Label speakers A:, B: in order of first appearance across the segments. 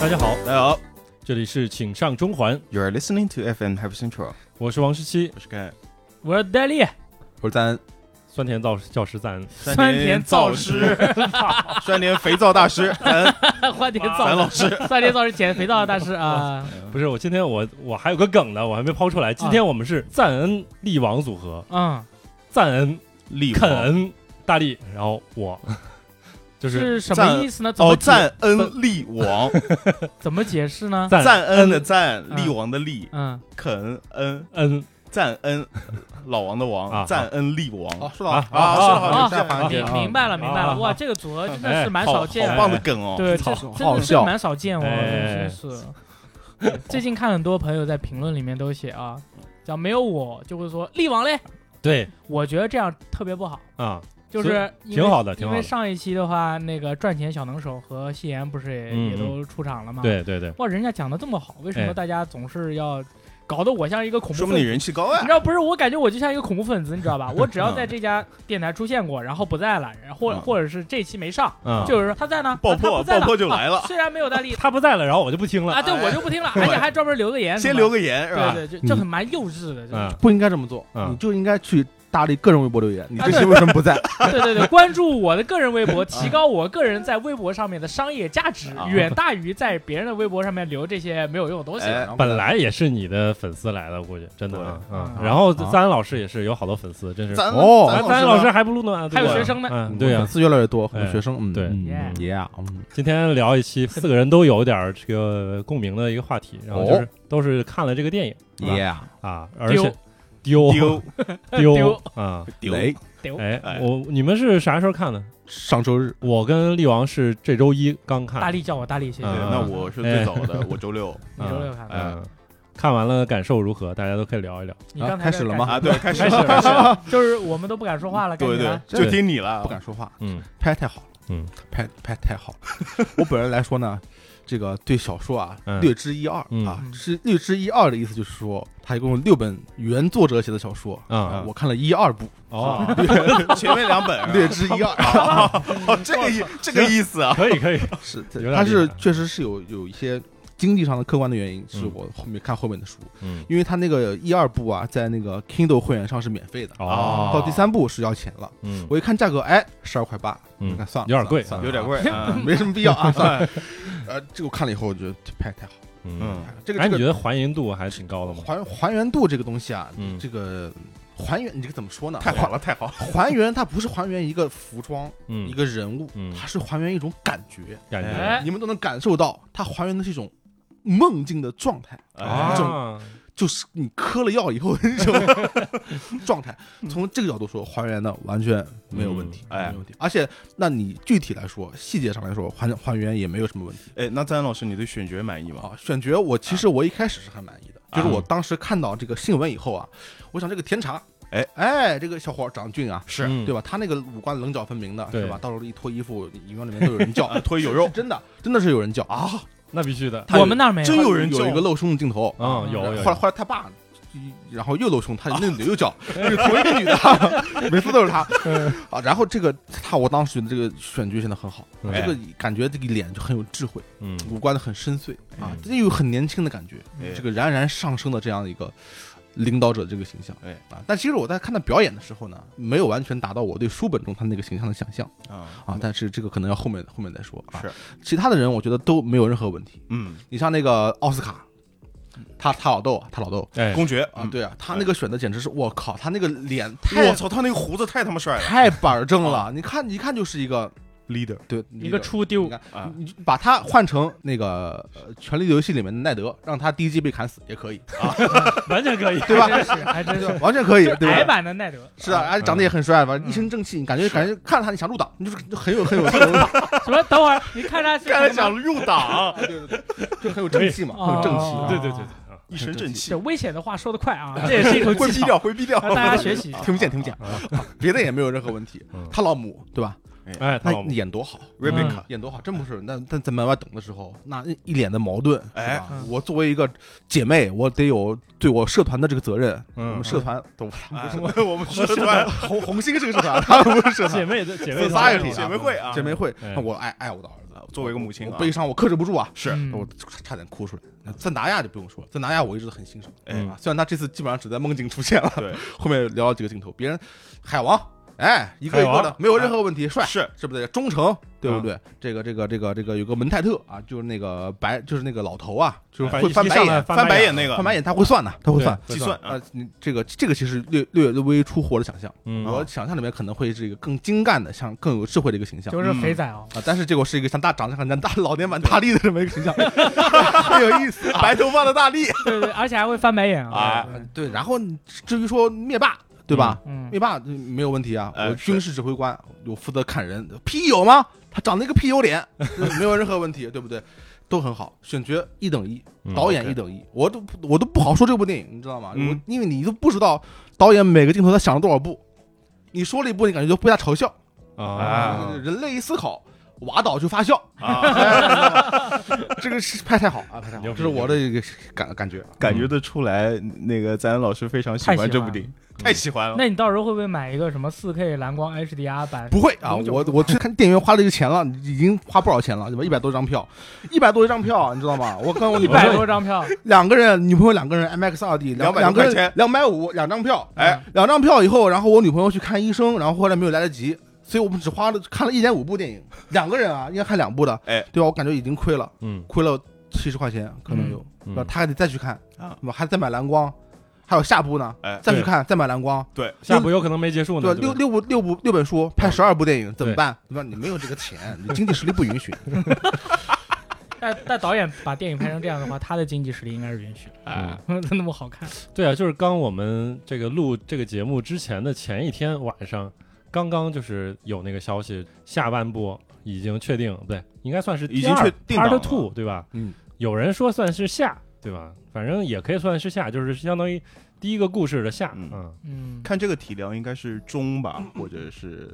A: 大家好，
B: 大家好
A: 这里是请上中环，
B: ，You are listening to FM Happy Central，
A: 我是王十七，
B: 我是盖，
C: 我是 戴笠，
B: 我是咱
A: 酸甜造教师赞。
B: 嗯
C: 酸甜造
B: 师， 酸甜肥皂大师，咱
C: 花田
B: 咱
C: 皂
B: 老师，
C: 酸甜皂是减肥皂大师啊！
A: 不是，我今天我我还有个梗呢，我还没抛出来。今天我们是赞恩力王组合，
C: 嗯，
A: 赞恩
B: 力
A: 肯恩大力，然后我就是
C: 是什
B: 赞
C: 么意思呢？怎么
B: 哦，
C: 解
B: 赞恩力王，
C: 怎么解释呢？
A: 赞
B: 赞恩的赞，
C: 嗯
B: 力王的力，
C: 嗯，
B: 肯恩
A: 恩
B: 赞恩，老王的
A: 啊
B: 王，赞恩力王，
D: 哦
B: 说
A: 得好啊
B: 啊，
A: 啊
B: 说得
A: 啊
B: 好，
C: 哦
B: 有这样
A: 啊
B: 行
A: 这
C: 明
A: 样
B: 情
A: 啊
C: 明白了，明白
A: 啊哎
C: 了。哇，这个组合真的是蛮
B: 好
C: 少
B: 好
C: 见的，
B: 棒的梗哦，
C: 对，
A: 好
C: 这
A: 好
C: 真的是
D: 笑
C: 蛮少见，我
A: 哎
C: 真是。最近看很多朋友在评论里面都写啊，叫没有我就会说力王嘞，
A: 对
C: 我觉得这样特别不好。
A: 啊，
C: 就是因为
A: 挺好的挺好的
C: 因为上一期的话，那个赚钱小能手和谢岩不是也、
A: 嗯
C: 也都出场了吗？，
A: 对对对，
C: 哇，人家讲的这么好，为什
A: 哎
C: 么大家总是要搞得我像一个恐怖
B: 说
C: 分
B: 明你
C: 子？
B: 人气高呀啊
C: 你知，道不是我感觉我就像一个恐怖分子，你知道吧？我只要在这家电台出现过，然后不在了，然后或
B: 嗯
C: 或者是这期没上，
A: 嗯，
C: 就是说他在呢，
B: 爆
C: 啊他
B: 破
C: 不在
B: 爆
C: 了
B: 破就来了
C: 啊虽然没有 戴笠
A: 他不在了，然后我就不听了
C: 啊，对
B: 哎
C: 我就不听了，而且还专门留个言，
B: 先
C: 是吧
B: 留个言是吧？嗯
C: 对对，就就很蛮幼稚的，就是
A: 嗯，
D: 不应该这么做，
A: 嗯
D: 你就应该去大力各种微博留言。 你
C: 这期
D: 为什么不在？
C: 对对对，关注我的个人微博，
B: 嗯
C: 提高我个人在微博上面的商业价值
B: 啊，
C: 远大于在别人的微博上面留这些没有用的东西。
B: 哎
A: 本来也是你的粉丝来的，我估计真的
B: 对
A: 啊
C: 嗯
A: 嗯。然后
D: 啊
A: 赞恩老师也是有好多粉丝，真是。
B: 咱
D: 哦
A: 哎赞
B: 咱
A: 恩老师
B: 呢
A: 还不录呢，对
C: 还有
A: 吧
C: 学生呢
A: 嗯，对呀
D: 粉。丝越来越多，很
A: 哎
D: 多学生，嗯，
A: 对
D: 嗯
C: Yeah
D: 也啊，嗯
A: 今天聊一期四个人都有点儿这个共鸣的一个话题，然后就是都是看了这个电影，对吧
D: 也啊，
A: 啊，而且丢
B: 丢
A: 丢
C: 丢
A: 啊，
B: 丢，
D: 雷
A: 哎
B: 哦哎，
A: 我你们是啥时候看的？
D: 上周日
A: 我跟力王是这周一刚看，
C: 大力叫我大力，谢谢
B: 对
A: 嗯。
B: 那我是最早的，我周六
C: 你周六看
A: 嗯
C: 的，
A: 嗯看完了感受如何？大家都可以聊一聊。
C: 你刚才
D: 开始了吗
B: 啊，对，开始
A: 开 始
B: 开始了，
C: 就是我们都不敢说话了，感
B: 对
C: 觉
B: 对
C: 啊，
B: 就听你了
D: 不，敢说话，
A: 嗯
D: 拍太好了，
A: 嗯，
D: 拍拍太好了。 我本人来说呢，这个对小说啊
A: 嗯
D: 略知一二
A: 嗯
D: 啊，是略知一二的意思，就是说他一共有六本原作者写的小说
A: 嗯
D: 啊，我看了一二部，
A: 哦，
B: 前面两
A: 啊
B: 本啊
D: 略知一二。
B: 哦，这个意这个意思啊，
A: 可以可以，
D: 是，
A: 有点
D: 他
A: 厉
D: 是
A: 害
D: 确实是有有一些经济上的客观的原因，是
A: 嗯
D: 我后面看后面的书，
A: 嗯
D: 因为他那个一二部啊，在那个 Kindle 会员上是免费的，
A: 哦，
D: 到第，三部是要钱了。
A: 嗯，
D: 我一看价格，哎，十二块八，
A: 嗯
D: 我看算了，
A: 有点贵
D: 算了
B: 有点，贵，
D: 算了
B: 嗯
D: 没什么必要 啊，算了。呃，这个我看了以后，我觉得这拍得太好，
A: 嗯
B: 嗯，
D: 这个
A: 哎，
D: 这
A: 你
D: 个
A: 觉得还原度还挺高的吗？
D: 还还原度这个东西啊
A: 嗯，
D: 这个还原你这个怎么说 呢？
B: 太好了，太好，
D: 还原它不是还原一个服装、
A: 嗯
D: 一，个人物
A: 嗯，
D: 它是还原一种感觉，
A: 感觉
C: 哎
D: 你们都能感受到，它还原的是一种梦境的状态，
B: 哎
D: 这种
A: 啊，
D: 就是你嗑了药以后的 那种状态。从这个角度说，还原的完全没有问题，
B: 嗯哎
D: 没有问题。而且，那你具体来说，细节上来说，还还原也没有什么问题
B: 哎，那赞恩老师，你对选角满意吗？
D: 啊。选角，我其实我一开始是很满意的，
B: 啊
D: 就是我当时看到这个新闻以后啊，我想这个甜茶，
B: 哎
D: 哎，这个小伙儿长得俊啊。
B: 是
A: 嗯
D: 对吧？他那个五官棱角分明的，
A: 对
D: 是吧？到时候一脱衣服，影院里面都有 人叫
B: 啊，腿有肉
D: 是真的，真的是有人叫啊！
A: 那必须的，
D: 哎他有
C: 我们那儿没
B: 真
C: 有。
B: 有人叫
D: 有一个露胸的镜头，
A: 啊，有有有
D: 后来后来他爸，然后又露胸，他那女的又叫，就是同一个女的， 每次都是他啊。然后这个他，我当时觉得这个选角选的很好，
A: 嗯
D: 这个感觉这个脸就很有智慧，
A: 嗯
D: 五官很深邃啊
A: 嗯，
D: 这又很年轻的感觉，
B: 哎
D: 这个冉冉上升的这样的一个。领导者这个形象，
B: 哎
D: 啊，但其实我在看他表演的时候呢，没有完全达到我对书本中他那个形象的想象
B: 啊，
D: 啊，但是这个可能要后面后面再说啊。
B: 是，
D: 其他的人我觉得都没有任何问题。
B: 嗯，
D: 你像那个奥斯卡，他他老豆，他老豆，
A: 哎，
B: 公爵
C: 嗯
D: 啊，，对啊，他
C: 哎
D: 那个选的简直是，我靠，他那个脸
B: 嗯
D: 太
B: 我嗯操，他那个胡子太他妈帅了
D: 太板正了，你看一看就是一个
B: ，leader
D: 对
C: 啊一个出丢
D: 你，看
B: 啊，
D: 你把他换成那个呃《权力的游戏》里面的奈德，让他第一季被砍死也可以，
A: 完全 可以，
D: 对 吧
C: 还真是，还真是，
D: 完全可以，
C: 就是
D: 对
C: 矮
D: 吧？
C: 版的奈德，
D: 是啊，而且长得也很帅吧，
C: 嗯
D: 一身正气，你感觉感觉看他你想入党，你就是就很有很有很有
C: 什么？等会儿你 看 他是
B: 刚才想入党，
D: 就很有正气嘛，
C: 可以
D: 很有正气
C: 哦
D: 啊。
A: 对对对，啊
B: 一身正气
C: 这，危险的话说得快啊，这也是一 种
B: 会
C: 技
B: 逼
C: 巧，
B: 掉，会逼掉，
C: 让 大家学习。
D: 听不见，听不见， 别的也没有任何问题
A: 嗯。
D: 他老母对吧？
A: 哎，
D: 那
A: 他老母
D: 演多好，
B: Rebecca，
D: 演多好，真不是。那但在门外等的时候，那一脸的矛盾，
B: 哎
D: 是吧
C: 嗯
D: 我作为一个姐妹，我得有对我社团的这个责任。
A: 嗯
D: 我们社团都不
B: 哎
D: 是
B: 我们说对，
D: 红红星是个社团，他们不是社
A: 姐
D: 团，
A: 妹的姐妹
D: Society
A: 团
B: 姐妹会啊，
D: 姐妹会
A: 哎。
D: 我爱爱我的儿子，
B: 作为一个母亲
D: 我
B: 啊，
D: 悲伤我克制不住啊，
B: 是
C: 嗯
D: 我差差点哭出来。那赞达亚就不用说，了，赞达亚我一直很欣赏，哎
A: 嗯，
D: 虽然他这次基本上只在梦境出现了，
B: 对，
D: 后面聊了几个镜头，别人海王，哎，一个
A: 海
D: 一个
A: 王
D: 的，没有任何问题，帅，
B: 是
D: 是不是？忠诚，对不
B: 嗯
D: 对？这个这个这个这个有个门泰特啊，就是那个白，就是那个老头啊，就是
A: 反
D: 会
A: 一
D: 翻
A: 一
D: 白
A: 上来
D: 眼，
A: 翻
B: 翻白
A: 白
B: 眼
A: 眼
B: 那个
D: 翻白眼，他会算的，他会
A: 对
D: 算。
A: 会
B: 计
A: 算
B: 算啊
D: 啊，，你这个这个其实略略微出乎我的想象，
A: 嗯，
D: 我想象里面可能会是一个更精干的，像更有智慧的一个形象，
C: 就是肥仔哦，
D: 啊，但是结果是一个像大长得像咱大老年版大力的这么一个 形象，很有意思、白头发的大力
C: 对对，而且还会翻白眼啊
B: 啊，
C: 对
D: 对，然后至于说灭霸，对吧？
C: 嗯，
D: 灭霸没有问题啊，
B: 哎
D: 我
B: 是
D: 军事指挥官，我负责砍人，屁有吗？他长得一个屁有 脸，没有任何问题，对不对？都很好，选角一等一，
A: 嗯
D: 导演
B: OK
D: 一等一，我都不我都不好说这部电影，你知道吗？
B: 嗯
D: 我因为你都不知道导演每个镜头他想了多少步，你说了一步，你感觉就被他嘲笑，
A: 啊，
D: 人类一思考，瓦岛就发笑，
B: 啊，
D: 这个是拍太好啊，拍太好，
A: 牛逼
D: 这是我的一个感感觉。 啊
B: 感觉得出来，那个赞恩老师非常喜
C: 太
B: 欢
C: 喜
B: 这
C: 欢
B: 部
C: 了
B: 电影，嗯太喜欢了。
C: 那你到时候会不会买一个什么四 K 蓝光 HDR 版？
D: 不会啊，
C: 永久
D: 我我去看电影院花了这个钱了，已经花不少钱了，对吧？一百多张票，一百多张票，你知道吗？我跟我
C: 一
D: 女朋
C: 百
D: 友
C: 多张票，
D: 两个人，女朋友两个人，IMAX 二 D，两
B: 200
D: 两个
B: 块钱
D: 人两百五两张票，
B: 哎，
D: 两张票以后，然后我女朋友去看医生，然后后来没有来得及，所以我们只花了看了一点五部电影，两个人啊，应该看两部的，
B: 哎，
D: 对吧？我感觉已经亏了，
A: 嗯，
D: 亏了七十块钱可能有，
A: 嗯
D: 对吧？他还得再去看
B: 啊，
D: 对吧还得再买蓝光，还有下部呢，
B: 哎，
D: 再去看再买蓝光，
B: 对，
A: 下部有可能没结束
D: 对
A: 呢，
D: 吧，六六部六部六本书，拍十二部电影怎么
A: 对
D: 办？对吧？你没有这个钱，你经济实力不允许。
C: 但但导演把电影拍成这样的话，他的经济实力应该是允许的，
A: 哎，
C: 那么好看，
A: 对啊，就是刚我们这个录这个节目之前的前一天晚上，刚刚就是有那个消息，下半部已经确定，不对，应该算是
B: 已经确定档了
A: Part Two 对吧？
D: 嗯，
A: 有人说算是下对吧？反正也可以算是下，就是相当于第一个故事的下，
B: 嗯
A: 嗯，
C: 嗯，
B: 看这个体量应该是中吧，或者是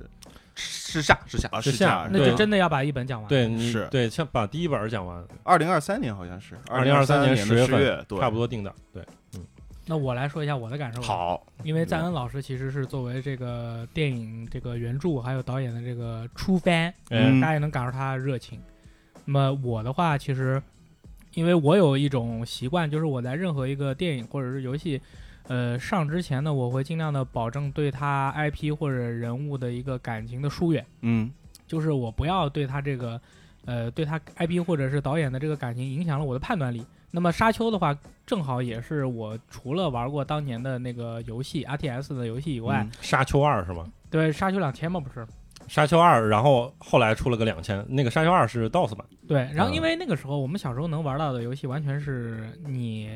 D: 是下是下，
B: 啊
A: 是
B: 是
A: 下
B: 下，
C: 那
A: 对
C: 就真的要把一本讲完，，
A: 对，你
B: 是
A: 对，先把第一本儿讲完，
B: 二零二三年好像是
A: 2023
B: 年
A: 年
B: 的
A: 10月
B: 月，对，
A: 差不多定档，对，
C: 那我来说一下我的感受。，
B: 好，
C: 因为赞恩老师其实是作为这个电影这个原著还有导演的这个初番，
A: 嗯
B: 嗯
C: 大家也能感受他的热情。那么我的话，其实因为我有一种习惯，就是我在任何一个电影或者是游戏，呃，上之前呢，我会尽量的保证对他 IP 或者人物的一个感情的疏远，
B: 嗯，
C: 就是我不要对他这个，呃，对他 IP 或者是导演的这个感情影响了我的判断力。那么沙丘的话，正好也是我除了玩过当年的那个游戏 RTS 的游戏以外，
B: 嗯
A: 沙丘二是吗？
C: 对沙丘两千嘛不是，
A: 沙丘二，然后后来出了个两千，那个沙丘二是 DOS 版，
C: 对，然后
A: 嗯
C: 因为那个时候我们小时候能玩到的游戏，完全是你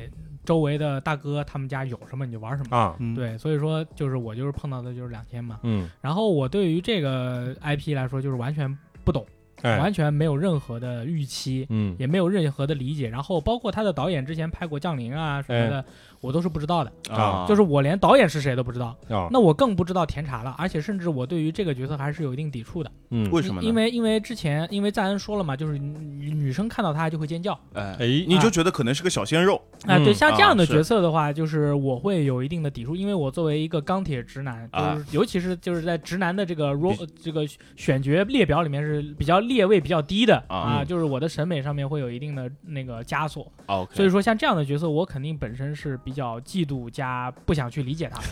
C: 周围的大哥他们家有什么你就玩什么。
A: 啊，
B: 嗯，
C: 对，所以说就是我就是碰到的就是两千嘛。
A: 嗯，
C: 然后我对于这个 IP 来说就是完全不懂，
A: 哎，
C: 完全没有任何的预期，
A: 嗯，
C: 也没有任何的理解。然后包括他的导演之前拍过《降临》啊什
B: 哎
C: 么的，我都是不知道的，
A: 啊
C: 就是我连导演是谁都不知道，
A: 啊，
C: 那我更不知道甜茶了。而且甚至我对于这个角色还是有一定抵触的。
A: 嗯，
B: 为什么呢？
C: 因为因为之前因为赞恩说了嘛，就是女女生看到他就会尖叫。
B: 哎，
A: 哎，
B: 你就觉得可能是个小鲜肉，
C: 啊，对，
A: 嗯
C: 像这样的
B: 啊是
C: 角色的话，就是我会有一定的抵触，因为我作为一个钢铁直男，就
B: 啊
C: 是尤其是就是在直男的这个 role 这个选角列表里面是比较列位比较低的
B: 啊
C: 啊，就是我的审美上面会有一定的那个枷锁，
B: OK，
C: 啊所以说像这样的角色，我肯定本身是比较嫉妒加不想去理解他的。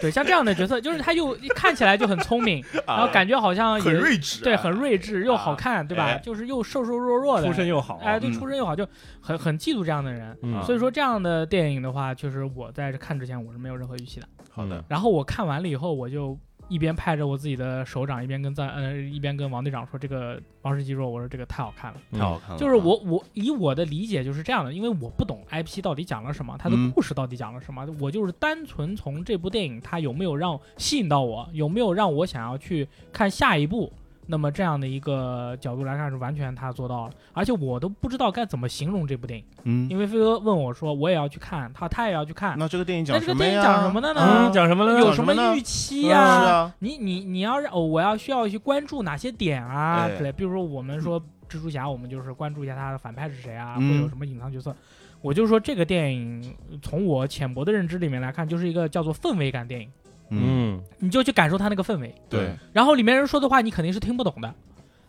C: 对，像这样的角色，就是他又看起来就很聪明，
B: 啊
C: 然后感觉好像
B: 很
C: 也
B: 睿智，
C: 对，很睿智又好
B: 啊
C: 看，对吧？
B: 哎
C: 就是又瘦瘦弱弱的，
A: 出身又好，啊
C: 哎，对，
B: 嗯啊
C: 出身又好，就很很嫉妒这样的人。
A: 嗯
C: 所以说这样的电影的话，就是我在这看之前我是没有任何预期的。
B: 好的，
C: 然后我看完了以后，我就一边拍着我自己的手掌，一边跟在呃一边跟王队长说这个王石基说，我说这个太好看了。
A: 嗯
B: 太好看了，
C: 就是我我以我的理解就是这样的，因为我不懂 IP 到底讲了什么，它的
B: 嗯
C: 故事到底讲了什么，我就是单纯从这部电影它有没有让吸引到我，有没有让我想要去看下一部。那么这样的一个角度来看，是完全他做到了，而且我都不知道该怎么形容这部电影，
B: 嗯，
C: 因为飞哥问我说，我也要去看，他他也要去看，
B: 那这个电影
C: 那
B: 讲
C: 这个
B: 什么
C: 电影
B: 呀？
C: 讲什么的呢？
A: 嗯，
B: 啊
A: 讲什么了呢？
C: 有
B: 讲
C: 什
B: 什
C: 么
B: 么呢
C: 预期
B: 是
C: 呀、
B: 啊，
C: 你你你要让、哦我要需要去关注哪些点啊
B: 哎
C: 之类，比如说我们说蜘蛛侠，我们就是关注一下他的反派是谁啊，
B: 嗯
C: 会有什么隐藏角色。我就说这个电影，从我浅薄的认知里面来看，就是一个叫做氛围感电影，
A: 嗯，
C: 你就去感受它那个氛围，
B: 对，
C: 然后里面人说的话你肯定是听不懂的。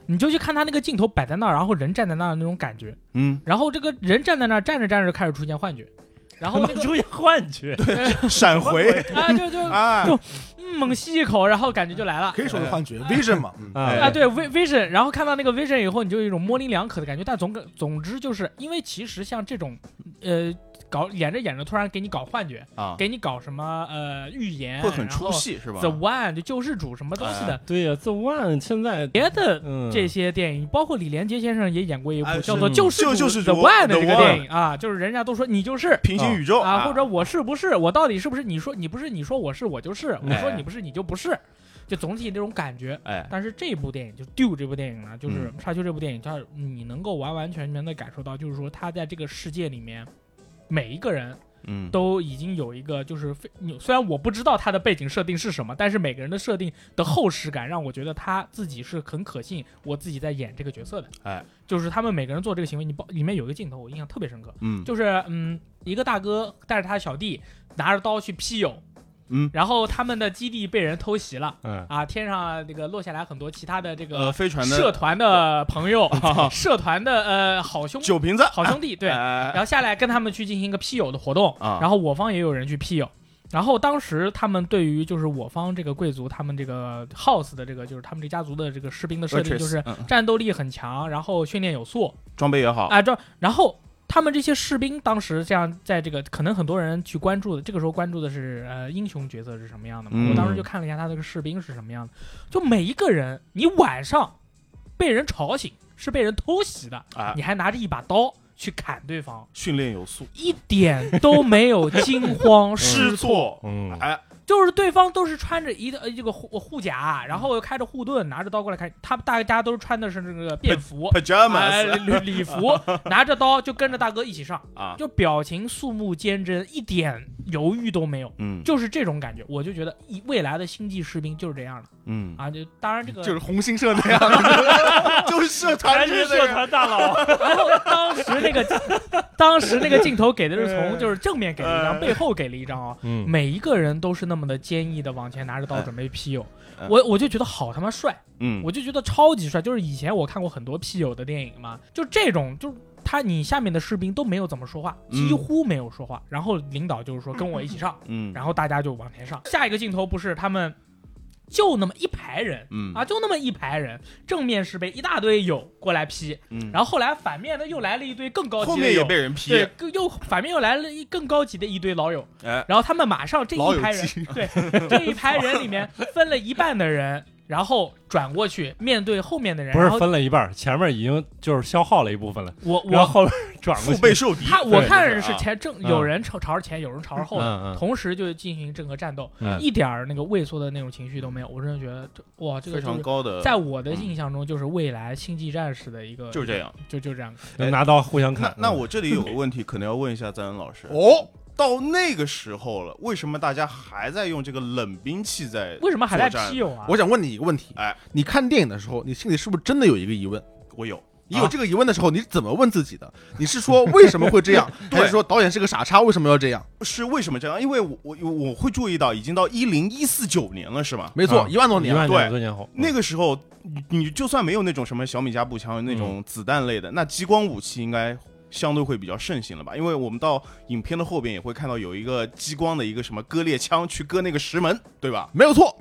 C: 你就去看他那个镜头摆在那儿，然后人站在那儿的那种感觉，
B: 嗯，
C: 然后这个人站在那儿站着站着就开始出现幻觉，然后那 个
A: 出现幻觉，
B: 闪回
C: 啊就就
B: 啊，
C: 嗯猛吸一口，然后感觉就来了。
D: 可以说是幻觉，vision 嘛，
B: 哎
D: 嗯
A: 啊
C: 啊，对，vi-，vision，然后看到那个 vision 以后，你就有一种模棱两可的感觉。但总总之就是因为其实像这种，呃，搞演着演着突然给你搞幻觉，
B: 啊，
C: 给你搞什么呃预言，
B: 会很
C: 然后
B: 出戏是吧哎
C: The？One 就救世主什么东西的，
A: 对呀，The One 现在
C: 别的
A: 嗯
C: 这些电影，包括李连杰先生也演过一部
B: 哎
C: 叫做《
A: 是
C: 救世
B: 就
C: 主
B: 救世
C: The
B: 主
C: One》的
B: The
C: 这个
B: One 哦
C: 电影啊，就是人家都说你就是
B: 平行宇宙
C: 啊，或者我是不是，我到底是不是？你说你不是，你说我是，我就是；我说你不是，你就不是。就总体那种感觉，
B: 哎，嗯
C: 但是这部电影就《丢》这部电影呢，就是《沙丘》这部电影，它你能够完完全全的感受到，就是说他在这个世界里面，每一个人
B: 嗯，
C: 都已经有一个就是非，你虽然我不知道他的背景设定是什么，但是每个人的设定的厚实感让我觉得他自己是很可信，我自己在演这个角色的。
B: 哎，
C: 就是他们每个人做这个行为，你包里面有一个镜头我印象特别深刻，
B: 嗯，
C: 就是嗯，一个大哥带着他小弟拿着刀去劈友，
B: 嗯，
C: 然后他们的基地被人偷袭了。
A: 嗯
C: 啊，天上这个落下来很多其他的这
B: 呃，
C: 个
B: 飞船
C: 社
B: 的
C: 团的 朋友， 社团的呃好兄
B: 酒瓶子，
C: 好兄弟，对，
B: 哎
C: 然后下来跟他们去进行一个批友的活动，
B: 啊
C: 然后我方也有人去批友。然后当时他们对于就是我方这个贵族，他们这个 house 的这个就是他们这家族的这个士兵的设定
B: Virtuous，
C: 就是
B: 嗯
C: 战斗力很强，然后训练有素，
B: 装备也好，
C: 啊，这然后他们这些士兵当时这样，在这个可能很多人去关注的，这个时候关注的是呃英雄角色是什么样的嘛？
B: 嗯
C: 我当时就看了一下他这个士兵是什么样的，就每一个人，你晚上被人吵醒是被人偷袭的，
B: 啊
C: 你还拿着一把刀。去砍对方，
B: 训练有素，
C: 一点都没有惊慌失
B: 试
C: 措，
B: 错，
A: 嗯，
B: 哎，
C: 就是对方都是穿着一个呃这个护护甲，然后又开着护盾，拿着刀过来砍，他们大家都是穿的是这个便服，哎
B: pajamas
C: 礼礼 服，拿着刀就跟着大哥一起上，
B: 啊，
C: 就表情肃穆坚贞，一点犹豫都没有，
B: 嗯，
C: 就是这种感觉。我就觉得以未来的星际士兵就是这样的
B: 嗯，
C: 啊，就当然这个
D: 就是红星社那样 的，就是社团
A: 还
D: 之
A: 是
D: 类的
A: 社团大佬，
C: 然后当时那 个当时那个镜头给的是从
B: 嗯
C: 就是正面给了一张，
B: 嗯
D: 哎
C: 背后给了一张啊、
A: 嗯，
C: 每一个人都是那么的坚毅的往前拿着
D: 哎
C: 刀准备劈友，
B: 嗯
C: 我我就觉得好他妈帅，
B: 嗯，
C: 我就觉得超级帅。就是以前我看过很多劈友的电影嘛，就这种就是他你下面的士兵都没有怎么说话，
B: 嗯
C: 几乎没有说话，然后领导就是说跟我一起上，
B: 嗯，
C: 然后大家就往前上。下一个镜头不是他们就那么一排人。
B: 嗯
C: 啊，就那么一排人，正面是被一大堆友过来劈，
B: 嗯，
C: 然后后来反面的又来了一堆更高级的
B: 后面也
C: 友
B: 被人批，
C: 对，更又反面又来了一更高级的一堆老友，
B: 哎
C: 然后他们马上这
D: 老
C: 一
D: 友
C: 排人
D: 记，
C: 对 这一排人里面分了一半的人，然后转过去面对后面的人，
A: 不是
C: 然后
A: 分了一半儿，前面已经就是消耗了一部分了，
C: 我
A: 然后
C: 我
A: 后面转过
B: 腹
A: 去，
B: 背受敌，
C: 他我
B: 对
C: 看
B: 就是啊
C: 前正
A: 嗯
C: 有人朝朝着前，有人朝着后的，
A: 嗯嗯
C: 同时就进行整个战斗，
A: 嗯
C: 一点儿那个畏缩的那种情绪都没有，我真的觉得这哇，这个
B: 非
C: 就
B: 常
C: 是
B: 高的，
C: 在我的印象中就是未来星际战士的一个，
B: 就是这样。
C: 就就这样，
A: 能拿刀互相
B: 那
A: 砍。嗯
B: 那
C: 嗯
B: 我这里有个问题，可能要问一下赞恩老师，
D: 哦，
B: 到那个时候了，为什么大家还在用这个冷兵器在？
C: 为什么还在
B: 作战
C: 批友啊？
D: 我想问你一个问题，
B: 哎，
D: 你看电影的时候，你心里是不是真的有一个疑问？
B: 我有，
D: 你有这个疑问的时候，你是怎么问自己的？你是说为什么会这样，
B: 对
D: 还是说导演是个傻叉，为什么要这样？
B: 是为什么这样？因为我我我我会注意到，已经到一零一四九年了，是吗？
D: 没错，
A: 嗯
D: 一万多
A: 一
D: 年了，
A: 万
B: 啊对
A: 多年后，
B: 那个时候，你你就算没有那种什么小米加步枪那种子弹类的，那激光武器应该相对会比较盛行了吧？因为我们到影片的后边也会看到有一个激光的一个什么割裂枪去割那个石门，对吧？
D: 没有错。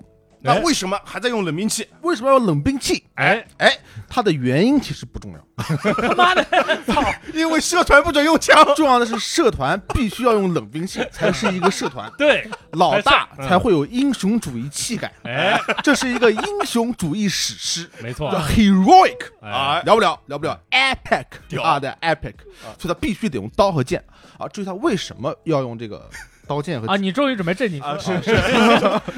B: 那为什么还在用冷兵器？
D: 为什么要冷兵器？
A: 哎，
D: 它的原因其实不重要，
C: 他妈的，操！
B: 因为社团不准用枪。
D: 重要的是社团必须要用冷兵器才是一个社团，
A: 对，
D: 老大
A: 没错嗯
D: 才会有英雄主义气概。
A: 哎，
D: 这是一个英雄主义史诗，
A: 没错
D: 叫，heroic，
B: 啊
A: 哎，
D: 聊不了，聊不了，epic
B: 屌
D: 啊的 epic，所以他必须得用刀和剑啊。至于他为什么要用这个刀剑和
C: 啊，你终于准备正经说
B: 啊
C: 了，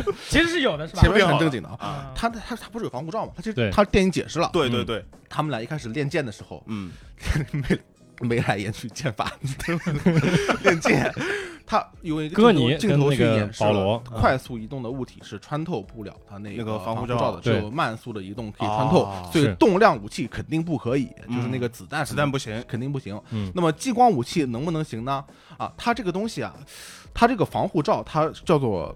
B: 是
C: 其实是有的，是吧？
D: 前面是很正经的啊。
C: 啊，
D: 他他他不是有防护罩吗？他其
A: 对
D: 实他电影解释了，
B: 对对对，
D: 他们俩一开始练剑的时候，
B: 嗯，
D: 眉眉来眼去剑 法，练剑。他有一个
A: 哥尼
D: 镜头镜头去
A: 跟那个
D: 演示
A: 保
D: 了
A: 罗嗯
D: 快速移动的物体是穿透不了他那
B: 那个防
D: 防
B: 护罩
D: 罩的，只
A: 对
D: 有慢速的移动可以穿透
B: 哦，
D: 所以
A: 是
D: 动量武器肯定不可以，
B: 嗯
D: 就是那个子弹什
B: 子
D: 么的
B: 弹不行。
D: 肯定不行。
A: 嗯
D: 那么激光武器能不能行呢？啊，它这个东西啊，它这个防护罩它叫做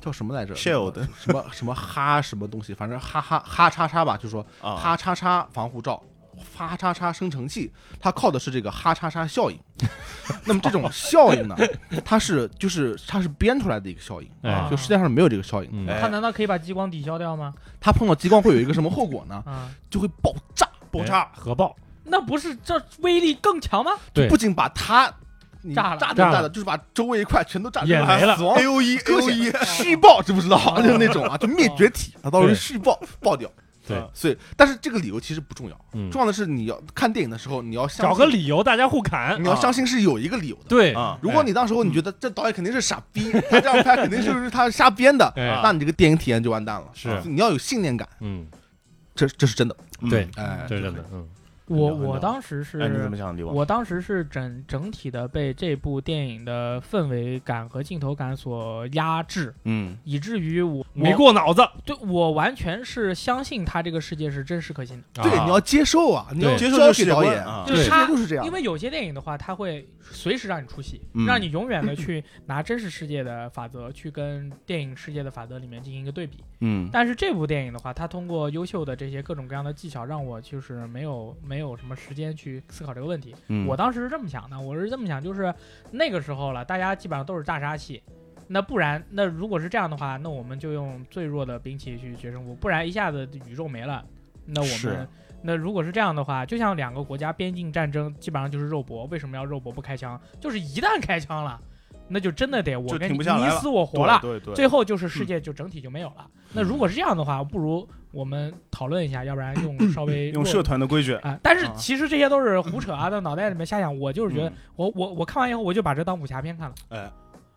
D: 叫什么来着
B: Shield
D: 什么什么哈什么东西，反正哈哈哈叉叉吧，就说
B: 啊，
D: 哈叉叉防护罩。哈叉叉生成器，它靠的是这个哈叉叉 效应。那么这种效应呢，它是就是它是编出来的一个效应，
A: 哎
D: 就世界上没有这个效应。
A: 嗯
B: 哎
C: 他难道可以把激光抵消掉吗？
D: 它碰到激光会有一个什么后果呢？
C: 啊，
D: 就会爆炸。
B: 爆炸
A: 哎核爆，
C: 那不是这威力更强吗？
A: 对
D: 不仅把它你
C: 炸了
D: 炸的
A: 炸了
D: 炸的，就是把周围一块全都炸
A: 也没了哎
D: 死亡
B: A O E A
D: 搁
B: O
D: 浅
B: E，
D: 虚爆，知不 知道？就是那种啊，就灭绝体，它到时候
A: 对
D: 虚爆爆掉。
A: 对
D: 所以但是这个理由其实不重要，
A: 嗯，
D: 重要的是你要看电影的时候，你要相
A: 找
D: 信
A: 个理由大家互砍
D: 你，要
B: 啊
D: 相信是有一个理由的。
A: 对，
B: 啊
D: 如果你当时候你觉得这导演肯定是傻逼，他这样拍肯定就是他瞎编的，
A: 哎，
D: 那你这个电影体验就完蛋了。
A: 是
D: 啊你要有信念感，
A: 嗯，
D: 这这是真的。
B: 嗯
A: 对，
D: 哎，
A: 这是真的，嗯，
C: 我
B: 很屌
C: 我
B: 很屌
C: 当时
B: 哎，你怎么
C: 是，
B: 想的，李王？
C: 我当时是整整体的被这部电影的氛围感和镜头感所压制，
B: 嗯，
C: 以至于我
A: 没嗯
C: 我
A: 过脑子，
C: 对我完全是相信他这个世界是真实可信的。
D: 对，
A: 啊
D: 你要接受啊，你要
A: 对
B: 接受
D: 交
B: 这个
D: 给
B: 世界
D: 导
B: 观
D: 演
B: 啊，
D: 这个世
C: 对
D: 界就是这样
C: 因。为有些电影的话，它会随时让你出戏，
B: 嗯
C: 让你永远的去拿真实世界的法则去跟电影世界的法则里面进行一个对比。
B: 嗯，
C: 但是这部电影的话，它通过优秀的这些各种各样的技巧，让我就是没有没有什么时间去思考这个问题。
B: 嗯
C: 我当时是这么想的，我是这么想，就是那个时候了，大家基本上都是大杀器。那不然，那如果是这样的话，那我们就用最弱的兵器去决胜负，不然一下子宇宙没了。那我
B: 是
C: 们，那如果是这样的话，就像两个国家边境战争，基本上就是肉搏。为什么要肉搏不开枪？就是一旦开枪了，那就真的得我
B: 就
C: 跟
B: 停
C: 你
B: 不下来
C: 你
B: 了
C: 死我活
B: 对
C: 了。
B: 对对，
C: 最后就是世界就整体就没有了。那如果是这样的话，不如我们讨论一下，要不然用稍微
B: 嗯用
C: 弱
B: 社团的规矩，
C: 啊、但是
B: 啊
C: 其实这些都是胡扯啊，在脑袋里面瞎想。我就是觉得
B: 嗯，
C: 我我我看完以后，我就把这当武侠片看了。
B: 哎，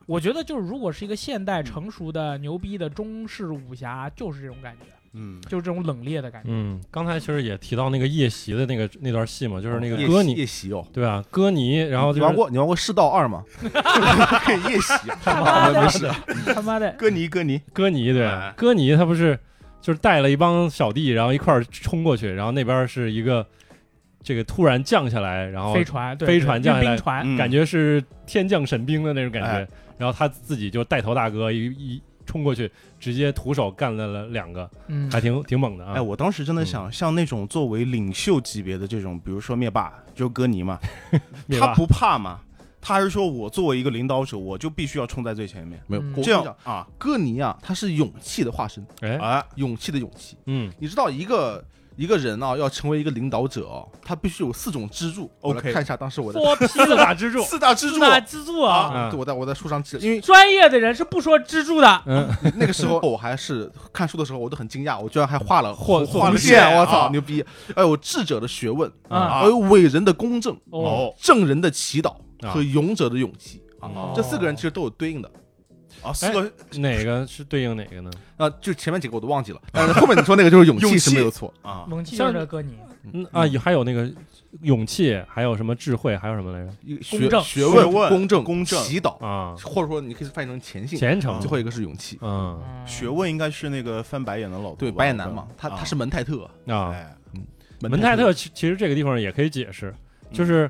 C: 我觉得就是，如果是一个现代成熟的、牛逼的中式武侠，就是这种感觉，
B: 嗯，
C: 就是这种冷冽的感觉。
A: 嗯，刚才其实也提到那个夜袭的那个那段戏嘛，就是那个
D: 夜
A: 歌
D: 袭
A: 尼，
D: 夜袭哦，
A: 对吧？歌尼，然后
D: 你
A: 就
D: 玩
A: 是
D: 过你玩过世道 二吗？可以夜袭，
C: 他妈
D: 没
C: 的，
D: 事，
C: 他妈的，
B: 哥尼哥尼，
A: 歌尼，对
B: 哎，
A: 歌尼他不是就是带了一帮小弟，然后一块儿冲过去，然后那边是一个这个突然降下来，然后
C: 飞船，对
A: 飞船
C: 对
A: 降下来
C: 运兵船，
B: 嗯
A: 感觉是天降神兵的那种感
D: 哎
A: 觉，然后他自己就带头大哥一一冲过去，直接徒手干了了两个，
C: 嗯，
A: 还挺挺猛的啊。
B: 哎，我当时真的想，像那种作为领袖级别的这种，比如说灭霸，就哥尼嘛，
A: 灭
B: 他
A: 霸
B: 不怕嘛，他是说我作为一个领导者，我就必须要冲在最前面，
D: 没有
C: 嗯。
D: 我
B: 这
D: 跟你
B: 样
D: 讲，
B: 啊，
D: 哥尼啊，他是勇气的化身，
A: 哎，
B: 哎，
D: 勇气的勇气。
A: 嗯，
D: 你知道一个一个人啊，要成为一个领导者哦，他必须有四种支柱。我来
B: OK
D: 看一下当时我在
C: 剥皮
A: 四
C: 的
A: 大支柱，
B: 四大支柱，
C: 大支柱啊！
A: 啊
D: 对哦我在我在书上记得，因为
C: 专业的人是不说支柱的，
A: 嗯，
D: 那个时候 我还是看书的时候，我都很惊讶，我居然还画了
A: 画
D: 画
B: 了
D: 了
B: 线
D: 线，我
B: 啊
D: 操，牛逼！哎有智者的学问，
C: 啊
D: 还有伟人的公正，
C: 哦，
D: 正人的祈祷
A: 啊
D: 和勇者的勇气
A: 哦
D: 啊，这四个人其实都有对应的。
B: 啊，四个
A: 哪个是对应哪个呢？
D: 啊，就前面几个我都忘记了，但是后面你说那个就是勇
B: 勇
D: 气
B: 气
D: 是没有错。
B: 啊，
C: 勇气就是哥你，
A: 嗯啊，有还有那个勇气，还有什么智慧，还有什么来着？
D: 一个
C: 公
D: 学
C: 正
D: 学
B: 学问
D: 公正、
B: 公正
D: 祈祷，
A: 啊，
D: 或者说你可以翻译成虔信。
A: 虔诚
D: 最，后一个是勇气，
A: 嗯
C: 嗯
B: 学问应该是那个翻白眼的老头
D: 对，
B: 吧
D: 白眼男嘛，他
B: 啊
D: 他是门泰特，
A: 啊，
B: 哎，
A: 门泰特其其实这个地方也可以解释，就是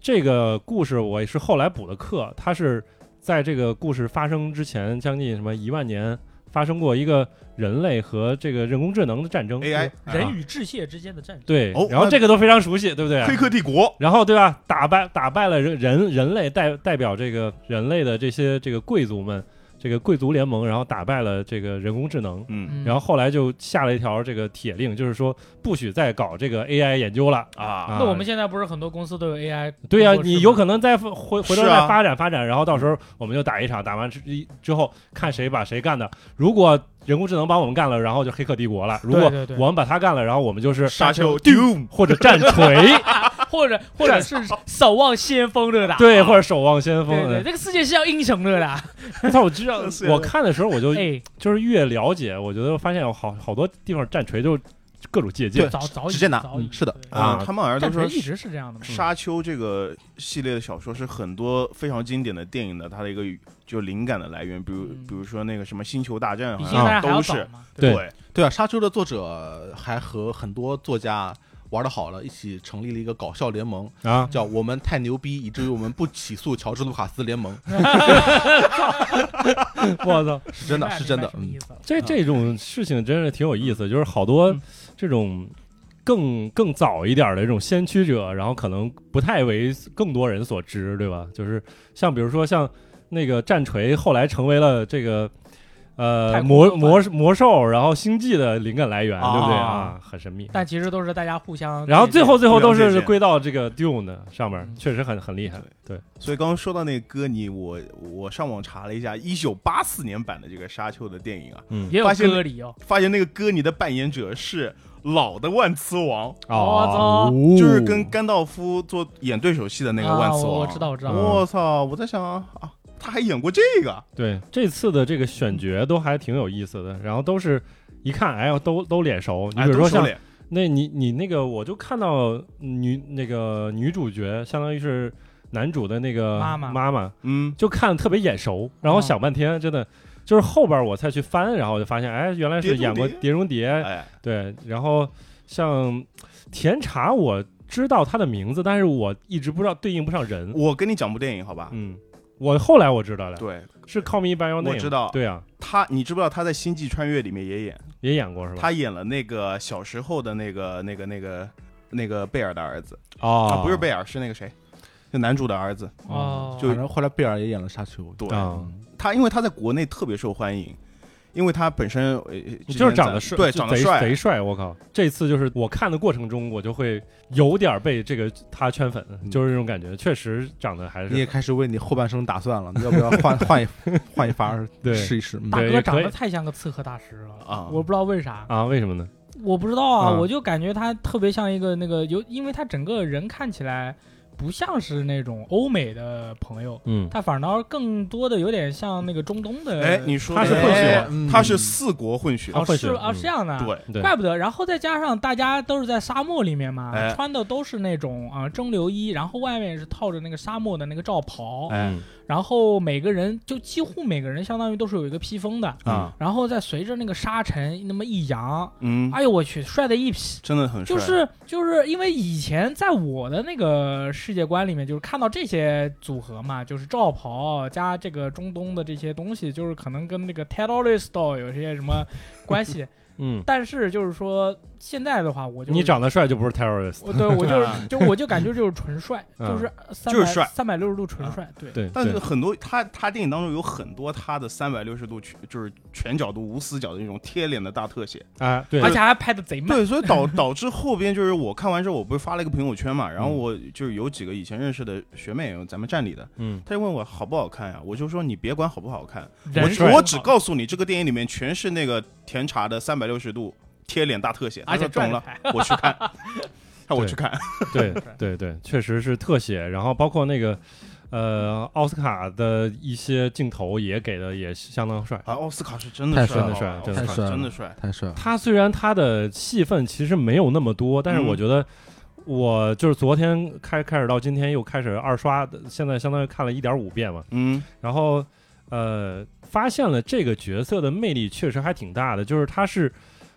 A: 这个故事我也是后来补的课，它是在这个故事发生之前将近什么一万年发生过一个人类和这个人工智能的战争
B: AI
C: 人与致谢之间的战争。
A: 对
B: 哦，
A: 然后
B: 那
A: 这个都非常熟悉，对不对？
B: 黑客帝国，
A: 然后对吧？打败打败了人人人类代代表这个人类的这些这个贵族们，这个贵族联盟，然后打败了这个人工智能，
B: 嗯
C: 嗯
A: 然后后来就下了一条这个铁令，就是说不许再搞这个 AI 研究了。
B: 啊，
C: 嗯那我们现在不是很多公司都有 AI？
A: 对呀、
C: 工作室哦吗
A: 你有可能再回回头
B: 是啊
A: 再发展发展，然后到时候我们就打一场，打完之之后看谁把谁干的。如果人工智能把我们干了，然后就黑客帝国了；如果
C: 对对对
A: 我们把他干了，然后我们就是
B: 沙丘 Doom，
A: 或者战锤，
C: 或者或者是守望先锋热的，
A: 对，或者守望先锋。
C: 对对，这个世界是要英雄热的。
A: 我操，我知道
B: 是，的
A: 我看的时候我就
C: 哎，
A: 就是越了解，我觉得发现有好好多地方战锤就各种借鉴
D: 对。
C: 早早已
D: 直接拿
C: 早已
D: 嗯是的
C: 对
A: 啊
B: 啊，他们好像
C: 战
B: 都
C: 锤
B: 说
C: 一直是这样
A: 嗯
C: 的嘛。
B: 《沙丘》这个系列的小说是很多非常经典的电影的它的一个就灵感的来源，比如
C: 嗯
B: 比如说那个什么《星球大战》啊
C: 比
B: 好
C: 现在
B: 像
C: 还要
B: 都
C: 早
B: 是
C: 嘛。
A: 对
B: 对
D: 对啊，《沙丘》的作者还和很多作家玩的好了，一起成立了一个搞笑联盟，
A: 啊，
D: 叫我们太牛逼，以至于我们不起诉乔治卢卡斯联盟，
A: 我操，
D: 是真的，是真的，
C: 明白什么
D: 嗯
C: 意，思了
A: 这
D: 啊
A: 这种事情真是挺有意思，就是好多
C: 嗯
A: 这种更更早一点的这种先驱者，然后可能不太为更多人所知，对吧？就是像比如说像那个战锤，后来成为了这个
C: 太
A: 呃
C: 空
A: 魔
C: 科幻
A: 魔魔兽，然后星际的灵感来源，对不对
C: 啊
A: 啊？很神秘。
C: 但其实都是大家互相。
A: 然后最后最后都
B: 了解
A: 是
B: 解
A: 归到这个 Dune 的上面
C: 嗯，
A: 确实很很厉害。对，
B: 所以刚刚说到那个歌，你我我上网查了一下，一九八四年版的这个《沙丘》的电影啊，
A: 嗯
C: 也有
B: 发现
C: 割礼哦，
B: 发现那个歌你的扮演者是老的万磁王，
A: 哦，
B: 就是跟甘道夫做演对手戏的那个万磁
C: 啊我
B: 王。哦
C: 我知道，我知道。
A: 嗯
B: 我操！我在想啊，啊他还演过这个，
A: 对这次的这个选角都还挺有意思的，然后都是一看，哎呦，都都脸熟。你
B: 哎
A: 比如
B: 都
A: 说
B: 收
A: 像
B: 敛
A: 那你你那个，我就看到女那个女主角，相当于是男主的那个
C: 妈妈
A: 妈妈，
B: 嗯，
A: 就看特别眼熟，然后想半天，真的就是后边我才去翻，然后我就发现，哎，原来是演过《碟中谍》
B: 哎，
A: 对，然后像甜茶，我知道他的名字，但是我一直不知道对应不上人。
B: 我跟你讲部电影好吧？
A: 嗯，我后来我知道了，
B: 对
A: 是《Call Me by Your Name》，
B: 我知道
A: 对啊，
B: 他，你知不知道他在《星际穿越》里面也演，
A: 也演过是吧？
B: 他演了那个小时候的那个那个那个那个贝尔的儿子
A: 哦，
B: 啊，不是贝尔，是那个谁，就男主的儿子。
C: 哦，
B: 就
D: 反正后来贝尔也演了沙丘，
B: 对
A: 啊，
B: 他因为他在国内特别受欢迎，因为他本身呃之前
A: 就是长得
B: 在
A: 帅，
B: 对，
A: 就
B: 长得
A: 贼
B: 帅啊
A: 贼，帅。我靠，这次就是我看的过程中，我就会有点被这个他圈粉，
D: 嗯
A: 就是这种感觉，确实长得还
D: 你也
A: 是
D: 开始为你后半生打算了，你要不要换换一换一法儿
A: 对
D: 试一试？嗯
C: 大
A: 对
C: 哥
A: 也
C: 长
A: 可以
C: 得太像个刺客大师了
B: 啊
C: 我不知道为啥，
A: 啊，为什么呢？
C: 我不知道啊，
A: 嗯
C: 我就感觉他特别像一个那个有，因为他整个人看起来不像是那种欧美的朋友，
A: 嗯，
C: 他反倒更多的有点像那个中东的。
B: 哎，你说
A: 他是
B: 的
A: 混血
B: 哎
D: 嗯
B: 他是四国混血，
A: 他
C: 哦
A: 混
C: 是
A: 血
C: 哦
A: 嗯
C: 是这样的，，
B: 对，
A: 对，
C: 怪不得。然后再加上大家都是在沙漠里面嘛，
B: 哎
C: 穿的都是那种啊、呃蒸馏衣，然后外面是套着那个沙漠的那个罩袍，
B: 哎
A: 嗯
C: 然后每个人就几乎每个人相当于都是有一个披风的，
A: 嗯
B: 啊，
C: 然后再随着那个沙尘那么一扬，
B: 嗯，
C: 哎呦我去，帅的一批。
B: 真的很帅，
C: 就是就是因为以前在我的那个世界观里面，就是看到这些组合嘛，就是罩袍加这个中东的这些东西，就是可能跟那个 terrorist doll 有些什么关系。
A: 嗯，
C: 但是就是说现在的话，我就
A: 你长得帅就不是 terrorist，
C: 我对 我就是就我就感觉就是纯帅，
A: 嗯
C: 就是三
B: 就是帅
C: 三百六十度纯帅，对。
A: 对，
B: 但
A: 对
B: 是很多他他电影当中有很多他的三百六十度全就是全角度无死角的那种贴脸的大特写，
A: 啊，对
C: 而，且还拍的贼慢，
B: 对，所以导导致后边就是我看完之后，我不是发了一个朋友圈嘛，然后
A: 嗯
B: 我就是有几个以前认识的学妹，咱们站里的，
A: 嗯，
B: 她就问我好不好看呀、我就说你别管好不好看，
C: 人
B: 我
C: 是
B: 只
C: 很好
B: 我只告诉你这个电影里面全是那个甜茶的三百六十度贴脸大特写，
C: 而且
B: 她说
C: 转
B: 懂了，
C: 开
B: 我去 看，让我
A: 对
B: 去看， 啊
A: 对对对，确实是特写，然后包括那个。呃，奥斯卡的一些镜头也给的也相当帅。
B: 啊，奥斯卡是真
D: 太
B: 的
D: 帅
A: 了
B: 帅，啊
A: 真
D: 的
B: 奥斯卡
D: 帅太帅了
B: 真的帅，
D: 太帅了，
A: 他虽然他的戏份其实没有那么多，但是
B: 嗯
A: 我觉得我就是昨天开开始到今天又开始二刷的，现在相当于看了一点五遍嘛。
B: 嗯
A: 然后呃，发现了这个角色的魅力确实还挺大的，就是他是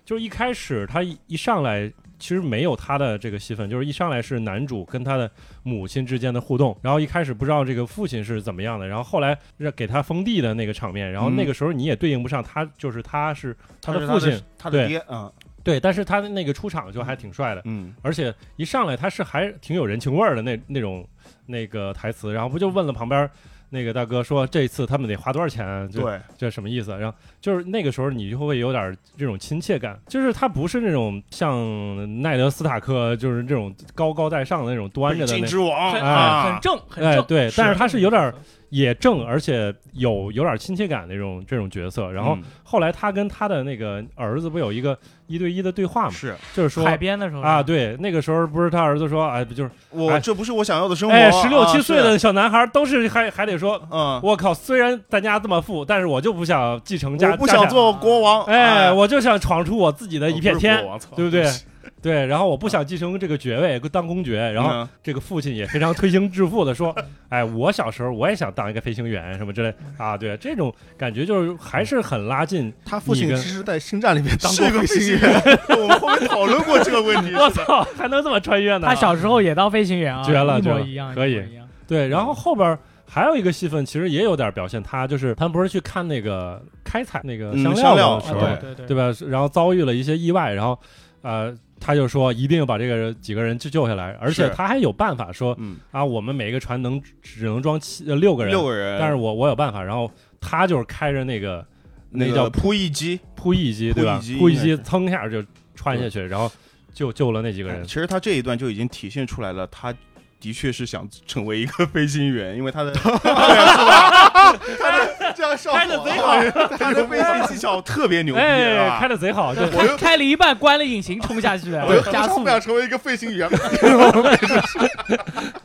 A: 就是一开始他一一上来。其实没有他的这个戏份，就是一上来是男主跟他的母亲之间的互动，然 后一开始不知道这个父亲是怎么样的，然后后来让给他封地的那个场面，然后那个时候你也对应不上他，就是他是他的
B: 是
A: 父亲，
B: 他
A: 对
B: 的爹，嗯
A: 对，但是他的那个出场就还挺帅的，
B: 嗯，
A: 而且一上来他是还挺有人情味儿的那那种那个台词，然后不就问了旁边那个大哥说这次他们得花多少钱啊？这
B: 对，
A: 这什么意思啊？然后就是那个时候你就会有点这种亲切感，就是他不是那种像奈德斯塔克就是这种高高在上的那种端着的
B: 金
A: 那
B: 之王
C: 很
A: 哎
B: 啊
C: 很，正很
A: 哎
C: 正，
A: 对但是他是有点
C: 嗯
A: 也正，而且有有点亲切感那种这种角色。然后
B: 嗯
A: 后来他跟他的那个儿子不有一个一对一的对话嘛，
B: 是
A: 就是说
C: 海边的时候
A: 啊，
C: 是吧，
A: 对，那个时候不是他儿子说，哎，不就是
B: 我
A: 哎
B: 这不是我想要的生活，
A: 哎，十六七
B: 啊
A: 岁，
B: 是
A: 的小男孩都是还还得说，
B: 嗯，
A: 我靠，虽然咱家这么富，但是我就不想继承家，
B: 我不
A: 家
B: 想
A: 产啊哎
B: 做国王，哎哦
A: 哎，我就想闯出我自己的一片
B: 我不是哦
A: 天
B: 国，王操嗯
A: 对不对？对，然后我不想继承这个爵位，当公爵。然后
B: 嗯
A: 这个父亲也非常推心置腹的说：“哎，我小时候我也想当一个飞行员什么之类啊。”对，这种感觉就是还是很拉 近。
D: 他父亲
A: 你
D: 其
A: 跟
D: 实，在星战里面当
B: 是
D: 过
B: 个
D: 飞 行员，
B: 员，我们后面讨论过这个问题。
A: 我操，还能这么穿越呢？
C: 他小时候也当飞行员啊，
A: 绝了
C: 一
A: 绝
C: 模
A: 了
C: 一样，
A: 可以
C: 一模一样。
A: 对，然后后边儿还有一个戏份，其实也有点表现他，就是他们不是去看那个开采那个
B: 嗯
A: 香
B: 香料
A: 的时
C: 啊
A: 候，
B: 对
C: 对对
A: 对吧？然后遭遇了一些意外，然后呃，他就说一定要把这个几个人去救下来，而且
B: 是
A: 他还有办法说
B: 嗯，
A: 啊，我们每一个船能只能装七呃六个人，
B: 六个人，
A: 但是我我有办法，然后他就是开着那个
B: 那
A: 那
B: 个
A: 叫
B: 扑翼机，
A: 扑翼机对吧
B: 扑翼机？
A: 扑翼机噌一下就穿下去，然后救救了那几个人
B: 哎其。实他这一段就已经体现出来了，他的确是想成为一个飞行员，因为 他的
D: 这样效
A: 开的贼好，
B: 他的飞行技巧特别牛逼，啊是
A: 哎，
B: 吧
A: 开的贼好，就
C: 对开开了一半，关了引擎，冲下去，
D: 我
C: 加速
D: 不。想成为一个飞行员，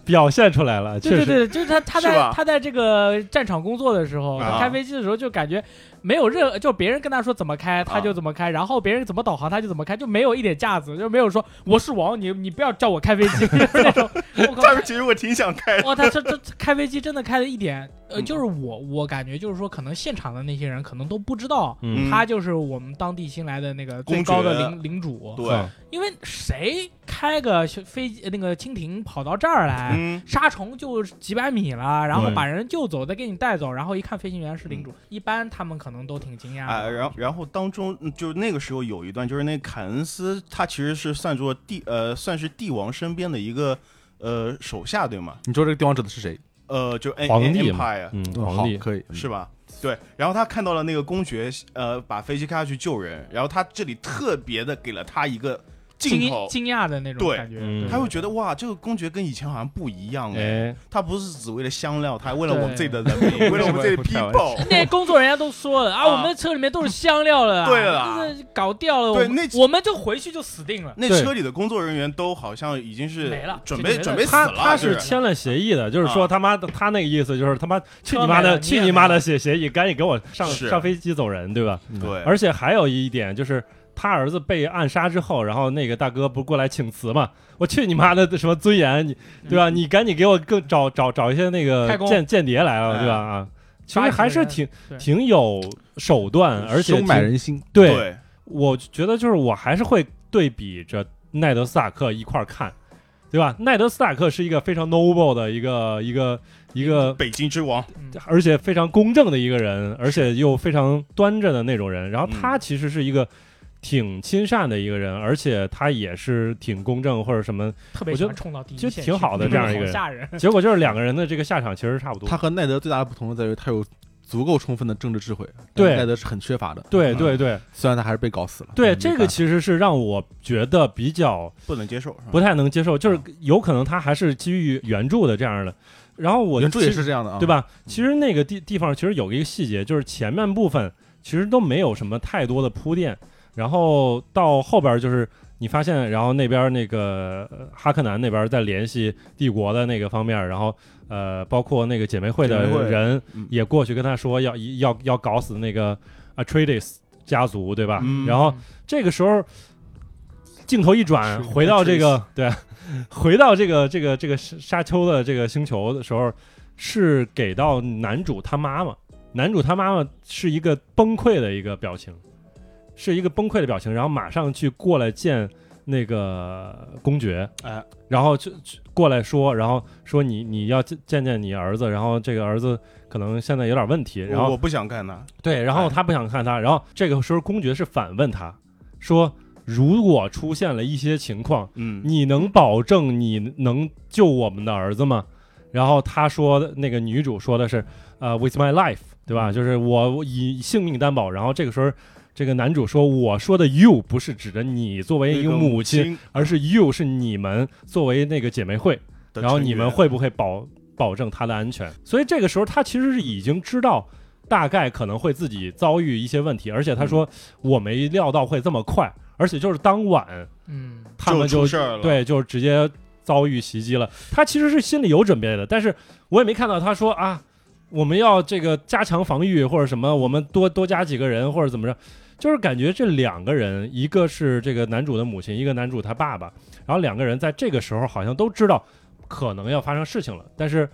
A: 表现出来了，确
C: 对
A: 实
C: 对对，就是他，他
B: 是
C: 在
B: 吧
C: 他在这个战场工作的时候，
B: 啊
C: 他开飞机的时候就感觉没有任，就别人跟他说怎么开，他就怎么开，然后别人怎么导航他就怎么开，就没有一点架子，就没有说我是王，你你不要叫我开飞机那种。我靠
B: 但是其实我挺想开的，
C: 哇，他这这这开飞机真的开的一点，呃，
B: 嗯
C: 就是我我感觉就是说，可能现场的那些人可能都不知道，
A: 嗯
C: 他就是我们当地新来的那个最
B: 公爵
C: 高的领领主，
A: 嗯
B: 对，
C: 因为谁开个小飞机那个蜻蜓跑到这儿来，
B: 嗯，
C: 杀虫就几百米了，然后
A: 对
C: 把人救走，再给你带走，然后一看飞行员是领主，一般他们可能都挺惊讶
B: 嗯啊，
C: 的。
B: 然后然后当中嗯就那个时候有一段，就是那凯恩斯他其实是算作帝呃算是帝王身边的一个呃手下对吗？
D: 你知道这个帝王指的是谁？
B: 呃，就 em-
A: 皇帝
B: em-
A: 嘛
B: empire
A: 嗯，
D: 嗯
A: 皇帝
D: 好可以
B: 是吧？对，然后他看到了那个公爵，呃，把飞机开下去救人，然后他这里特别的给了他一个镜
C: 惊
B: 头，
C: 惊讶的那种
B: 对
C: 感觉，
A: 嗯
C: 对
B: 他会觉得哇，这个公爵跟以前好像不一样哎，
A: 哎，
B: 他不是只为了香料，他还为了
C: 对
B: 我们这里的人民，为了我们这里的 people。
C: 那工作人员都说了啊，
B: 啊
C: 我们的车里面都是香料了啊，
B: 对了啊
C: 就是搞掉了，
B: 对
C: 我们
B: 那
C: 我们就回去就死定了。
B: 那
A: 对
B: 车里的工作人员都好像已经是
C: 没了
B: 准
C: 就
B: 备
C: 没
B: 准
C: 了
B: 哎备死
A: 他
B: 了，
A: 他
B: 就是
A: 是签了协议的，就是说
B: 啊
A: 他妈的，他那个意思就是他妈去
C: 车
A: 你妈
C: 没了
A: 的，
C: 你
A: 去
C: 也
A: 你
C: 没
A: 妈的
C: 了
A: 写协议，赶紧给我上
B: 是
A: 上飞机走人，对吧？
D: 嗯
B: 对，
A: 而且还有一点就是。他儿子被暗杀之后，然后那个大哥不是过来请辞嘛？我去你妈的什么尊严，你
B: 嗯
A: 对吧？你赶紧给我更找找找一些那
C: 开
A: 个
C: 工
A: 间间谍来了，
B: 哎
A: 对吧？啊，其
C: 抓
A: 实
C: 几
A: 还
C: 个
A: 是
C: 人
A: 挺
C: 对
A: 挺有手段，而且
D: 收买
A: 挺
D: 人心，
A: 对
B: 对，
A: 我觉得就是我还是会对比着奈德·斯塔克一块儿看，对吧？奈德·斯塔克是一个非常 noble 的一个一个一个，
B: 北京之王，
C: 嗯
A: 而且非常公正的一个人，而且又非常端着的那种人。然后
D: 嗯
A: 他其实是一个挺亲善的一个人，而且他也是挺公正或者什么。
C: 特别
A: 我
C: 喜
A: 觉
C: 欢
A: 得
C: 冲到第一
A: 其实
C: 线
A: 挺
C: 去
A: 好的这样一个
C: 好
A: 人
C: 吓人。
A: 结果就是两个人的这个下场其实差不多。
D: 他和奈德最大的不同在于他有足够充分的政治智慧，
A: 对
D: 但奈德是很缺乏的。
A: 对
D: 嗯
A: 对对
D: 虽然他还是被搞死了。
A: 对，
D: 嗯
A: 这个其实是让我觉得比较
B: 不能接受，是吧
A: 不太能接受，就是有可能他还是基于原著的这样的。然后我
D: 原著也
A: 其实
D: 是这样的啊，
A: 对？吧？其实那个地地方其实有一个细节，就是前面部分其实都没有什么太多的铺垫，然后到后边就是你发现，然后那边那个呃哈克南那边在联系帝国的那个方面，然后呃，包括那个姐妹会的
B: 姐妹会
A: 人
B: 嗯
A: 也过去跟他说要要要搞死那个 Atreides 家族，对吧？
B: 嗯
A: 然后这个时候镜头一转，
D: 是
A: 回到这个对， 回到这个这个这个沙沙丘的这个星球的时候，是给到男主他妈妈，男主他妈妈是一个崩溃的一个表情，是一个崩溃的表情，然后马上去过来见那个公爵，
B: 哎，
A: 然后就就过来说，然后说你你要见见见你儿子，然后这个儿子可能现在有点问题，然后
B: 我不想看他，
A: 对，然后他不想看他，然后这个时候公爵是反问他说：“如果出现了一些情况，
B: 嗯，
A: 你能保证你能救我们的儿子吗？”然后他说的那个女主说的是：“呃，with my life，对吧？就是我我以性命担保。”然后这个时候。这个男主说：“我说的 you 不是指着你作为一个母亲，
B: 亲
A: 而是 you 是你们作为那个姐妹会，
B: 的成员，
A: 然后你们会不会保保证他的安全？所以这个时候他其实是已经知道大概可能会自己遭遇一些问题，而且他说、
B: 嗯
A: 我没料到会这么快，而且就是当晚
C: 嗯，
A: 他们
B: 就
A: 就
B: 出事儿了
A: 对，就直接遭遇袭击了。他其实是心里有准备的，但是我也没看到他说啊，我们要这个加强防御或者什么，我们多多加几个人或者怎么着。就是感觉这两个人，一个是这个男主的母亲，一个男主他爸爸，然后两个人在这个时候好像都知道可能要发生事情了，但是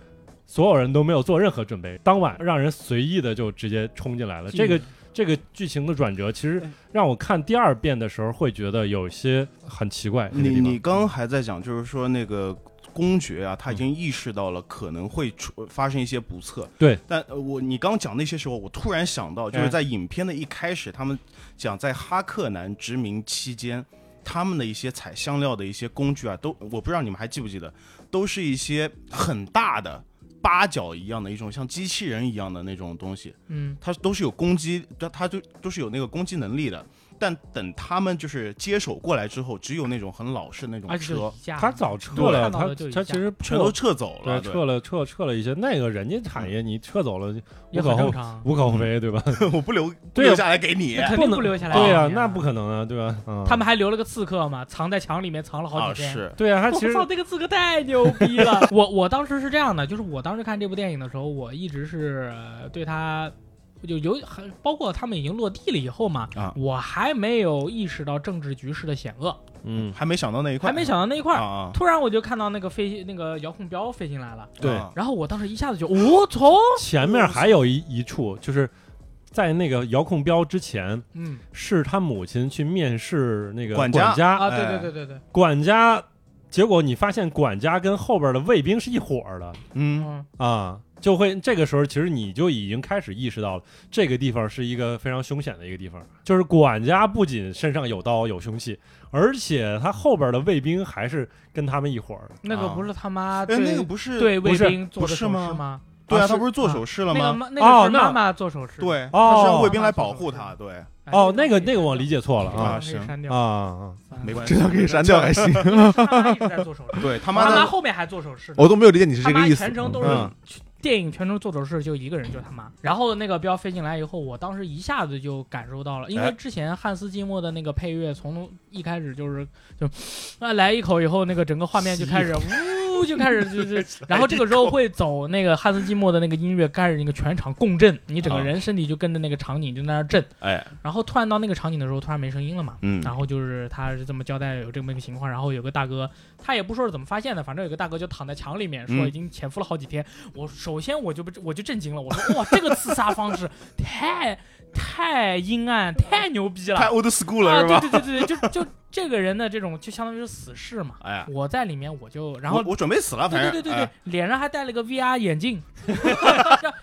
A: 所有人都没有做任何准备，当晚让人随意的就直接冲进来了。这个这个剧情的转折，其实让我看第二遍的时候会觉得有些很奇怪。这个
B: 你
A: 地方
B: 你刚刚还在讲，就是说那个公爵啊，
A: 嗯
B: 他已经意识到了可能会出发生一些不测。
A: 对，哎
B: 但呃我你刚讲那些时候，我突然想到，就是在影片的一开始，他们讲在哈克南殖民期间。他们的一些采香料的一些工具啊，都我不知道你们还记不记得，都是一些很大的八角一样的一种像机器人一样的那种东西。
C: 嗯
B: 它都是有攻击，它它就都是有那个攻击能力的。但等他们就是接手过来之后，只有那种很老式那种
C: 而且就
B: 车
C: 一架
A: 他早撤
C: 我
A: 了，
C: 看到
A: 他
C: 的就一
A: 他
C: 下
A: 其实
B: 全都撤走
A: 对
B: 了，嗯
A: 撤了撤撤了一些，那个人家产业你撤走了
C: 也
A: 无
C: 很
A: 可
C: 正
A: 厚嗯
C: 常，
A: 无可厚非，对吧？
B: 对 我不留不
A: 对呀
B: 留下来给你啊
C: 那肯定不留下来。
A: 对
C: 呀、
A: 呀，那不可能啊，对吧？嗯
C: 他们还留了个刺客嘛，藏在墙里面藏了好
B: 啊，
C: 几天。
B: 是
A: 对呀，他其
C: 我
A: 实
C: 操，那个刺客太牛逼了！ 我我当时是这样的，就是我当时看这部电影的时候，我一直是呃对他就有很包括他们已经落地了以后嘛，
B: 啊
C: 我还没有意识到政治局势的险恶，
A: 嗯，
B: 还没想到那一块，
C: 还没想到那一块儿。
B: 啊啊，
C: 突然我就看到那个飞那个遥控标飞进来了，
A: 对
B: 啊
C: 然后我当时一下子就，我、操！
A: 前面还有一一处就是。在那个遥控标之前，
C: 嗯
A: 是他母亲去面试那个
B: 管家
A: 家，管家
C: 啊，对对对对对，
A: 结果你发现管家跟后边的卫兵是一伙儿的
B: 嗯，
C: 嗯，
A: 啊，就会这个时候其实你就已经开始意识到了这个地方是一个非常凶险的一个地方，就是管家不仅身上有刀有凶器，而且他后边的卫兵还是跟他们一伙儿的。
C: 那个
B: 啊
C: 不是他妈
B: 哎，
C: 对、
B: 那个不是
C: 对卫
A: 不是
C: 兵做
B: 不
C: 的
B: 是
C: 手势
B: 吗
C: 吗？
B: 对啊，
A: 啊
B: 他不是做
A: 是
B: 手势了
C: 那
B: 吗？
C: 个妈那个
A: 哦
C: 是
A: 那
C: 妈妈做手势，
B: 对，
A: 哦
B: 他是让卫兵来保护他，对，
C: 哎，
A: 哦，
C: 这
A: 那个那
C: 可以
A: 个我
C: 删
A: 理解错了
C: 掉
A: 啊
B: 啊
C: 这个可
A: 啊
B: 是
C: 以删掉，
A: 啊！
C: 算了嗯
B: 没关系，
D: 这条可以删掉还行。
C: 他妈一直在做手势，
B: 对他
C: 他
B: 妈
C: 妈
B: 的，
C: 后面还做手势呢，
D: 我都没有理解你是
C: 他
D: 这个
C: 妈
D: 意思
C: 全。程都是
A: 嗯
C: 电影全程做手势，就一个人，就他妈。然后那个标飞进来以后，我当时一下子就感受到了，因为
B: 哎
C: 之前汉斯季默的那个配乐从一开始就是就 啊来一口以后，那个整个画面就开始呜就开始就是，然后这个时候会走那个汉斯季默的那个音乐，开始那个全场共振，你整个
B: 啊
C: 人身体就跟着那个场景就在那儿震。
B: 哎，
C: 然后突然到那个场景的时候，突然没声音了嘛。
B: 嗯
C: 然后就是他是这么交代有这么一个情况，然后有个大哥，他也不说是怎么发现的，反正有个大哥就躺在墙里面说
B: 嗯
C: 已经潜伏了好几天。我首先我就不我就震惊了，我说哇，这个刺杀方式太太阴暗，太牛逼了
B: 太
C: 啊！
B: old school 了是
C: 对
B: 吧？
C: 对对对，就就这个人的这种就相当于是死士嘛。
B: 哎呀，
C: 我在里面我就然后
B: 我我准备死了，反正
C: 对对对对对
B: 哎，
C: 脸上还戴了个 VR 眼镜，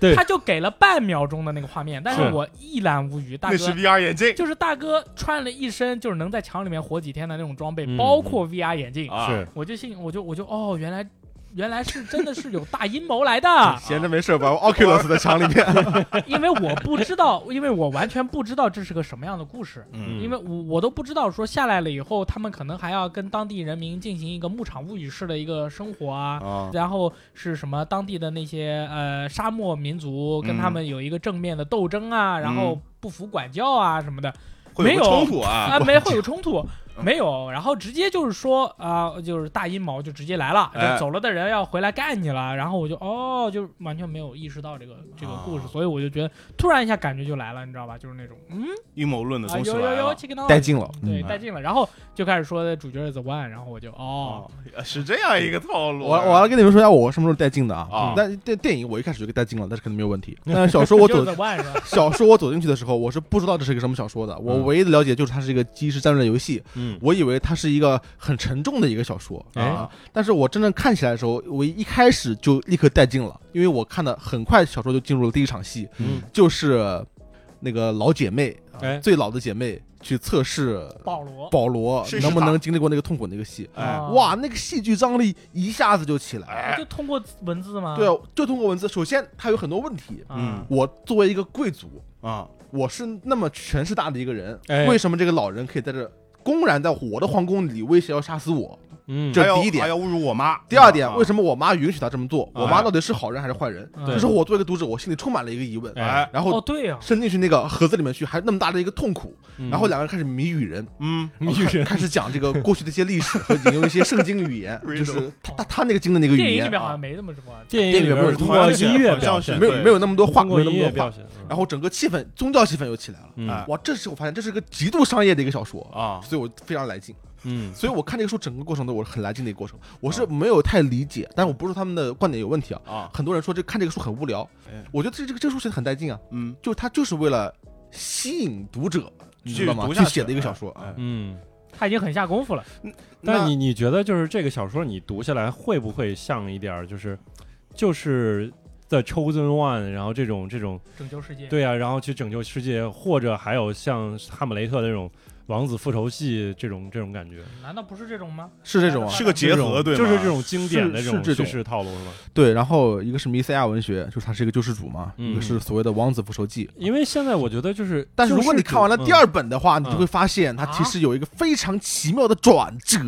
A: 对
C: 他就给了半秒钟的那个画面，但是
A: 是
C: 我一览无余，大
B: 那
C: 哥
B: 是 VR 眼镜
C: 就是大哥穿了一身就是能在墙里面活几天的那种装备，
A: 嗯
C: 包括 VR 眼镜，
B: 啊，
A: 是
C: 我就信，我就我就哦，原来原来是真的是有大阴 谋来的，
A: 啊
D: 闲着没事儿玩 Oculus 的墙里 面，
C: 因为我不知道，因为我完全不知道这是个什么样的故事。
B: 嗯
C: 因为我我都不知道，说下来了以后，他们可能还要跟当地人民进行一个牧场物语式的一个生活啊，
B: 啊，
C: 然后是什么当地的那些呃沙漠民族跟
B: 嗯
C: 他们有一个正面的斗争啊，然后不服管教啊什么的，
B: 会
C: 没
B: 有
C: 有
B: 个冲突啊嗯
C: 啊，，没会有冲突，没有，然后直接就是说啊、就是大阴谋就直接来了，
B: 哎
C: 就走了的人要回来干你了，然后我就哦，就完全没有意识到这个这个故事，
B: 啊
C: 所以我就觉得突然一下感觉就来了，你知道吧？就是那种嗯
B: 阴谋论的
C: 啊
B: 东西
C: 有
B: 来
C: 有有
B: 了，
C: 切克闹
D: 带劲了
C: 对
B: 嗯
C: 带劲了，然后就开始说主角 is the one，然后我就哦
B: 哦，是这样一个套路。
D: 我我来跟你们说一下我什么时候带劲的
B: 啊
D: 啊。但电电影我一开始就给带劲了，但是肯定没有问 题。但是小说我
C: you
D: 走
C: the one 是吧？
D: 小说我走进去的时候，我是不知道这是一个什么小说的。我
A: 嗯
D: 唯一的了解就是它是一个即时战略游戏，
A: 嗯
D: 我以为它是一个很沉重的一个小说
A: 哎
D: 啊。但是我真正看起来的时候，我一开始就立刻带劲了，因为我看的很快，小说就进入了第一场戏，
A: 嗯，
D: 就是那个老姐妹，啊
A: 哎
D: 最老的姐妹去测试
C: 保罗，
D: 保罗
B: 试试
D: 能不
B: 她
D: 能经历过那个痛苦那个戏。
B: 哎
C: 啊，
D: 哇，那个戏剧张力一下子就起来
C: 就
D: 了。
C: 通过文字
A: 啊
C: 吗？
D: 对，啊哦就通过文字，首先它有很多问题。
B: 嗯
C: 啊，
D: 我作为一个贵族，
B: 啊，
D: 我是那么权势大的一个人，
A: 哎
D: 为什么这个老人可以在这公然在我的皇宫里威胁要杀死我？
A: 嗯，
D: 这
B: 还要
D: 第一点
B: 还要侮辱我妈。
D: 第二点，
B: 啊
D: 为什么我妈允许他这么做？我妈到底是好人还是坏人？
C: 嗯
A: 啊对
D: 这是我作为一个读者，我心里充满了一个疑问。
A: 哎，
D: 然
C: 哦
D: 后
C: 对呀、啊，
D: 伸进去那个盒子里面去，还那么大的一个痛苦。
A: 嗯
D: 然后两个人开始谜语人，哦
B: 嗯，
A: 谜语人
D: 开始讲这个过去的一些历 史和引用一些圣经语 言，
B: Riddle
D: 就是他他他那个经的那个语
C: 电影里
D: 言
C: 面，好像没这么说啊。
A: 电
D: 电
A: 影里
D: 影里
A: 边
D: 边
A: 是
D: 是
A: 通
B: 好像
A: 过
B: 是
A: 音乐
B: 好像
A: 表
B: 是
A: 现，
D: 没有
B: 对
D: 没有那么多话，
A: 通
D: 没
A: 过
D: 有那
A: 音
D: 么多
A: 乐
D: 话
A: 表。现，嗯
D: 然后整啊个气氛，宗教气氛又起来了。
A: 嗯
B: 哎
D: 哇，这是我发现这是个极度商业的一个小说
B: 啊
D: 所以我非常来劲。
A: 嗯
D: 所以我看这个书整个过程都我是很来劲的一个过程，我是没有太理解，但是我不是说他们的观点有问题啊。嗯
B: 啊，
D: 嗯很多人说这看这个书很无聊
B: 哎，
D: 我觉得这这个这个书写的很带劲啊，
B: 嗯，
D: 就是他就是为了吸引读者，你
B: 继
D: 知
B: 续
D: 道吗？
B: 读
D: 去
B: 下
D: 写
B: 去
D: 的一个小说
B: 哎
D: 啊。
A: 嗯。
C: 他已经很下功夫了。
A: 但
D: 那
A: 你你觉得就是这个小说你读下来会不会像一点儿就是就是在 chosen one，然后这种这种
C: 拯救世界，
A: 对啊，然后去拯救世界，或者还有像哈姆雷特那种王子复仇记这种这种感觉，
C: 嗯难道不是这种吗？
D: 是这种啊
B: 是个结合，对吗？
A: 就是这种经典的
D: 是
A: 种
D: 是这
A: 叙
D: 种
A: 事套路是吧？
D: 对，然后一个是弥赛亚文学，就是他是一个救世主嘛，
A: 嗯
D: 一个是所谓的王子复仇记。
A: 因为现在我觉得就是，
D: 但是如果你看完了第二本的话，
A: 嗯
D: 你就会发现它其实有一个非常奇妙的转折。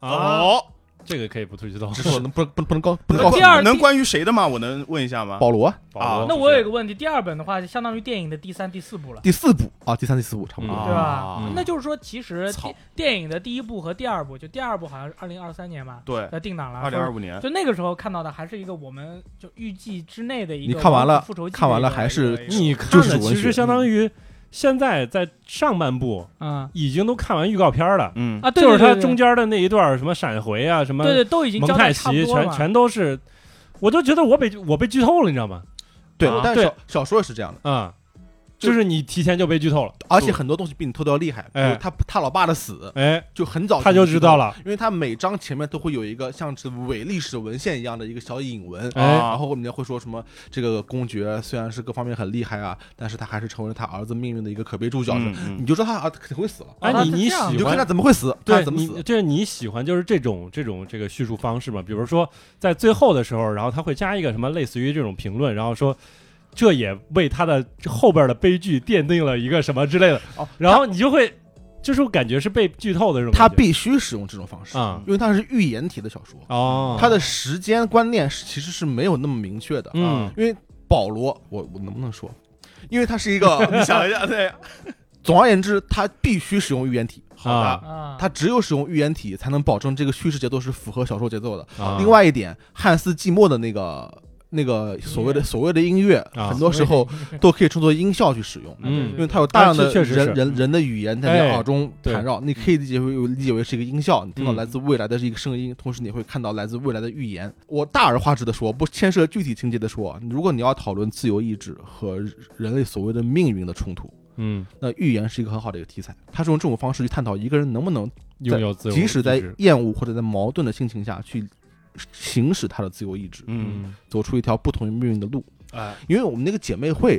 A: 嗯啊，
B: 哦，
A: 这个可以不 剧透。
D: 只是我能不能不能不能告不
B: 能
D: 能告诉
B: 关
C: 第二
B: 能
C: 第
B: 关于谁的吗？我能问一下吗？
D: 保罗
A: 保罗
B: 啊
C: 那我有一个问题，第二本的话，相当于电影的第三、第四部了，
D: 第四部啊，第三第四部差不多。
A: 嗯
C: 对吧
B: 啊？
A: 嗯
C: 那就是说，其实
B: 操
C: 电电影的第一部和第二部，就第二部好像是二零二三年吧，
B: 对，
C: 要定档了。
B: 二零二五年
C: 就那个时候看到的，还是一个我们就预计之内的一个
D: 你看完了
C: 王子复仇记的一个，
D: 看完了还是
C: 一个一个
A: 你看
D: 就是
A: 的
D: 文
A: 其实
D: 学嗯
A: 相当于现在在上半部
C: 嗯
A: 已经都看完预告片儿了，
B: 嗯
C: 啊，对
A: 就是它
C: 对对
A: 中间的那一段什么闪回啊，什么
C: 对对都已经
A: 蒙
C: 交
A: 太
C: 代差不
A: 奇，
C: 多了
A: 全
C: 嘛，
A: 全都是，我都觉得我被我被剧透了，你知道吗？
D: 对
A: 啊，
D: 但是
A: 对
D: 小小说也是这样的，
A: 啊、
D: 就
A: 就是你提前就被剧透了，
D: 而且很多东西比你透的要厉害。比
A: 哎
D: 如他他老爸的死
A: 哎，
D: 哦就很早
A: 他就知
D: 知
A: 道
D: 了，
A: 了，
D: 因为他每章前面都会有一个像是伪历史文献一样的一个小引文。啊
A: 哎，
D: 然后里面会说什么？这个公爵虽然是各方面很厉害啊，但是他还是成为了他儿子命运的一个可悲注脚。
B: 嗯
D: 你
B: 嗯
D: 就知道他儿子肯定会死了，
A: 哎，
C: 啊
A: 你
C: 他
A: 你
C: 这样
A: 喜
D: 你就看
A: 欢
D: 他。怎么会死，看
A: 对
D: 他怎么
A: 你，
D: 死。
A: 这你喜欢就是这种这种这个叙述方式嘛？比如说在最后的时候，然后他会加一个什么类似于这种评论，然后说这也为他的后边的悲剧奠定了一个什么之类的，
D: 哦
A: 然后你就会就是感觉是被剧透的这种
D: 他
A: 感觉
D: 必须使用这种方式，
A: 啊、
D: 因为它是寓言体的小说，
A: 哦，
D: 它的时间观念是其实是没有那么明确的。
A: 嗯
D: 因为保罗，我我能不能说？因为它是一个，
B: 你想一下，对，
D: 总而言之，它必须使用寓言体，
B: 好的
A: 啊
C: 啊，
D: 它只有使用寓言体才能保证这个叙事节奏是符合小说节奏的。
A: 啊
D: 嗯另外一点，汉斯季默的那个那个所谓的
C: 音乐
D: 所谓的音乐，
A: 啊
D: 很多时 候都可以称作音效去使用。
A: 嗯
D: 因为它有大量
A: 啊
D: 的
A: 确确实是
D: 人人人的语言在你
A: 哎
D: 的耳中
A: 对
D: 缠绕，你可以理解为理解为是一个音效，你听到
A: 嗯
D: 来自未来的是一个声音，同时你会看到来自未来的预言。我大而化之的说，不牵涉具体情节的说，如果你要讨论自由意志和人类所谓的命运的冲突，
A: 嗯，
D: 那预言是一个很好的一个题材。它是用这种方式去探讨一个人能不能
A: 拥有自由意志，
D: 即使在厌恶或者在矛盾的心情下去行使他的自由意志，
B: 嗯，
A: 嗯
D: 走出一条不同于命运的路。
B: 哎，
D: 因为我们那个姐妹会，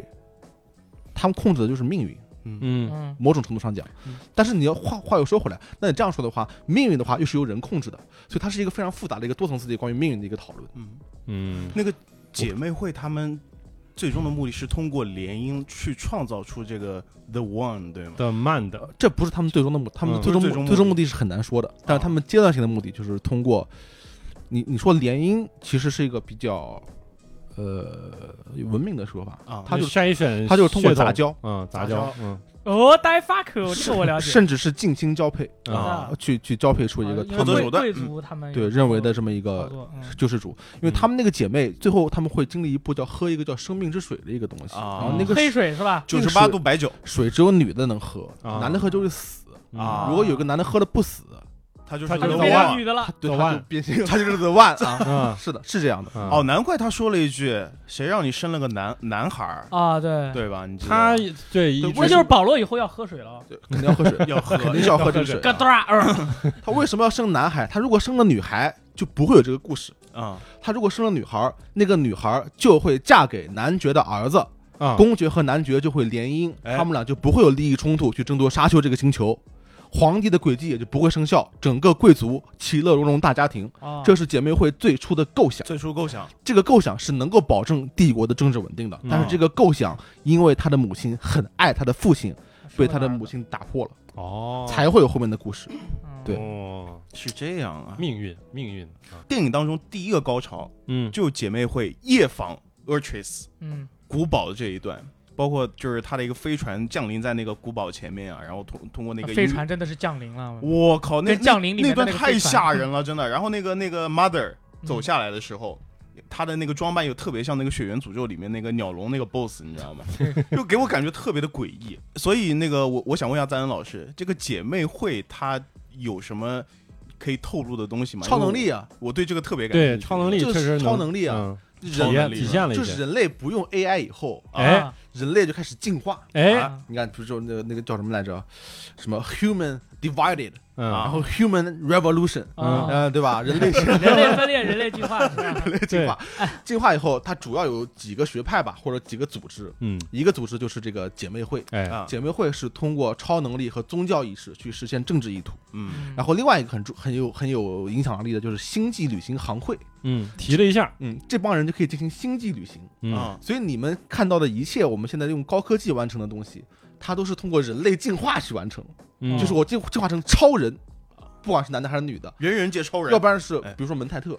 D: 他们控制的就是命运。
A: 嗯
C: 嗯
D: 某种程度上讲
B: 嗯，
D: 但是你要话话又说回来，那你这样说的话，命运的话又是由人控制的，所以它是一个非常复杂的一个多层次的关于命运的一个讨论。
B: 嗯，
A: 嗯
B: 那个姐妹会她们最终的目的是通过联姻去创造出这个 the one，对吗？
A: 的慢的，
D: 这不是他们最终的目，他们
A: 嗯
D: 最终
B: 不是最终目的
D: 最终目的是很难说的，但是他们阶段性的目的就是通过，你你说联姻其实是一个比较，呃，文明的说法，
B: 啊，
D: 他就
A: 筛选，
D: 它就是通过杂，交，
A: 嗯，杂
B: 杂
A: 交
B: 交，
A: 嗯
C: 哦，die fuck，这个我了解。
D: 甚至是近亲交配
A: 啊，
C: 啊
D: 去去交配出一个
C: 因
D: 他
C: 为
B: 特别
D: 们嗯
C: 贵
B: 手段
C: 贵族他们
D: 对
C: 有
D: 认为的这呃么一
C: 操
D: 个
C: 作，嗯
D: 救世主，因为
A: 嗯
D: 他们那个姐妹最后他们会经历一步叫喝一个叫生命之水的一个东西，
B: 啊
D: 然后那个
C: 黑水是吧？
B: 九
D: 就
B: 十
D: 是
B: 八度白酒，
D: 水只有女的能喝，
A: 啊
D: 男的喝就会死。
B: 啊
D: 如果有个男的喝了不死，
B: 他就是
A: 他
C: 他
A: 就
B: the
C: 就
A: the
C: 变
A: one
B: one
C: 成。女的了
D: 他。对
A: 走
D: 他
A: 腕
D: 就变性，他就是 the one 啊。
A: 啊
D: 是的，是这样的。
A: 啊
B: 哦，难怪他说了一句：“谁让你生了个男男孩儿
C: 啊，
D: 哦
C: 对，
B: 对吧？”你知道
A: 他对一
D: 对
A: 直
C: 那就是保罗以后要喝水了。
D: 对，肯定要喝 水，
B: 要喝，
D: 肯定是要喝这个水
C: 咯
D: 啊。
C: 哒儿，
D: 他为什么要生男孩？他如果生了女孩，就不会有这个故事。
B: 啊，
D: 他如果生了女孩，那个女孩就会嫁给男爵的儿子，
A: 啊
D: 公爵和男爵就会联姻，
B: 哎
D: 他们俩就不会有利益冲突，去争夺沙丘这个星球。皇帝的轨迹也就不会生效，整个贵族其乐融融大家庭，
A: 啊
C: 哦
D: 这是姐妹会最初的构想。
B: 最初构想
D: 这个构想是能够保证帝国的政治稳定的
A: 嗯，
D: 但是这个构想因为他的母亲很爱他的父亲，被他的母亲打破了，
A: 哦，
D: 才会有后面的故事。
C: 嗯
D: 对
A: 哦，
B: 是这样啊。
A: 命运，命运啊，
B: 电影当中第一个高潮
A: 嗯，
B: 就姐妹会夜访 Urtris
C: 嗯，
B: 古堡的这一段，包括就是他的一个飞船降临在那个古堡前面啊，然后通通过那个
C: 飞
B: 音乐
C: 船真的是降临了，
B: 我靠，那
C: 跟降临里
B: 那
C: 面
B: 那
C: 的
B: 段
C: 那个
B: 太
C: 飞船
B: 吓人了，真的。然后那个那个 mother
C: 嗯
B: 走下来的时候，她的那个装扮又特别像那个《血缘诅咒》里面那个鸟笼那个 boss，你知道吗？就给我感觉特别的诡异。所以那个我我想问一下赞恩老师，这个姐妹会她有什么可以透露的东西吗？
D: 超能力啊，
B: 因为我，我对这个特别感兴趣。
A: 对，超能力
D: 这
A: 确实
D: 是超能力啊
A: 嗯
D: 人
A: 体
B: 能
A: 验
B: 力
A: 体
B: 啊
A: 现了一
D: 就是
A: 些，
D: 人类不用 AI 以后，
A: 哎
C: 啊
D: 人类就开始进化。
A: 哎，
C: 啊
D: 你看，比如说那个那个叫什么来着，什么 human divided，然
B: 啊
A: 嗯，
D: 后 human revolution，
B: 哦
A: 嗯
C: 啊
D: 呃，对 吧？人类是
C: 人类分裂，人类进化，是吧
D: 进化，
B: 哎
D: 进化以后，它主要有几个学派吧，或者几个组织。
A: 嗯，
D: 一个组织就是这个姐妹会，
A: 哎，
B: 啊，
D: 姐妹会是通过超能力和宗教意识去实现政治意图。
B: 嗯，
C: 嗯
D: 然后另外一个很重很有很有影响力的就是星际旅行行会，
A: 嗯，提了一下，
D: 嗯，这帮人就可以进行星际旅行。
A: 嗯，
B: 啊，
D: 所以你们看到的一切，我们现在用高科技完成的东西，它都是通过人类进化去完成的，
A: 嗯
D: 就是我进进化成超人，不管是男的还是女的，
B: 人人皆超人，
D: 要不然是
B: 哎
D: 比如说蒙泰特，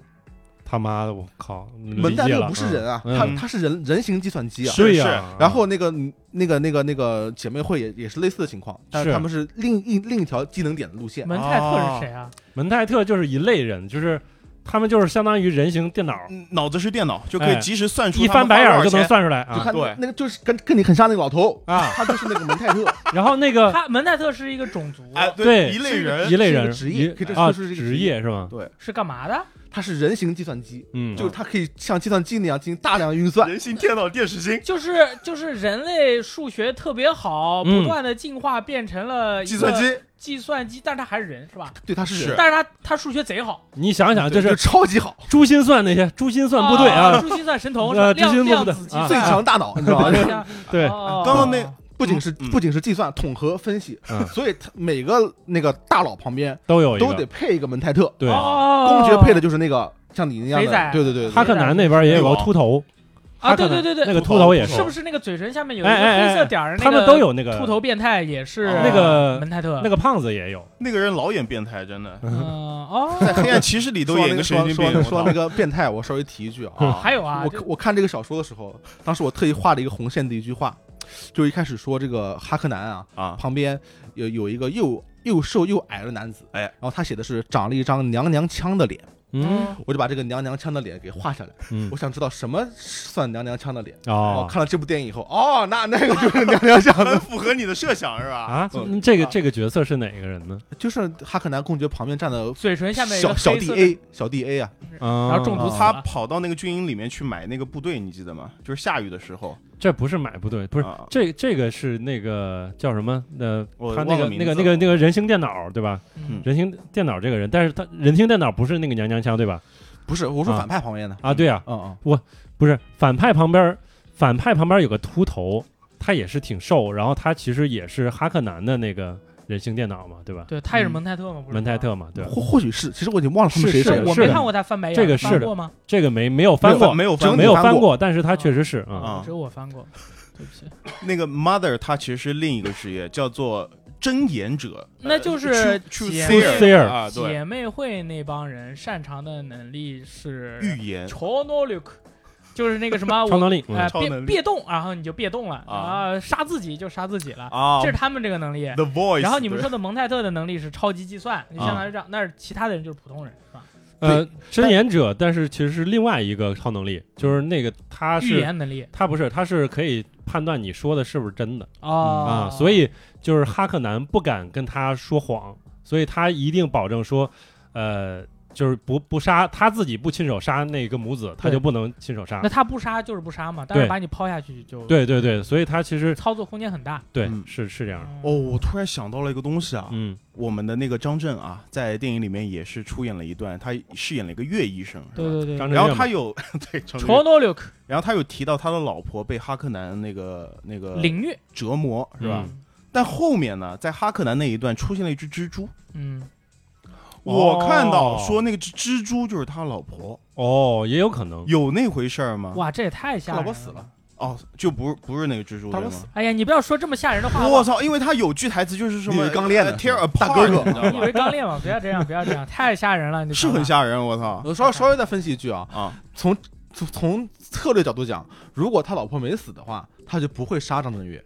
A: 他妈的，我靠，
D: 蒙
A: 门
D: 泰特不是人啊，
A: 嗯
D: 他
B: 嗯
D: 他是人人形计算机啊。
A: 对
B: 是
A: 呀，
D: 然后那个那个那个那个姐妹会也也是类似的情况，但是
A: 是
D: 他们是另一另一条技能点的路线。
C: 蒙泰特是谁啊？
A: 门泰特就是一类人，就是他们就是相当于人形电脑，
B: 嗯脑子是电脑，就可
A: 哎
B: 以及时算出
A: 一
B: 他们
A: 翻白眼
B: 花
A: 儿就
B: 多少
A: 能
B: 钱。
A: 算出来
D: 就
A: 啊
D: 看
B: 对
D: 那个就是跟跟你很像那个老头，
A: 啊！
D: 他就是那个蒙泰特，
A: 然后那个
C: 他蒙泰特是一个种族，
B: 哎，
A: 对
B: 一类
A: 一
B: 人，
A: 类
D: 是个
A: 人
D: 职业
A: 一
D: 可以这
A: 啊，
D: 说是一个
A: 职
D: 职业
A: 业是吗？
C: 是干嘛的？
D: 他是人形计算机，
A: 嗯，
D: 就是它可以像计算机那样进行大量运算。
B: 人形电脑电视机。
C: 就是就是人类数学特别好，
A: 嗯
C: 不断的进化变成了一个
B: 计算机，
C: 计算机，但是他还是人是吧？
D: 对，它是
B: 是
D: 人，
C: 但是他他数学贼好，
A: 你想想，
D: 对
A: 啊就是
D: 超级好，
A: 珠心算那些珠心算部队啊，
C: 珠心算神童是吧？
A: 呃，珠
C: 量
A: 心
C: 量
A: 算部
C: 子计
A: 队啊，
D: 最强大脑，你知道吧？
C: 算，
A: 对，
C: 哦
B: 刚刚那
D: 不仅是
B: 嗯
D: 不仅是计算、统合、分析
A: 嗯，
D: 所以它每个那个大佬旁边
A: 都有一
D: 都
A: 个，
D: 得配一个蒙泰特。
A: 对，
C: 哦
D: 公爵配的就是那个像你那样
C: 肥
D: 的
C: 仔，
D: 对对对，对
A: 哈克南那边也有个秃头，
C: 啊，
A: 哈
C: 对
A: 克南
C: 对对对，
A: 那个秃头也
C: 是
A: 是
C: 不，是那个嘴唇下面有一
A: 哦哎哎
C: 个
A: 哎
C: 黑色点儿？那个
A: 他们都有那个
C: 秃头变态也是
B: 哦
A: 那个
C: 蒙泰特
A: 那个胖子也有，
B: 那个人老演变态，真的。
C: 嗯
B: 在
C: 哦，
B: 黑暗骑士里都
D: 说那
B: 演
D: 个
B: 个
D: 说
B: 神经病，
D: 说
B: 我
D: 说
B: 操
D: 那个变态，我稍微提一句啊，
B: 啊
C: 还有啊，
D: 我
C: 就
D: 我看这个小说的时候，当时我特意画了一个红线的一句话，就是一开始说这个哈克南啊，
B: 啊，
D: 旁边有有一个又又瘦又矮的男子，
B: 哎
D: 然后他写的是长了一张娘娘腔的脸，
A: 嗯
D: 我就把这个娘娘腔的脸给画下来，
A: 嗯
D: 我，想知道什么算娘娘腔的脸。
A: 哦
D: 哦，看了这部电影以后，哦，那那个就是娘娘腔
B: 很
D: 的，
B: 符合你的设想是吧？
A: 啊，这个
B: 啊
A: 这个角色是哪个人呢？
D: 就是哈克南公爵旁边站的
C: 嘴唇下面有一
D: 小
C: 个
D: 小
C: 黑
D: 弟
C: 色的
D: A 小弟 A 啊，
A: 然
C: 然后中毒死
B: 他
C: 了。
B: 跑到那个军营里面去买那个部队，你记得吗？就是下雨的时候，
A: 这不是买不对，不是
B: 啊
A: 这这个是那个叫什么？呃，
B: 我
A: 他那
B: 忘
A: 个那
B: 了名字
A: 个
B: 了
A: 那个那个人形电脑对吧？
C: 嗯
A: 人形电脑这个人，但是他人形电脑不是那个娘娘腔对吧？
D: 不是，我说
A: 啊
D: 反派旁边的，
A: 啊，对啊，
D: 嗯嗯，
A: 不是反派旁边，反派旁边有个秃头，他也是挺瘦，然后他其实也是哈克南的那个人形电脑嘛，对吧？
C: 对，他也是蒙泰特嘛，不是吗
A: 嗯门泰。特嘛，对吧？
D: 或或许是，其实我已经忘了他们谁
A: 是
D: 谁
C: 但
A: 的
C: 我
D: 了。
A: 是
C: 没
A: 的
C: 看过他翻白眼，
A: 这个
C: 翻
A: 是的
C: 过吗？
A: 这个没没有翻过，
B: 没有翻
D: 整
A: 没
D: 没
A: 有
D: 有
A: 翻
D: 翻
A: 过，但是他确实是啊，
B: 啊
C: 只。有我翻过，对不起。
B: 那个 mother 他其实是另一个职业，叫做真言者，
C: 那就是姐
B: truth
C: 妹
A: seer
B: 啊，对，
C: 姐妹会那帮人擅长的能力是
B: 预言
C: 超能力，就是那个什么
A: 超
C: 我
A: 能力，嗯
C: 哎
B: 超
C: 别
B: 能力
C: 别动，然后你就别动了
B: 啊
C: 啊，杀自己就杀自己了，
B: 啊
C: 这是他们这个能力。
B: ，the voice。
C: 然后你们说的蒙泰特的能力是超级计算，
A: 啊
C: 就相当于这样，那是其他的人就是普通人，是吧？
A: 呃，真言者，但是其实是另外一个超能力，就是那个他
C: 预
A: 是
C: 言能力
A: 他不是他是可以判断你说的是不是真的
C: 哦
A: 啊，所以就是哈克南不敢跟他说谎，所以他一定保证说，呃，就是不不杀他自己不亲手杀那个母子，他
C: 对
A: 就不能亲手杀
C: 那。他不杀就是不杀嘛，但是把你抛下去就，
A: 对对对，所以他其实
C: 操作空间很大。
A: 对
B: 嗯
A: 是是这样的，
B: 哦，我突然想到了一个东西啊，
A: 嗯
B: 我们的那个张震啊，在电影里面也是出演了一段，他饰演了一个乐医生，是吧
C: 对对对，
A: 嗯张震
B: 然后
A: 岳嘛
B: 他有 对，张震岳
C: 超能力
B: 然后他有提到他的老婆被哈克南那个那个
C: 领域
B: 折磨是吧？
A: 呃嗯
B: 但后面呢，在哈克南那一段出现了一只蜘蛛，
C: 嗯，哦
B: 我看到说那个只蜘蛛就是他老婆，
A: 哦哦，也有可能，
B: 有那回事儿吗？
C: 哇，这也太吓
D: 他
C: 人了。
D: 老婆死了，
B: 哦，就不不是那个蜘蛛
D: 他
B: 对
D: 们
B: 吗？
C: 哎呀，你不要说这么吓人的话。好不
B: 我
C: 好
B: 操！因为他有句台词就是什
D: 你以
B: 么呃
D: 为刚练的
B: tear apart，
D: 大哥哥
B: 你知道
C: 你以
B: 吗
C: 为刚练吗？不要这样，不 要这样，太吓人了。你的
B: 是
C: 想法
B: 很吓人，我操
C: 嗯
D: 呃我稍微稍微再分析一句啊，
B: 啊！
D: 从从从策略角度讲，如果他老婆没死的话，他就不会杀张震岳。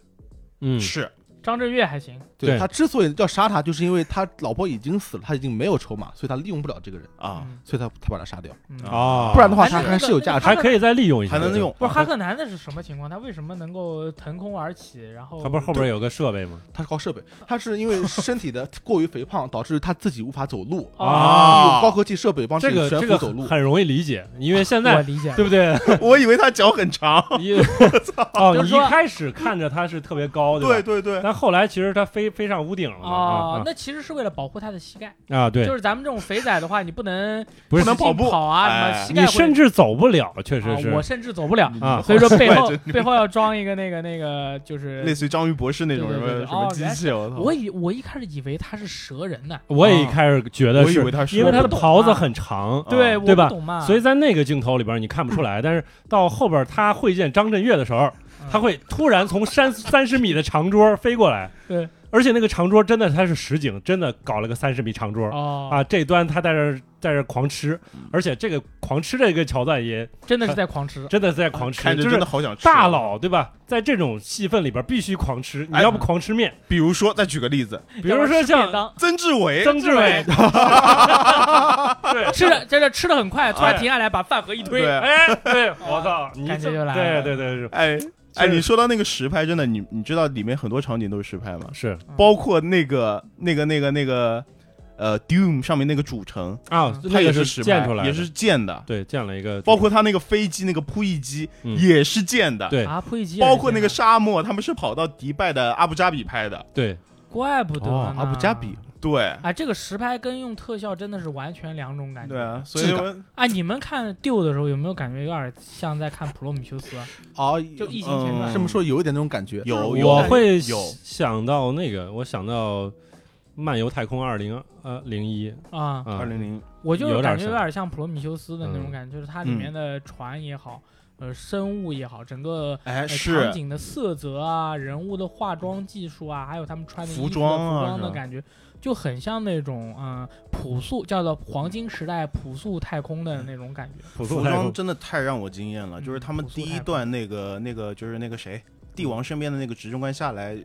A: 嗯，
B: 是
C: 张震岳还行，
A: 对
D: 他之所以要杀他，就是因为他老婆已经死了，他已经没有筹码，所以他利用不了这个人，
B: 啊，
C: 嗯
D: 所以他他把他杀掉。
C: 嗯
A: 哦，
D: 不然的话，
C: 哎
D: 他
C: 那
D: 还
C: 那
D: 是有
C: 那
D: 价值。
A: 还可以啊再利用一下，
B: 还能用
C: 不是哈克南的是什么情况？他为什么能够腾空而起？然后
A: 它不是后边有个设备吗？
D: 他是靠设备，他是因为身体的过于肥胖，导致他自己无法 走路，
C: 哦，
B: 啊
D: 用高科技设备帮自
A: 这
D: 己
A: 个
D: 悬
A: 这
D: 浮
A: 个
D: 走路
A: 很。很容易理解，因为现
C: 我
A: 在
C: 理解了。
A: 对不 对？
B: 我以为他脚很长，
A: 你哦，
C: 就是
A: 你一
C: 说
A: 开始看着它是特别高，
B: 对
A: 吧？
B: 对对，
C: 啊
A: 但后来其实它飞飞上屋顶了嘛
C: 哦，
A: 啊
C: 那其实是为了保护他的膝盖。
A: 啊啊！对
C: 就，是咱们这种肥仔的话，你不能
A: 不是
C: 使劲
B: 不能跑步
C: 跑啊，什
B: 哎
C: 么膝盖
A: 你
C: 会
A: 甚至走不了，确实
C: 啊
A: 是
C: 我甚至走不了。
A: 啊
C: 所以说背
B: 好
C: 后
B: 奇
C: 背后要装一个那个那个就是
B: 类，似于章鱼博士那种什
C: 对
B: 么
C: 对对对
B: 什么
C: 哦
B: 机
C: 原来
B: 器，我操！
C: 我以我一开始以为他是蛇人呢，
A: 我也一开始觉得
B: 我以
A: 是
B: 为他是
A: 因为它的
C: 啊我不懂
A: 袍子
C: 啊
A: 很长，
B: 啊
C: 对我
A: 对吧
C: 不懂嘛，
A: 所以在那个镜头里边你看不出来，但是到后边他会见张震岳的时候，
C: 嗯
A: 他会突然从三三十米的长桌飞过来，
C: 对，
A: 而且那个长桌真的它是实景，真的搞了个三十米长桌。
C: 哦，
A: 啊，这端他在这儿在这儿狂吃，而且这个狂吃这个桥段也
C: 真的是在狂吃。
A: 真的是在狂吃，
B: 看着
A: 就
B: 哎真
A: 是
B: 的好想吃。啊
A: 大，佬对吧？在这种戏份里边必须狂吃，你
B: 哎
A: 要不狂吃 面，
B: 比如说再举个例子，
A: 比如说
C: 要不然吃便
A: 像
C: 当，
B: 曾志伟，
A: 曾志伟， 对，
C: 吃的在这吃的很快，突
A: 哎
C: 然停下来把饭盒一推，
B: 对，
A: 哎，对，我操，你
C: 感觉
A: 这
C: 就来
A: 对
C: 了
A: 对对
B: 哎哎，
A: 是
B: 你说到那个实拍，真的，你你知道里面很多场景都是实拍吗？
A: 是是
B: 包括那个那个那个那个呃 Doom 上面那个主城，
A: 啊，
B: 它
A: 那
B: 也
A: 个是
B: 是实拍
A: 建出来的
B: 也是建的，
A: 对建了一个，
B: 包括他那个飞机那个扑翼机
A: 嗯
B: 也是建的，
A: 对
C: 啊，溥仪机也是
B: 包括那个
C: 这样
B: 沙漠，他们是跑到迪拜的阿布扎比拍的，
A: 对
C: 怪不得
A: 哦
B: 啊
C: 呢
D: 阿布啊加比，
B: 对
C: 哎，这个实拍跟用特效真的是完全两种感觉。
B: 对啊，所以
D: 质
B: 我
C: 哎，你们看 Dude 的时候有没有感觉有点像在看《普罗米修斯》啊？
D: 啊，
C: 就异形前
B: 嗯
C: 传
D: 这么说有一点那种感觉。
B: 有有
A: 我啊会
B: 有
A: 想到那个，我想到《漫游太空二零呃零一》
C: 啊，
A: 啊
B: 二，零零
C: 我就是
A: 有点
C: 感觉有
A: 像
C: 点像《普罗米修斯》的那
A: 嗯
C: 种感觉，就是它里面的船也好，呃，生物也好，整个。
B: 哎
C: 呃
B: 是
C: 场景的色泽啊，人物的化妆技术啊，还有他们穿的衣服
B: 服
C: 的
B: 装啊
C: 服
B: 是
C: 装
B: 吧
C: 的感觉，就很像那种嗯、呃朴素，叫做黄金时代朴素太空的那种感觉。
A: 普
B: 服
A: 通太
B: 装
A: 空
B: 真的太让我惊艳了，
C: 嗯
B: 就是他们第一段那个那个就是那个谁，帝王身边的那个执政官下来。呃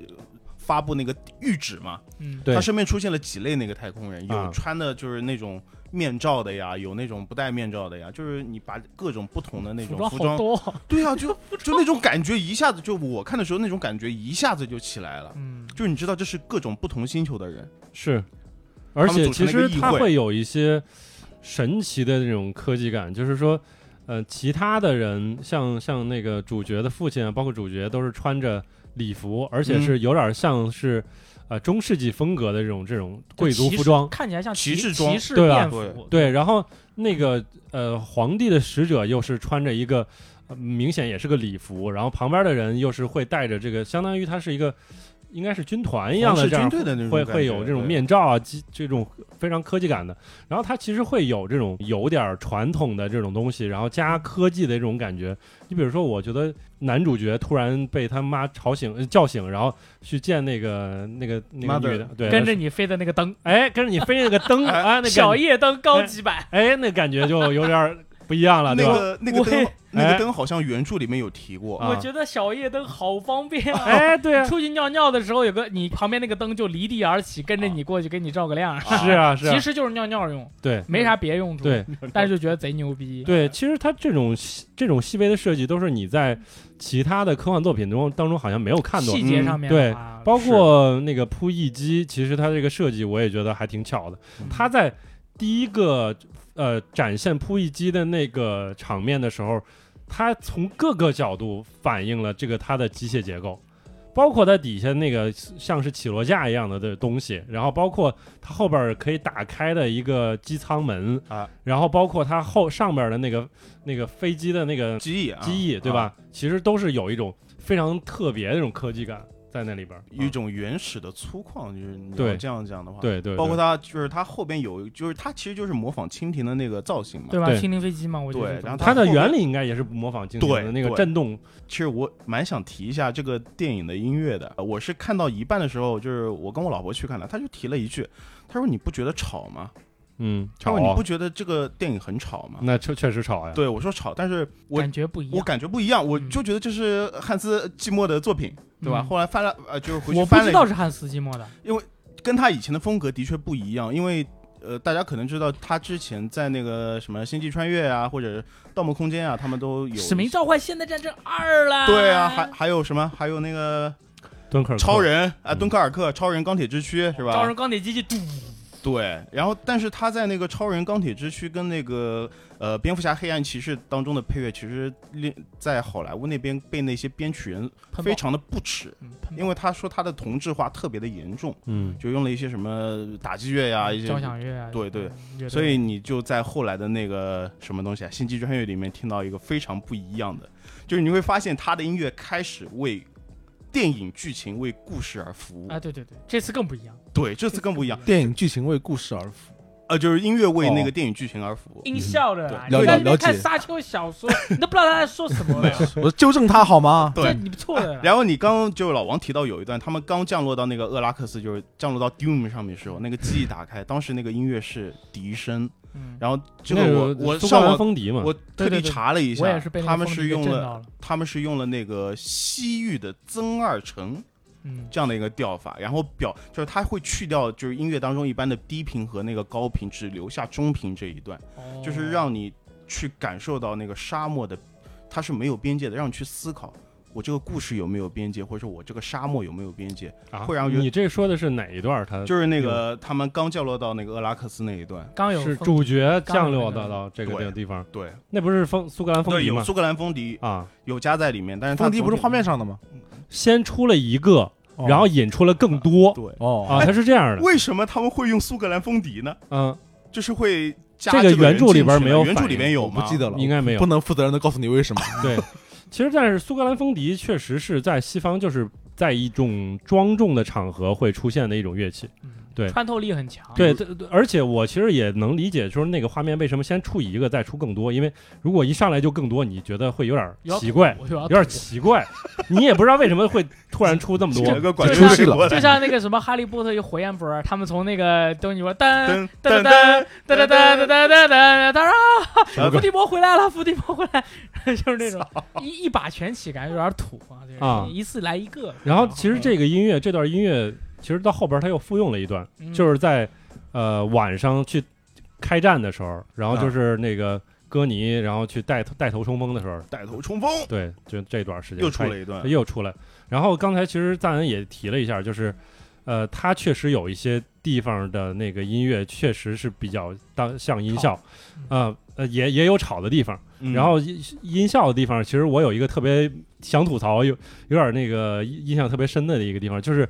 B: 发布那个谕旨嘛，
C: 嗯，
A: 对
B: 他身边出现了几类那个太空人，
A: 啊
B: 有穿的就是那种面罩的呀，有那种不戴面罩的呀，就是你把各种不同的那
C: 服
B: 种
C: 装
B: 服
C: 好
B: 装，
C: 多哦。
B: 对 啊，就就那种感觉一下子就我看的时候那种感觉一下子就起来了，
C: 嗯，
B: 就是你知道这是各种不同星球的人，
A: 是，而
B: 他们
A: 且
B: 组
A: 其
B: 成了一个
A: 实
B: 议
A: 它
B: 会
A: 会有一些神奇的那种科技感，就是说，呃，其他的人像像那个主角的父亲啊，包括主角都是穿着礼服，而且
B: 嗯
A: 是有点像是。呃，中世纪风格的这种这种贵族
C: 骑
A: 服
C: 士
A: 装，
C: 看起来像
B: 骑士
C: 士
B: 装
C: 骑士
A: 哎对吧
C: 便服，
A: 对，然后那个呃，皇帝的使者又是穿着一个、呃明显也是个礼服，然后旁边的人又是会带着这个，相当于他是一个应该是军团一样
B: 皇
A: 的
B: 室
A: 这
B: 军
A: 样，
B: 队的那种
A: 会
B: 嗯感
A: 会
B: 觉
A: 有这种
B: 对
A: 面罩啊，机这种非常科技感的。然后它其实会有这种有点儿传统的这种东西，然后加科技的这种感觉。你比如说，我觉得男主角突然被他妈吵醒、呃叫醒，然后去见那个那个那个
B: Mother
A: 女的，对，
C: 跟着你飞的那个灯，
A: 哎跟着你飞那个灯啊，那感
C: 小
A: 觉
C: 夜灯高级版。
A: 哎，那感觉就有点儿不一样了，
B: 那
A: 对吧？
B: 个那个
C: 我
B: 灯
C: 也，
B: 那
A: 哎
B: 个灯好像原著里面有提过，
A: 啊
C: 我觉得小夜灯好方便啊！
A: 哎，对啊，
C: 出去尿尿的时候，有个你旁边那个灯就离地而起，跟着你过去给你照个亮。
A: 是啊，是啊
C: 其，实就是尿尿用，
A: 对
C: 没啥别用处。
A: 对，
C: 但是就觉得贼牛逼。
A: 对，其实它这种细这种细微的设计，都是你在其他的科幻作品中当中好像没有看到的
C: 细。节上面
A: 对
C: 的话，
A: 包括那个扑翼机，其实它这个设计我也觉得还挺巧的。它在第一个呃展现扑翼机的那个场面的时候，它从各个角度反映了这个它的机械结构，包括它底下那个像是起落架一样的的东西，然后包括它后边可以打开的一个机舱门
B: 啊，
A: 然后包括它后上边的那个那个飞机的那个
B: 机翼啊，
A: 机翼，对吧？其实都是有一种非常特别的这种科技感在在那里边儿，
B: 有一
A: 嗯
B: 种原始的粗犷，就是你要
A: 对
B: 这样讲的话，，
A: 对对，
B: 啊包括
A: 对
B: 它就是它后边有，就是它其实就是模仿蜻蜓的那个造型嘛，
C: 对吧？
A: 对
C: 蜻蜓飞机嘛，我觉
B: 对
C: 得
B: 然后
A: 它的
B: 后面
A: 原理应该也是模仿精灵
B: 对
A: 的那个
B: 对
A: 震动，
B: 其实我蛮想提一下这个电影的音乐的。呃我是看到一半的时候，就是我跟我老婆去看的，她就提了一句，她说：“你不觉得吵吗？”
A: 嗯，吵
B: 她说：“你
A: 啊
B: 不觉得这个电影很吵吗
A: 那确确实吵呀？”，
B: 对，我说吵，但是我
C: 嗯感觉不一
B: 我
C: 样。
B: 感觉不一样，我
C: 嗯
B: 就觉得这是汉斯季默的作品，对吧？
C: 嗯
B: 后来翻了，呃，就是回去
C: 我不
B: 翻
C: 知道
B: 了，
C: 是汉斯季默的，
B: 跟他以前的风格的确不一样，因为。呃，大家可能知道他之前在那个什么《星际穿越》啊，或者《盗梦空间》啊，他们都有
C: 《使命召唤：现代战争二》啦。
B: 对啊，还还有什么？还有那个
A: 敦刻尔克
B: 超人啊，
A: 嗯
B: 敦刻尔克、超人、钢铁之躯是吧？
C: 招人钢铁机器，嘟
B: 对，然后但是他在那个超人、钢铁之躯跟那个呃蝙蝠侠、黑暗骑士当中的配乐，其实令在好莱坞那边被那些编曲人
C: 喷
B: 非
C: 爆，
B: 常的不耻，
C: 嗯，喷爆
B: 因为他说他的同质化特别的严重，
A: 嗯，
B: 就用了一些什么打击乐呀、一些
C: 交响乐啊，
B: 对对
C: 乐队，
B: 所以你就在后来的那个什么东西啊，《星际穿越》里面听到一个非常不一样的，就是你会发现他的音乐开始为电影剧情、为故事而服务。
C: 啊，对对对，这次更不一样，
B: 对，这次更不一样，
D: 电影剧情为故事而服，
B: 呃，就是音乐为
A: 哦
B: 那个电影剧情而服务。
C: 音效的
B: 嗯
C: 啦，你
B: 对
C: 在
D: 了
C: 那
D: 了
C: 边
D: 解
C: 看沙丘小说，你都不知道他在说什么了，
D: 我纠正他好吗？
B: 对
C: 这你错的啦。
B: 然后你刚刚就老王提到有一段，他们刚降落到那个厄拉克斯，就是降落到 Doom 上面的时候，那个记忆打开，当时那个音乐是笛声，
C: 嗯，
B: 然后这
A: 那
B: 个我我
A: 苏
B: 上
A: 格兰
B: 网
A: 风笛嘛，
B: 我特
C: 对
B: 地
C: 对对
B: 查了一
C: 我
B: 下
C: 也是被，那
B: 他
C: 个
B: 们
C: 风
B: 是
C: 笛给
B: 用
C: 震
B: 了
C: 到了，
B: 他们是用了那个西域的增二城
C: 嗯，
B: 这样的一个调法，然后表就是他会去掉就是音乐当中一般的低频和那个高频，只留下中频这一段，
C: 哦
B: 就是让你去感受到那个沙漠的，它是没有边界的，让你去思考我这个故事有没有边界，或者说我这个沙漠有没有边界，
A: 啊
B: 会让人
A: 你这说的是哪一段儿？它
B: 就是那个他们刚降落到那个厄拉克斯那一段，
C: 刚有
A: 是
C: 风
A: 主角降落
C: 刚
A: 到
C: 有那个
A: 到这个
B: 对
A: 这个地方，
B: 对，
A: 那不是风苏格兰风
B: 对，
A: 笛
B: 有
A: 吗？
B: 苏格兰风笛
A: 啊，
B: 有加在里面，但是它
D: 风笛不
B: 总
D: 是
B: 体
D: 画面上的吗？
A: 先出了一个，
D: 哦
A: 然后引出了更多
B: 对。
D: 哦
A: 啊，它是这样的，
B: 为什么他们会用苏格兰风笛呢？
A: 嗯，
B: 就是会加
A: 这个
B: 人
A: 原著里边
B: 进去
A: 没有
B: 吗原著
A: 反
B: 里
A: 映
B: 边有
D: 我不
B: 吗？
D: 记得了，
A: 应该没有
D: 不。能负责任的告诉你为什么。
A: 对，其实但是苏格兰风笛确实是在西方就是在一种庄重的场合会出现的一种乐器。
C: 嗯
A: 对
C: 穿透力很强，
A: 对，对对而且我其实也能理解，就是那个画面为什么先出一个再出更多，因为如果一上来就更多，你觉得会有点
C: 有点
A: 奇怪，
C: 我有
A: 有点奇怪，你也不知道为什么会突然 出这么
B: 整
A: 多。
B: 个管
C: 就
B: 制
C: 像
B: 队过来
C: 就像那个什么《哈利波特》与火焰波，他们从那个东尼说噔
B: 噔
C: 噔
B: 噔
C: 噔
B: 噔
C: 噔噔噔噔噔噔，他说
B: 然
C: 伏
B: 后
C: 地魔回来了，伏地魔回来， 就是那种一一把全起，感觉有点土啊，
A: 啊
C: 就是一次来一个。
A: 然后其实这个音乐这段音乐，其实到后边他又复用了一段，
C: 嗯
A: 就是在呃晚上去开战的时候，然后
C: 啊
A: 就是那个歌尼，然后去带头带头冲锋的时候，
B: 带头冲锋，
A: 对，哎就这段时间
B: 又出
A: 开
B: 了一段。
A: 又出来。然后刚才其实赞恩也提了一下，就是，呃，它确实有一些地方的那个音乐确实是比较当像音效，呃呃，也也有吵的地方，
B: 嗯
A: 然后音音效的地方，其实我有一个特别想吐槽，有有点那个印象特别深的一个地方，就是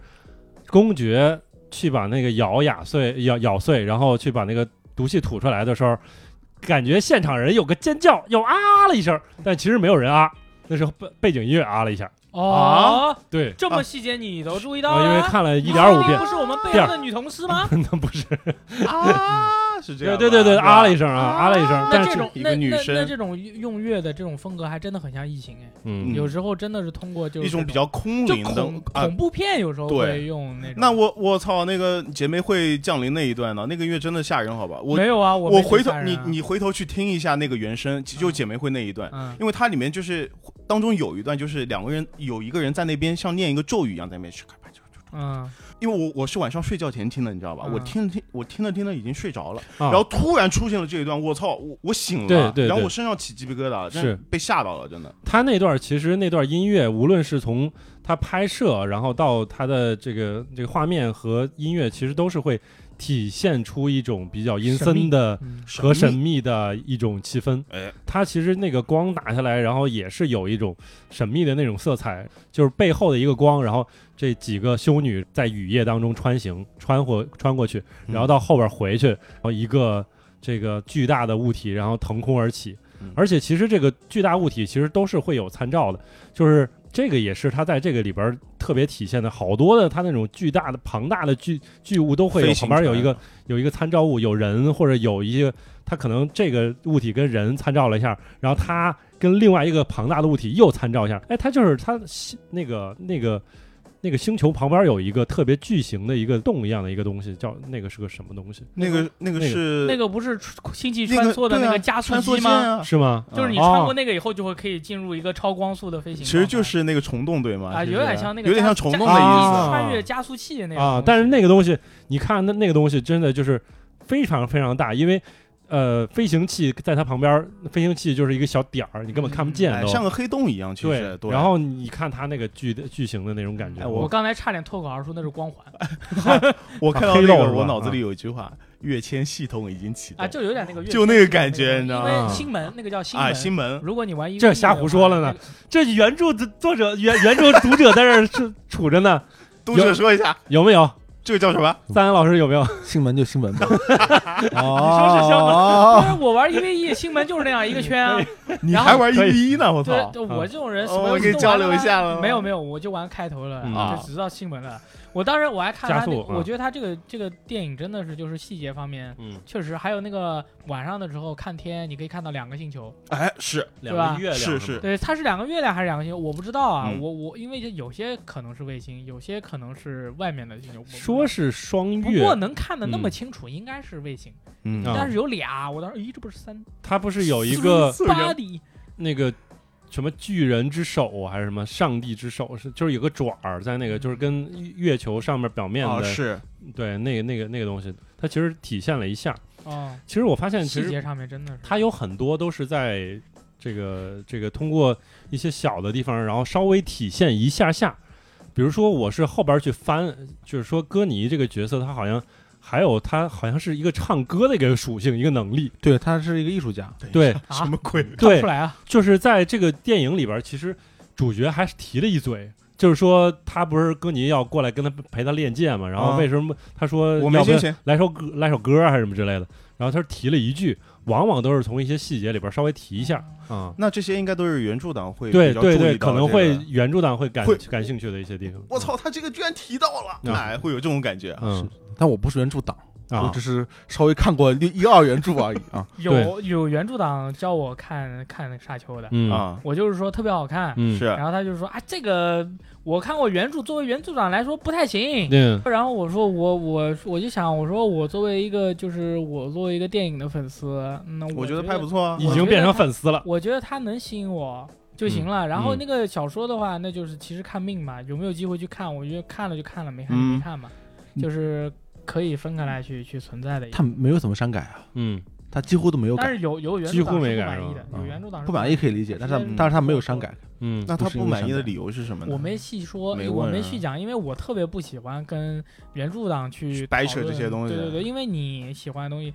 A: 公爵去把那个咬咬碎、咬咬碎，然后去把那个毒气吐出来的时候，感觉现场人有个尖叫，又啊了一声，但其实没有人啊，那是背背景音乐啊了一下。
C: 哦，
A: 对，
C: 这
B: 啊
C: 么细节你都注意到
A: 啊因为
C: 了。
A: 看了一点五遍
C: 不，是我们背
A: 第
C: 后
A: 二
C: 的女同事吗？
A: 那不是，
B: 啊，是这
A: 对
B: 样吧，
A: 对对对，
B: 是吧
A: 啊了一，声啊，啊了一声，
C: 那
A: 但
C: 这
A: 是
C: 种
B: 一
C: 那
B: 个女
C: 那
B: 生
C: 那这种用乐的这种风格还真的很像异形哎，
A: 嗯，
C: 有时候真的是通过就是
B: 一种
C: 这
B: 比较空
C: 就
B: 灵
C: 恐
B: 的啊
C: 恐。怖片有时候
B: 对
C: 会用那种。
B: 那我我操，那个姐妹会降临那一段呢，那个乐真的吓人，好吧？我
C: 没有啊，我
B: 我
C: 我
B: 回头你你回头去听一下那个原声，就姐妹会那一段，
C: 嗯
B: 因为它里面就是当中有一段就是两个人有一个人在那边像念一个咒语一样在那边去咔啪就。
C: 嗯
B: 因为我我是晚上睡觉前听的，你知道吧？
C: 嗯
B: 我听着听，我听着听着已经睡着了，
A: 啊
B: 然后突然出现了这一段，我操，我我醒了，
A: 对对
B: 然后
A: 对
B: 我身上起鸡皮疙瘩，真
A: 是
B: 被吓到了，真的。
A: 他那段儿其实那段音乐，无论是从他拍摄，然后到他的这个这个画面和音乐，其实都是会体现出一种比较阴
C: 神秘
A: 森的
C: 嗯
A: 和神秘的一种气氛。
B: 哎，
A: 它其实那个光打下来，然后也是有一种神秘的那种色彩，就是背后的一个光，然后这几个修女在雨夜当中穿行，穿过穿过去，然后到后边回去，然后一个这个巨大的物体，然后腾空而起
B: 嗯。
A: 而且其实这个巨大物体其实都是会有参照的，就是这个也是他在这个里边儿特别体现的，好多的他那种巨大的、庞大的巨巨物都会有
B: 飞行
A: 旁边有
B: 船
A: 一个有一个参照物，有人或者有一些他可能这个物体跟人参照了一下，然后他跟另外一个庞大的物体又参照一下，哎，他就是他星那个那个那个星球旁边有一个特别巨型的一个洞一样的一个东西，叫那个是个什么东西？
B: 那个
A: 那
B: 那个
A: 个
B: 是
C: 那个不是出星际
B: 呃那个
C: 穿梭的
B: 对啊
C: 那个加速
B: 穿
C: 机
B: 梭
C: 吗？
B: 线 啊，
A: 是吗？
B: 嗯
C: 就是你穿过那个以后，就会可以进入一个超光速的飞行。
B: 其实就是那个虫洞对吗？哎
C: 啊，
B: 其实
C: 有点像那个
B: 有点像
C: 加
B: 虫
C: 加
B: 洞的
A: 加
B: 意
A: 啊
B: 思。
C: 穿越加速器那个
A: 啊，但是那个东西，你看那那个东西真的就是非常非常大，因为呃，飞行器在它旁边儿，飞行器就是一个小点儿，你根本看不见
B: 哎，
A: 都。
B: 像个黑洞一样，其
A: 对
B: 实。，
A: 然后你看它那个巨的巨型的那种感觉，
B: 哎
C: 我
B: 我
C: 刚才差点脱口而出那是光环
B: 我看到
A: 黑
B: 那
A: 洞
B: 个，
A: 是吧
B: 我脑子里有一句话：跃迁系统已经启动
C: 啊，。就有点那个越
B: 就那个感觉你知道
A: 吗
C: 因为星门那个叫星
B: 啊，
C: 门，
B: 新门，
C: 如果你玩一
A: 这瞎胡说了呢，这原著的作者原原著读者在这儿是杵着 呢，
B: 读者说一下，
A: 有没有？
B: 这个叫什么？
A: 三安老师有没 有？
D: 新闻就新 闻吧。
A: 是新闻
D: 哦
C: 不，是我玩一 v 一星门就是那样一个圈 啊，
B: 你
C: 然
B: 还
C: 后
B: 玩一
A: 可以啊
B: 对一呢？我
C: 对
B: 操，！
C: 对我这种人什
B: 哦
C: 么
B: 我可以
C: 都玩
B: 交流
C: 了
B: 一下嗯啊了。
C: 没有没有，我就玩开头了，
A: 嗯
C: 就只知道星门了。我当时我还看了他那
A: 加速
C: 个，
A: 啊
C: 我觉得他这个这个电影真的是就是细节方面
A: 嗯，
C: 确实，还有那个晚上的时候看天，你可以看到两个星球。
B: 哎，是
A: 两
C: 吧
A: 个月亮
B: 是
A: 是
B: 是
A: 吗，
C: 对，它是两个月亮还是两个星球？我不知道啊，
B: 嗯
C: 我我因为有些可能是卫星，有些可能是外面的星球。我不知道
A: 说是双
C: 不
A: 月
C: 过，能看的那么
A: 嗯
C: 清楚，应该是卫星，
B: 嗯
A: 啊
C: 但是有俩，我当时咦，这不是三
A: 它不是有一个
B: 四
C: 八
B: 人
C: 里
A: 那个什么巨人之手还是什么上帝之手，是就是有个爪儿在那个，就是跟
C: 嗯
A: 月球上面表面
B: 哦
A: 的，
B: 是
A: 对那个那个那个东西，它其实体现了一下。
C: 哦，
A: 其实我发现，其
C: 细
A: 实
C: 节上面真的是
A: 它有很多都是在这个这个通过一些小的地方，然后稍微体现一下下。比如说，我是后边去翻，就是说歌尼这个角色，他好像还有他好像是一个唱歌的一个属性，一个能力。
D: 对他是一个艺术家，
A: 对
C: 啊
B: 什么鬼？
C: 看不
A: 对
C: 出，来啊，
A: 就是在这个电影里边儿，其实主角还是提了一嘴，就是说他不是歌尼要过来跟他陪他练剑嘛，然后
B: 啊
A: 为什么他说
B: 我没
A: 要不
B: 心情
A: 来首歌来首歌啊还是什么之类的，然后他提了一句，往往都是从一些细节里边儿稍微提一下啊、
B: 那这些应该都是原著党会
A: 对
B: 比较
A: 对
B: 注意
A: 对，
B: 到
A: 可能
B: 这
A: 会
B: 个。
A: 原著党会感
B: 会
A: 感兴趣的一些地方。
B: 我操，他这个居然提到了，
A: 啊
B: 哎，会有这种感觉啊。
A: 嗯，
D: 但我不是原著党，
A: 嗯
D: 我
A: 啊
D: 只是稍微看过六一二原著而已啊。
C: 有有原著党教我看看沙丘的，
A: 嗯
B: 啊
C: 我就是说特别好看，
A: 嗯
B: 是
C: 然后他就说啊，这个我看过原著，作为原著党来说不太行。
A: 嗯
C: 然后我说我我我就想我说我作为一个就是我作为一个电影的粉丝，那
B: 我觉得
C: 觉
B: 拍不，错啊，
A: 已经变成粉丝了。
C: 我觉得他能吸引我就行了。然后
A: 嗯
C: 那个小说的话，那就是其实看命嘛，有没有机会去看，我觉得看了就看了，没看就没
B: 嗯
C: 看嘛，就是可以分开来去去存在的一个。
D: 他没有怎么删改啊，
A: 嗯，
D: 他几乎都没有
C: 但
D: 改，
C: 是有有原
A: 几
C: 著
A: 乎
C: 党
A: 没
C: 是不
A: 改
C: 满
A: 是
C: 意
A: 吧
C: 的，有
D: 嗯
C: 原著党是
D: 不满意可以理解，但是他
C: 嗯
D: 但是他没有删改，
A: 嗯
B: 那他
D: 不是因
B: 不
D: 为
B: 满意
D: 删
B: 的
D: 改
B: 理由是什么呢？
C: 我没细说，
B: 没
C: 我
B: 问
C: 没
B: 啊
C: 细讲，因为我特别不喜欢跟原著党去
B: 掰
C: 讨
B: 扯这
C: 论
B: 些东西啊
C: 对对对，因为你喜欢的东西，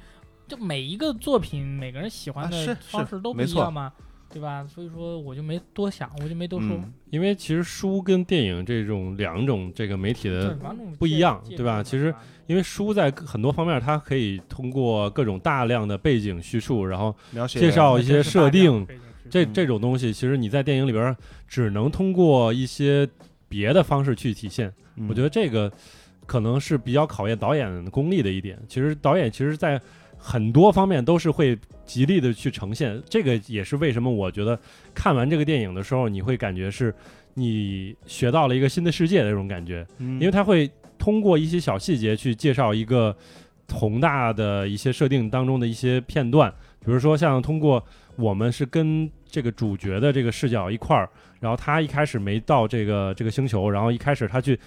C: 就每一个作品，每个人喜欢
B: 啊
C: 的
B: 是
C: 方
B: 是
C: 式都不
B: 没
C: 一
B: 错
C: 样嘛，对吧？所以说我就没多想，我就没多说。
B: 嗯
A: 因为其实书跟电影这种两种这个媒体
C: 这
A: 的
C: 两种
A: 不一
C: 介
A: 样
C: 介
A: 对吧
C: 质
A: 其
C: 嘛
A: 实
C: 对吧
A: 因为书在各很多方面，它可以通过各种大量的背景叙述，然后
B: 了解
A: 介绍
C: 那
A: 一
C: 真
A: 些
C: 是
A: 设
C: 大量的
A: 定
C: 背景叙述
A: 这
B: 嗯
A: 这种东西，其实你在电影里边儿只能通过一些别的方式去体现。
B: 嗯
A: 我觉得这个可能是比较考验导演功力的一点。其实导演其实在很多方面都是会极力的去呈现，这个也是为什么我觉得看完这个电影的时候，你会感觉是你学到了一个新的世界的那种感觉。
B: 嗯
A: 因为他会通过一些小细节去介绍一个宏大的一些设定当中的一些片段，比如说像通过我们是跟这个主角的这个视角一块儿，然后他一开始没到这个这个星球，然后一开始他去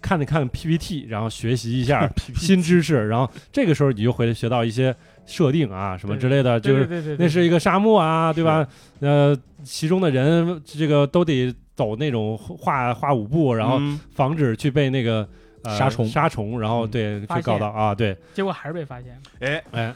A: 看了看 PPT，然后学习一 下新知识，然后这个时候你就回来学到一些设定啊什么之类的，
C: 对
A: 就是
C: 对对对
A: 那
C: 对
A: 是一个沙漠啊，对吧？呃，其中的人这个都得走那种画画五步，然后
B: 嗯
A: 防止去被那个、呃、
D: 杀虫
A: 杀虫，然后对、
C: 嗯发
A: 去搞
C: 现
A: 到啊，对，
C: 结果还是被发现了，
B: 哎，
A: 哎，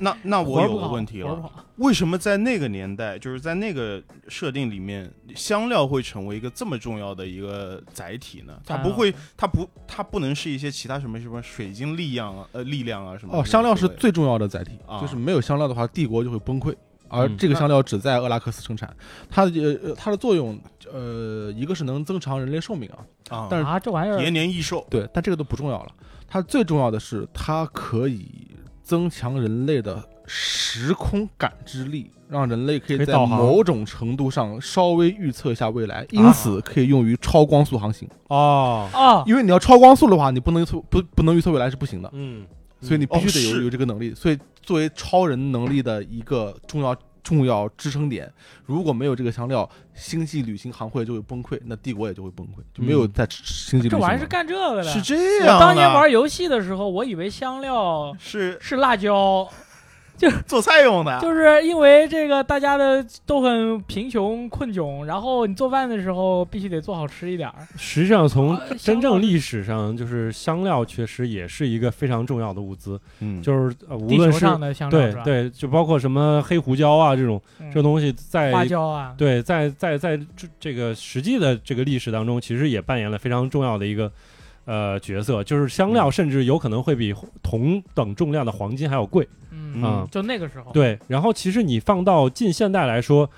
B: 那那
C: 活
B: 我
C: 儿
B: 有
C: 不
B: 个
C: 好
B: 问题啊
C: 活儿不
B: 了，
C: 好
B: 为什么在那个年代，就是在那个设定里面，香料会成为一个这么重要的一个载体呢？它不
C: 啊
B: 会，它不，它不能是一些其他什么什么水晶力量啊，呃，力量啊什么的。
D: 哦，香料是
B: 无所谓
D: 最重要的载体，
B: 啊
D: 就是没有香料的话，帝国就会崩溃而
A: 嗯
D: 这个香料只在厄拉克斯生产。它的呃它的作用，呃，一个是能增长人类寿命啊，
B: 啊，
D: 但是
C: 啊，这玩意儿
B: 延年益寿，
D: 对，但这个都不重要了。它最重要的是，它可以增强人类的时空感知力，让人类可
A: 可
D: 以
A: 以
D: 在
A: 导航
D: 某种程度上稍微预测一下未来，因此可以用于超光速航行。
A: 哦，
C: 啊，
D: 因为你要超光速的话，你不能预测不不能预测未来是不行的，
A: 嗯，
D: 所以你必须得
B: 哦
D: 有、
B: 是
D: 有这个能力。所以作为超人能力的一个重要重要支撑点，如果没有这个香料，星际旅行行会就会崩溃，那帝国也就会崩溃，就没有
A: 嗯
D: 在星际旅行
C: 这玩意
D: 了。
C: 儿是干这个的。
B: 是这
C: 我
B: 样的。
C: 当年玩游戏的时候，我以为香料
B: 是
C: 是辣椒，
B: 做菜用的，
C: 就是因为这个大家的都很贫穷困窘，然后你做饭的时候必须得做好吃一点儿。
A: 实际上从
C: 啊
A: 真
C: 香料
A: 正历史上，就是香料确实也是一个非常重要的物资，
B: 嗯
A: 就是呃无
C: 地
A: 论
C: 球
A: 是
C: 上的香料
A: 对
C: 是吧？
A: 对，就包括什么黑胡椒啊这种
C: 嗯
A: 这东西在
C: 花椒啊，
A: 对，在在在这这个实际的这个历史当中，其实也扮演了非常重要的一个呃角色，就是香料甚至有可能会比同等重量的黄金还要贵。
C: 嗯，
A: 嗯
C: 就那个时候，
A: 对，然后其实你放到近现代来说，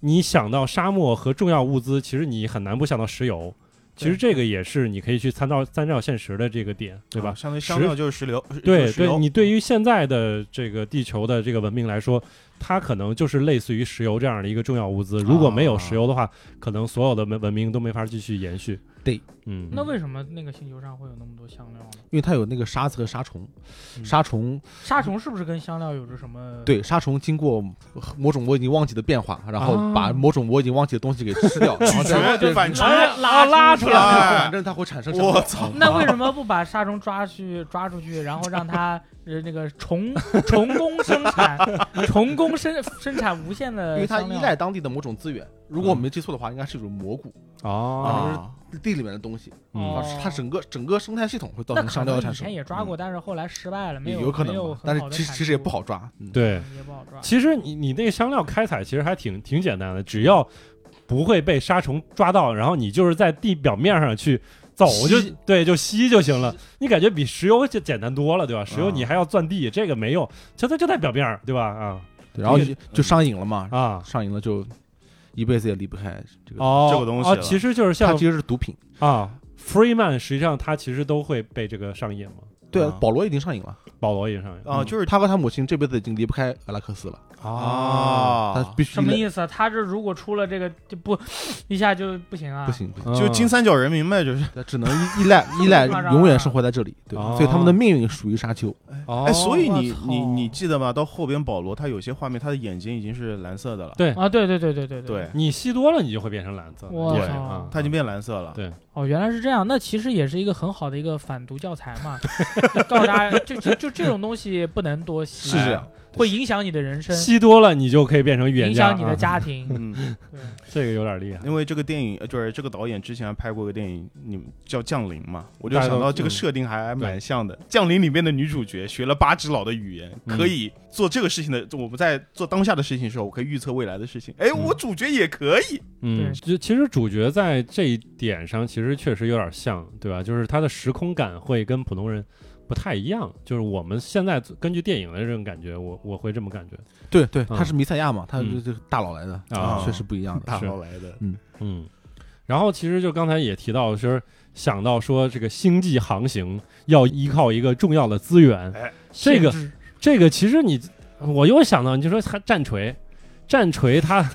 A: 你想到沙漠和重要物资，其实你很难不想到石油。其实这个也是你可以去参照参照现实的这个点，对吧
B: 啊？相当于香料就是石榴，就
A: 对
B: 是石
A: 对，
B: 榴
A: 你对于现在的这个地球的这个文明来说，它可能就是类似于石油这样的一个重要物资。如果没有石油的话，可能所有的文文明都没法继续延续。
D: 对，
A: 嗯，
C: 那为什么那个星球上会有那么多香料呢？
D: 因为它有那个沙子和沙虫，
A: 嗯
D: 沙虫
C: 杀虫是不是跟香料有着什么？，
D: 对沙虫经过某种我已经忘记的变化，然后
A: 啊
D: 把某种我已经忘记的东西给吃掉，然后
B: 咀嚼
D: 再
B: 就反
C: 然
B: 刍，
C: 后拉拉出
B: 来
C: 来。
D: 反正它会产生香料。
B: 我操
D: 嗯
C: 那为什么不把杀虫抓去抓出去，然后让它呃那个重重工生产，重工生生产无限的？
D: 因为它依赖。当地的某种资源，如果我没记错的话，应该是一种蘑菇，
A: 哦，
B: 啊，
D: 地里面的东西，
A: 嗯
C: 哦
D: 啊，它整个整个生态系统会造
C: 那
D: 成香
C: 可
D: 料
C: 能
D: 的
C: 以
D: 产
C: 前
D: 生，
C: 也抓过，但是后来失败了，没
D: 也
C: 有
D: 有可
C: 没有
D: 能
C: 很，
D: 吧但
C: 好
D: 是
C: 的
D: 其实
C: 产
D: 其实也
C: 出
D: 不，好抓，嗯，
A: 对
C: 嗯，也不好抓。
A: 其实你你那个香料开采其实还挺挺简单的，只要不会被沙虫抓到，然后你就是在地表面上去。走就
D: 吸
A: 对，就吸就行了。你感觉比石油就简单多了，对吧？石油
B: 嗯
A: 你还要钻地，这个没用，就它就在表面儿，对吧？啊
D: 对然后
A: 这
D: 就就上瘾了嘛，
A: 啊
D: 上瘾了就一辈子也离不开这个，
A: 哦，
B: 这个东西
A: 哦，
B: 了
A: 其实就是
D: 它
A: 像
D: 其实是毒品，
A: 啊，Freeman 实际上他其实都会被这个上瘾嘛，
D: 对啊
B: 啊，
D: 保罗已经上瘾了，
A: 保罗也上瘾
B: 啊，就是
D: 他和他母亲这辈子已经离不开阿拉克斯了，
A: 啊
D: 他
B: 啊，
D: 必须
C: 什么
D: 得
C: 意思啊？他这如果出了这个就不一下就不行啊？
D: 不，行不行，
B: 就金
A: 三
B: 三角人民呗，就是。
D: 他只能依依 赖依赖
C: 太夸张了啊
D: 永远生活在这里，对，
A: 嗯哦
D: 所以他们的命运属于沙丘，
A: 哦，
B: 哎，所以
C: 我
B: 你
C: 操
B: 你你记得吗？到后边保罗他有些画面，他的眼睛已经是蓝色的了，
A: 对
C: 啊，对对对对对
B: 对，
A: 你吸多了，你就会变成蓝色的，
C: 我
A: 对
C: 操
A: 啊，
B: 他已经变蓝色了
A: 对。
C: 哦，原来是这样，那其实也是一个很好的一个反毒教材嘛，就告诉大家，就就就这种东西不能多吸，
B: 是这啊样，
A: 啊
C: 会影响你的人生，
A: 吸多了，你就可以变成预言
C: 影
A: 家，
C: 响你的
A: 啊，
C: 家庭。
B: 嗯，
C: 对，
A: 这个有点厉害。
B: 因为这个电影，呃就是这个导演之前还拍过个电影，你们叫《降临》嘛，我就
A: 大家都
B: 想到这个
A: 嗯
B: 设定还还蛮像的。《降临》里面的女主角学了八只佬的语言，
A: 嗯
B: 可以做这个事情的。我们在做当下的事情的时候，我可以预测未来的事情。哎，我主角也可以。
A: 嗯，就其实主角在这一点上，其实确实有点像，对吧？就是他的时空感会跟普通人不太一样，就是我们现在根据电影的这种感觉，我我会这么感觉
D: 对对，
A: 嗯
D: 他是弥赛亚嘛，他
A: 嗯
D: 这这大佬来的，
A: 啊
D: 确实不一样的，
A: 大佬
B: 来的
A: 嗯，然后其实就刚才也提到，就是想到说这个星际航行要依靠一个重要的资源，
B: 哎
A: 这个
C: 限制
A: 这个其实你我又想到，你就说它战锤，战锤它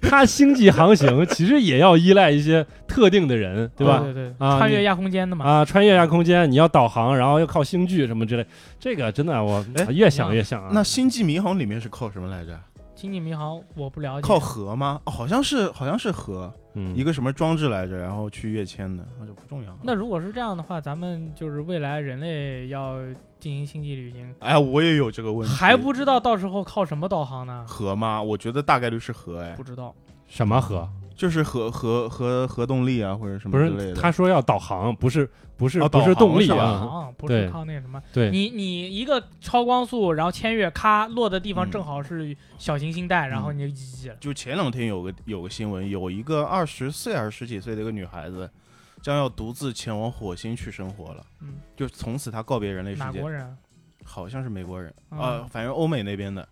A: 它星际航行其实也要依赖一些特定的人，对吧？
C: 哦对对对，
A: 啊
C: 穿越
A: 你
C: 亚空间的嘛。
A: 啊，穿越一下空间，你要导航，然后要靠星距什么之类，这个真的我
B: 哎
A: 越想越想啊。
B: 那《星际迷航》里面是靠什么来着？
C: 经济民航我不了解，
B: 靠河吗？哦好像是，好像是河，
A: 嗯
B: 一个什么装置来着，然后去跃迁的，那就不重要了。
C: 那如果是这样的话，咱们就是未来人类要进行星际旅行，
B: 哎，我也有这个
A: 嗯
B: 问题，
C: 还不知道到时候靠什么导航呢？
B: 河吗？我觉得大概率是河，哎
C: 不，知道。
A: 什么河？
B: 就是核核核核动力啊，或者什么
A: 不
B: 嗯之类
A: 是，
B: 的。
A: 他说要导航，不是不是
B: 哦
A: 不是
B: 导航
A: 动力
B: 是吧
C: 导
A: 啊，
C: 航不
A: 对
C: 是靠那什么。
A: 对，
C: 你你一个超光速，然后千越，咔落的地方
B: 嗯
C: 正好是小行星带，然后
B: 嗯
C: 你就 GG 了。
B: 就前两天有个有个新闻，有一个二十岁还是十几岁的一个女孩子，将要独自前往火星去生活了。
C: 嗯，
B: 就从此她告别人类世
C: 哪
B: 界
C: 国，人啊？
B: 好像是美国人
C: 嗯
B: 啊、反正欧美那边的。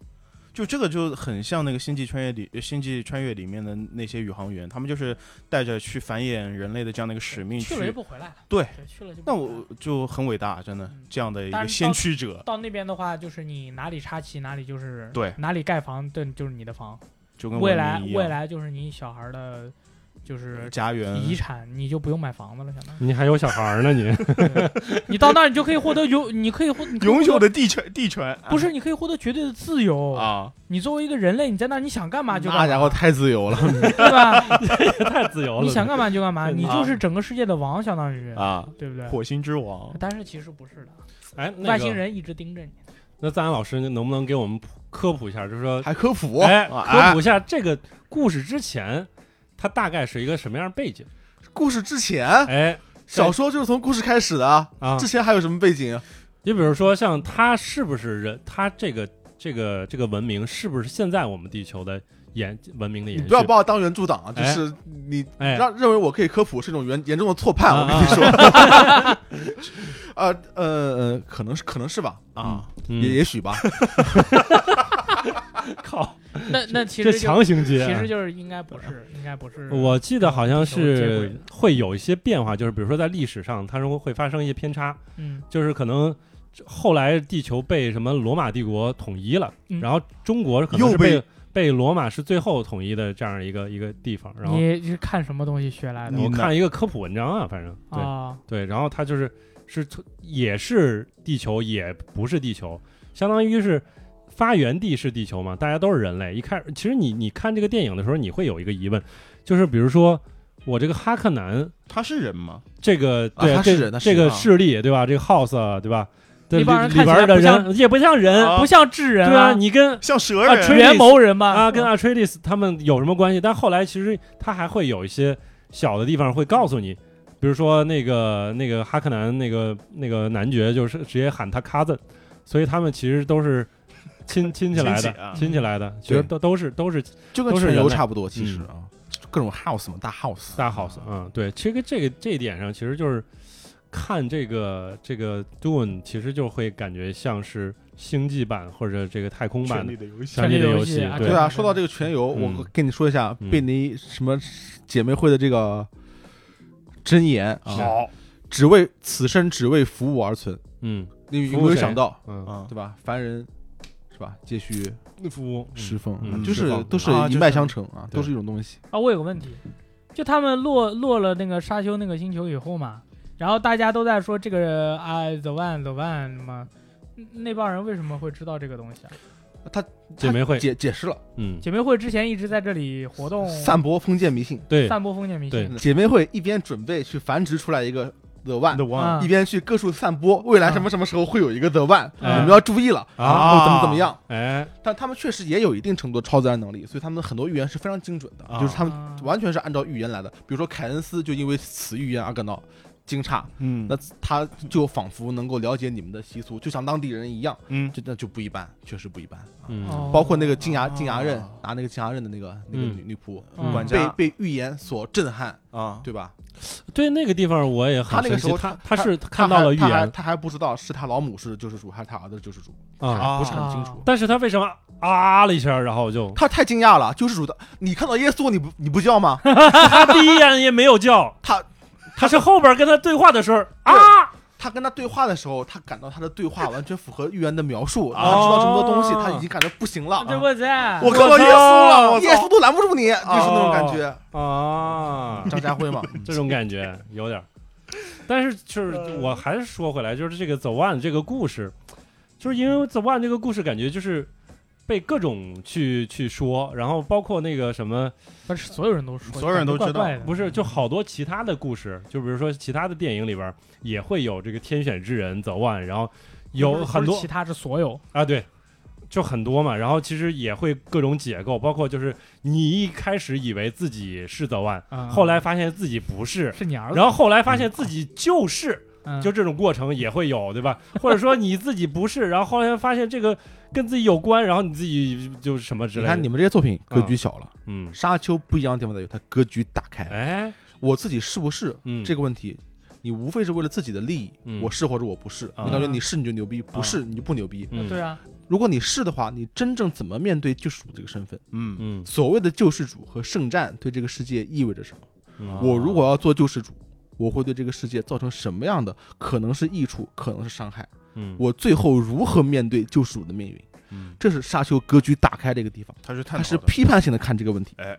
B: 就这个就很像那个《星际穿越》里《星际穿越》里面的那些宇航员，他们就是带着去繁衍人类的这样的一个使命
C: 去了就不回来了。
B: 对，
C: 去了就不
B: 那
C: 回来了
B: 我就很伟大，真的
C: 嗯
B: 这样的一
C: 但
B: 个
C: 是
B: 先
C: 到
B: 驱者，
C: 到那边的话，就是你哪里插旗，哪里就是
B: 对
C: 哪里盖房，对，就是你的房。
B: 就跟
C: 未
B: 文
C: 来
B: 明一样嗯
C: 未来就是你小孩的，就是
B: 家园
C: 遗产，你就不用买房子了，相当 于。
A: 你还有小孩儿呢，你
C: 你到那儿你就可以获得永，你可以获你可以获
B: 永
C: 得
B: 久的地权地权
C: 不是，你可以获得绝对的自由。
B: 啊，
C: 你作为一个人类，你在那儿你想干嘛就干嘛，
D: 那家伙太自由了，
C: 对 吧？
A: 太自由了。
C: 你想干嘛就干嘛，
A: 嗯
C: 你就是整个世界的王，相当于，
B: 啊，
C: 对不对？
B: 火星之王
C: 但是其实不是的，
A: 哎，那个
C: 外星。人一直 盯着你。
A: 那赞安老师能不能给我们普科普一下？就是说，
D: 还科普。
A: 哎，
D: 啊
A: 科普一下这个故事之前，它大概是一个什么样的背景？
D: 故事之前，
A: 哎
D: 小说就是从故事开始的啊，
A: 啊
D: 之，前还有什么背景？
A: 你比如说像它是不是人，它这个这个这个文明是不是现在我们地球的延文明的
D: 你
A: 延续？
D: 不要把我当原著党啊，就
A: 哎
D: 是你
A: 哎
D: 让认为我可以科普是一种严严重的错判，
A: 啊
D: 我跟你说。 呃呃呃，可能是可能是吧，
B: 啊，
A: 嗯
D: 也也许吧。
A: 靠，
C: 那那其
A: 这
C: 实就
A: 强行接
C: 其
A: 啊。
C: 实就是应该不是，应该不是。
A: 我记得好像
C: 有接轨
A: 是
C: 的
A: 会有一些变化，就是比如说在历史上，它是会发生一些偏差，
C: 嗯
A: 就是可能后来地球被什么罗马帝国统一了，
C: 嗯
A: 然后中国可能是
D: 又被
A: 被被罗马是最后统一的这样一个一个地方。然后
C: 你是看什么东西学来的
A: 我看了一个科普文章啊，反正对、
C: 啊？
A: 对，然后它就是是从也是地球，也不是地球，相当于是。发源地是地球嘛？大家都是人类。一开，其实你你看这个电影的时候，你会有一个疑问，就是比如说我这个哈克南
B: 他是人吗？
A: 这个
D: 啊
A: 对、
D: 他是人
A: 这
D: 他
A: 这
D: 是
A: 个
D: 人啊
A: 势力对吧？这个 House 啊对吧？对
C: 那
A: 里
C: 帮人
A: 里
C: 看起来
A: 边的
C: 不像
A: 人也不像人，
B: 啊
C: 不像智人
A: 对啊，你跟
B: 像蛇
A: 啊
B: 人
A: 吹
C: 元谋人嘛
A: 啊，跟 Atreides 他们有什么关系？但后来其实他还会有一些小的地方会告诉你，比如说那个那个哈克南那个那个男爵就是直接喊他 cousin，所以他们其实都是亲亲戚来
B: 亲
A: 的
B: 戚啊，
A: 亲戚来的，其实都都是都是
D: 就跟
A: 都是
D: 全
A: 人类
D: 游
A: 嗯
D: 差不多，其实啊，各种 house 嘛，大 house，
A: 大 house 啊、嗯，对，其实这个这一点上，其实就是看这个这个 Dune，其实就会感觉像是星际版或者这个太空版
B: 权
A: 的
B: 力的游戏
A: 权力的游
C: 权力的游戏啊
A: 对
D: 对啊，
C: 对
D: 说到这个全游，
A: 嗯
D: 我跟你说一下
A: 嗯
D: 贝尼什么姐妹会的这个箴言啊，
B: 好
D: 只为此生只为服务而存。
A: 嗯
D: 你有
A: 服务
D: 没有
A: 谁
D: 想到，
A: 嗯，
B: 啊
D: 对吧？凡人是吧？皆需
A: 服务
D: 侍奉，
A: 嗯
D: 就
A: 侍
D: 是
A: 奉
D: 都是
B: 啊
D: 一
B: 就
D: 脉
B: 是
D: 相承啊，都
A: 对
D: 是一种东西。
C: 啊，我有个问题，就他们落落了那个沙丘那个星球以后嘛，然后大家都在说这个啊，the one the one 嘛，那帮人为什么会知道这个东西啊？
A: 姐妹会，
D: 解解释了，
A: 嗯，
C: 姐妹会之前一直在这里活动，
D: 散播封建迷信。
A: 对，
C: 散播封建迷信
A: 对，
D: 姐妹会一边准备去繁殖出来一个 the one，
B: The One
C: 啊
D: 一边去各处散播未来什么什么时候会有一个 the one，你
C: 哎
D: 们要注意了，
A: 啊，
D: 会怎么怎么样。
A: 哎，
D: 但他们确实也有一定程度的超自然能力，所以他们很多预言是非常精准的，
B: 啊
D: 就是他们
C: 啊
D: 完全是按照预言来的。比如说凯恩斯就因为啊此预言而感到惊诧，
B: 嗯
D: 那他就仿佛能够了解你们的习俗，就像当地人一样，
B: 嗯
D: 这那就不一般，确实不一般。啊
A: 嗯，
C: 哦
D: 包括那个金牙金牙刃
B: 啊
D: 拿那个金牙刃的那个那个
A: 哦嗯
D: 女女仆，
C: 嗯
B: 管
D: 被
B: 家
D: 被预言所震撼，
B: 啊，
D: 对吧？
A: 对，那个地方我也
D: 他
A: 很
D: 那个
A: 神
D: 时
A: 奇，
D: 候
A: 他
D: 他
A: 是看到了预
D: 他还
A: 言
D: 他还不知道是他老母是救世主还是他儿子是救世主，
A: 啊，
B: 啊
D: 不是很清楚。
A: 但是他为什么啊了一下，然后就
D: 他太惊讶了，救世主的，你看到耶稣你不你不叫吗？
A: 他第一眼也没有叫
D: 他，
A: 他是后边跟他对话的时候 啊，
D: 他跟他对话的时候，他感到他的对话完全符合预言的描述，
B: 啊
D: 他知道这么多东西，他已经感觉哦不行了。
C: 对啊不对？
D: 我哦看到耶稣了，
A: 我操
D: 耶稣都拦不住你，就是那种感觉。
A: 啊，
D: 张家辉嘛，
A: 这种感觉有点儿。但是就是我还是说回来，就是这个 The One 这个故事，就是因为 The One 这个故事感觉就是被各种去去说，然后包括那个什么，
C: 不是所有人都说，
B: 所有人都
C: 怪
B: 知道
C: 怪的嗯
A: 不是就好多其他的故事，就比如说其他的电影里边儿也会有这个天选之人 The One，然后
C: 不是
A: 有
C: 不是
A: 很多
C: 其他是所有，
A: 啊，对，就很多嘛。然后其实也会各种解构，包括就是你一开始以为自己是 The One，
D: 啊
C: 嗯
A: 后来发现自己不是，
C: 是你儿子
A: 然后后来发现自己就是，，
C: 嗯
A: 就这种过程也会有，对吧？ 或者说你自己不是，然后后来发现这个跟自己有关，然后你自己就什么之
D: 你
A: 类的。
D: 看你们这些作品格局小了，
A: 嗯，
D: 沙丘不一样的地方在于它格局打开。
A: 哎，
D: 我自己是不是
A: 嗯，
D: 啊这
A: 个
D: 个问题，你无非是为了自己的利益，
A: 嗯
D: 我是或者我不是。
A: 啊
D: 你感觉你是你就牛逼，
A: 啊
D: 不是你就不牛逼。
A: 嗯
C: 对啊，
D: 如果你是的话，你真正怎么面对救世主这个身份？
B: 嗯，
A: 嗯，
D: 所谓的救世主和圣战对这个世界意味着什么？
A: 嗯
D: 我如果要做救世主，我会对这个世界造成什么样的可能是益处，可能是伤害？
A: 嗯
D: 我最后如何面对救世主的命运？
B: 嗯
D: 这是沙丘格局打开的一个地方，
B: 他是探
D: 它
B: 讨
D: 是
B: 的
D: 批判性的看这个问题。
B: 哎，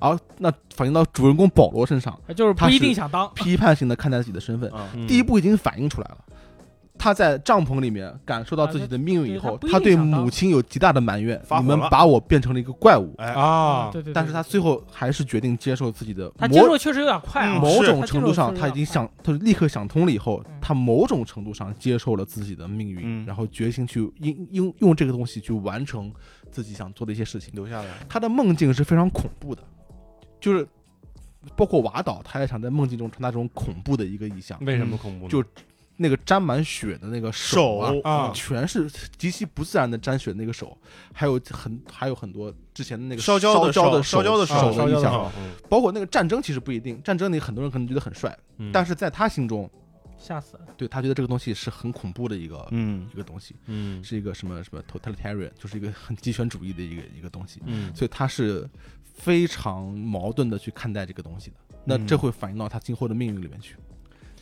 D: 而那反映到主人公保罗身上，
C: 他就是
D: 他
C: 不一
D: 是
C: 定想当。
D: 批判性的看待自己的身份。
B: 啊，
A: 嗯
D: 第一步已经反映出来了，他在帐篷里面感受到自己的命运以后
C: 啊，对
D: 他
C: 他不一
D: 对
C: 定想当
D: 母亲有极大的埋怨
B: 发，火
D: 你
B: 了
D: 们把我变成了一个怪物。
B: 哎，
A: 啊，
C: 嗯对对，对
D: 但是他最后还是决定接受自己的
C: 他接受
D: 某
C: 确实有点快啊
B: 嗯，
D: 某
B: 是
D: 种
C: 他接
D: 程度
C: 受
D: 上，
C: 自己
D: 他已
C: 的
D: 经想，他立刻想通了以后
C: 嗯，
D: 他某种程度上接受了自己的命
B: 嗯
D: 运，然后决心去用用用这个东西去完成自己想做的一些事情。
B: 留下来，
D: 他的梦境是非常恐怖的，就是包括瓦岛，他也想在梦境中传达这种恐怖的一个意象。
A: 为什么恐怖呢？
D: 嗯就那个沾满血的那个啊，
A: 啊
D: 全是极其不自然的沾血的那个手，还有很还有很多之前的那个
B: 烧焦
D: 焦
B: 的烧
D: 的
B: 烧焦的
D: 手
A: 烧
D: 的
A: 焦
D: 印
A: 的
D: 象，
A: 手，
D: 包括那个战争其实不一定，战争里很多人可能觉得很帅，
A: 嗯
D: 但是在他心中，
C: 吓死了。
D: 对他觉得这个东西是很恐怖的一个、
B: 嗯
D: 一个东西，
A: 嗯
D: 是一个什么什么 totalitarian，就是一个很极权主义的一个一个东西，
A: 嗯
D: 所以他是非常矛盾的去看待这个东西的。那
B: 嗯
D: 这会反映到他今后的命运里面去。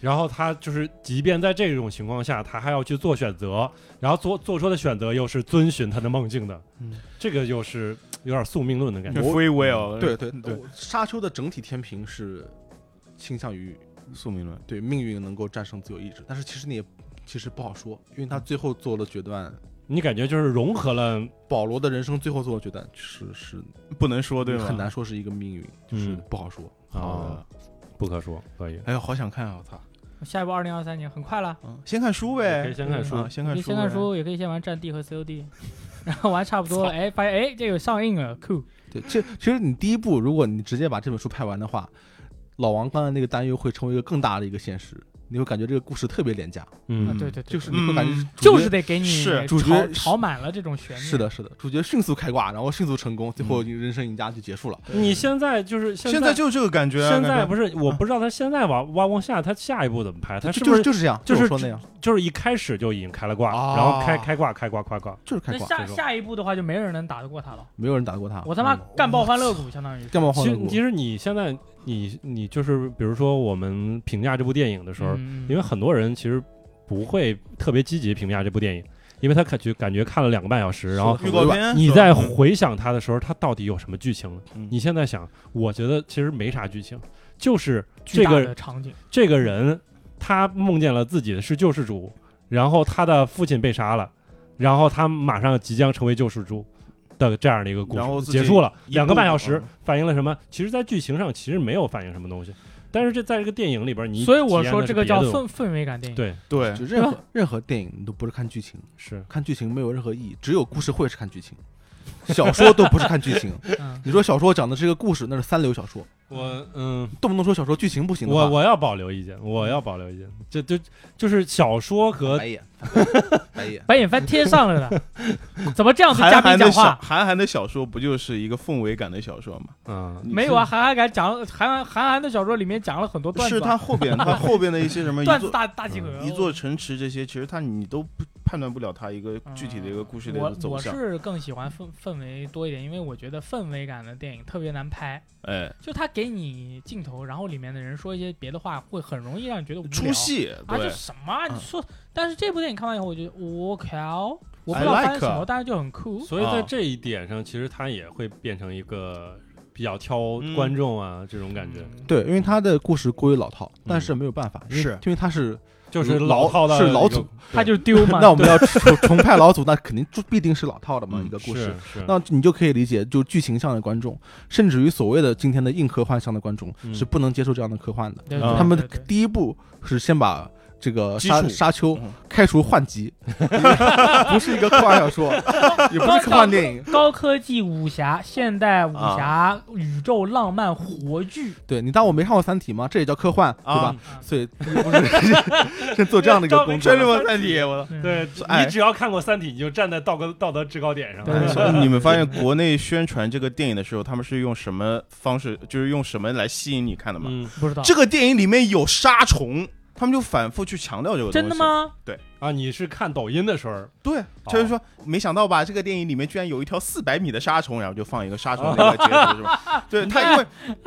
A: 然后他就是，即便在这种情况下，他还要去做选择，然后做做出的选择又是遵循他的梦境的，
B: 嗯
A: 这个又是有点宿命论的感觉。
B: ，free will，
D: 对对
B: 嗯对，
D: 我沙丘的整体天平是倾向于
B: 宿命论，
D: 对命运能够战胜自由意志，但是其实你也其实不好说，因为他最后做了决断，
A: 你感觉就是融合了，
D: 保罗的人生最后做的决断是是
B: 不能说对吧？
D: 很难说是一个命运，就是
A: 嗯
D: 不好说。
A: 啊，不可说，可以。
B: 哎呀，好想看啊！我操，
C: 下一步二零二三年很快了，
B: 嗯，先看书呗，
A: 可以先看书
B: 啊，先
C: 你
B: 看
C: 可以
B: 书，
C: 先看，书，也可以先玩《战地》和 COD，然后玩差不多了，哎，发现哎这个上映了，啊酷。
D: 对，其实其实你第一步，如果你直接把这本书拍完的话，老王刚才那个担忧会成为一个更大的一个现实，你会感觉这个故事特别廉价，
C: 啊
A: 嗯，
C: 对对对，
D: 就是你会感觉
B: 嗯
D: 主角
C: 就是得给你
B: 是
D: 主角
C: 炒炒满了这种悬念。
D: 是的，是的，主角迅速开挂，然后迅速成功，最后人生赢家就结束了。
A: 你现在就是
B: 现在
A: 在
B: 就是这个感觉啊，
A: 现
B: 感
A: 在
B: 觉
A: 不是，我不知道他现在往往往下，他下一步怎么拍？他是
D: 就
A: 不
D: 是
A: 是
D: 就是这样，
A: 就是
D: 我说那样，
A: 就是一开始就已经开了挂，
D: 啊
A: 然后开开挂开挂开挂？
D: 就是开
C: 那
D: 挂，
C: 下
D: 这种
C: 下一步的话，就没人能打得过他了。
D: 没有人打过他。
C: 我他妈
D: 嗯
C: 干爆欢乐谷，相当于是
D: 干嘛换
A: 其
D: 了
A: 实
D: 我？
A: 其实你现在你你就是比如说我们评价这部电影的时候，
C: 嗯
A: 因为很多人其实不会特别积极评价这部电影，因为他感觉感觉看了两个半小时，然后
D: 是
B: 预告片，
A: 你在回想它的时候，它到底有什么剧情呢？
B: 嗯
A: 你现在想，我觉得其实没啥剧情，就是
C: 巨
A: 这
C: 大
A: 个
C: 的场景，
A: 这个人他梦见了自己是救世主，然后他的父亲被杀了，然后他马上即将成为救世主。的这样的一个故
B: 然后
A: 事
B: 自己
A: 结束了，
B: 一步
A: 两个半小时
B: 嗯，
A: 反映了什么？其实，在剧情上其实没有反映什么东西，但是这在这个电影里边，你
C: 所以我
A: 体验的
C: 说
A: 是
C: 这个叫
A: 别的东
C: 氛氛围感电
A: 西
C: 影。
A: 对
B: 对
D: 就任何任何电影你都不是看剧情，
A: 是
D: 看剧情没有任何意义，只有故事会是看剧情，小说都不是看剧情。
C: 嗯，
D: 你说小说讲的是一个故事，那是三流小说，
A: 我嗯，
D: 动不动说小说剧情不行的话，
A: 我我要保留意见，我要保留意见，这就就是小说和
D: 白 眼白眼。
C: 白眼翻天上了 的，怎么这样子
B: 韩
C: 嘉宾
B: 寒的
C: 讲
B: 小
C: 话？
B: 韩寒的小说不就是一个氛围感的小说吗？
A: 嗯
B: 你
C: 没有啊，韩寒敢讲韩寒韩寒的小说里面讲了很多段子啊，
B: 是他后 边他后边的一些什么一
C: 段子
B: 座
C: 啊大大集合。
B: 一座城池这些，其实他你都不判断不了他一个具体的一个故事的一个
C: 哦嗯我
B: 走
C: 我
B: 向。
C: 是更喜欢氛氛围多一点，因为我觉得氛围感的电影特别难拍，
B: 哎，
C: 就他给你镜头，然后里面的人说一些别的话，会很容易让你觉得无聊
B: 出戏
C: 啊，这
B: 对，
C: 什么啊
B: 嗯
C: 你说？但是这部电影看完以后，我觉得我靠，我不
B: I
C: 知道发生
B: like 啊
C: 什么
B: it
C: 但是就很酷。
A: 所以在
B: 啊
A: 这一点上，其实他也会变成一个比较挑
B: 嗯
A: 观众啊、这种感觉，
C: 嗯
D: 对，因为他的故事过于老套，但是没有办法，因为
B: 是
D: 因为他是
A: 就是
D: 嗯老
A: 套的
D: 是
A: 一个
D: 老祖，
C: 他就是丢 嘛。
D: 那我们要重重拍老祖，那肯定注必定是老套的嘛、
B: 嗯
D: 一个故事
A: 是。是
D: 那你就可以理解，就剧情向的观众，甚至于所谓的今天的硬科幻向的观众，
A: 嗯
D: 是不能接受这样的科幻的。
C: 对
B: 嗯
C: 对
D: 他们
C: 对对
D: 第一步是先把这个
B: 基
D: 沙
B: 础
D: 沙丘
B: 嗯
D: 开除换籍，不是一个科幻小 说，也不是科幻电影。
C: 高科技武侠、现代武
B: 啊
C: 侠、宇宙浪漫活剧，
D: 对你当我没看过《三体》吗？这也叫科幻，对吧？
C: 啊
D: 所以不是先做这样的一个工作
B: 真。他妈三体，我操！
C: 嗯，
A: 对
B: 哎
A: 你只要看过《三体》，你就站在道德道德制高点上。
C: 对对
B: 所以你们发现国内宣传这个电影的时候，他们是用什么方式，就是用什么来吸引你看的吗？
A: 嗯，
C: 不知道
B: 这个电影里面有杀虫，他们就反复去强调这个东西。
C: 真的？吗？
A: 啊，你是看抖音的时候，
B: 对，他就说没想到吧，这个电影里面居然有一条四百米的沙虫，然后就放一个沙虫那个截图，是吧？对他，因为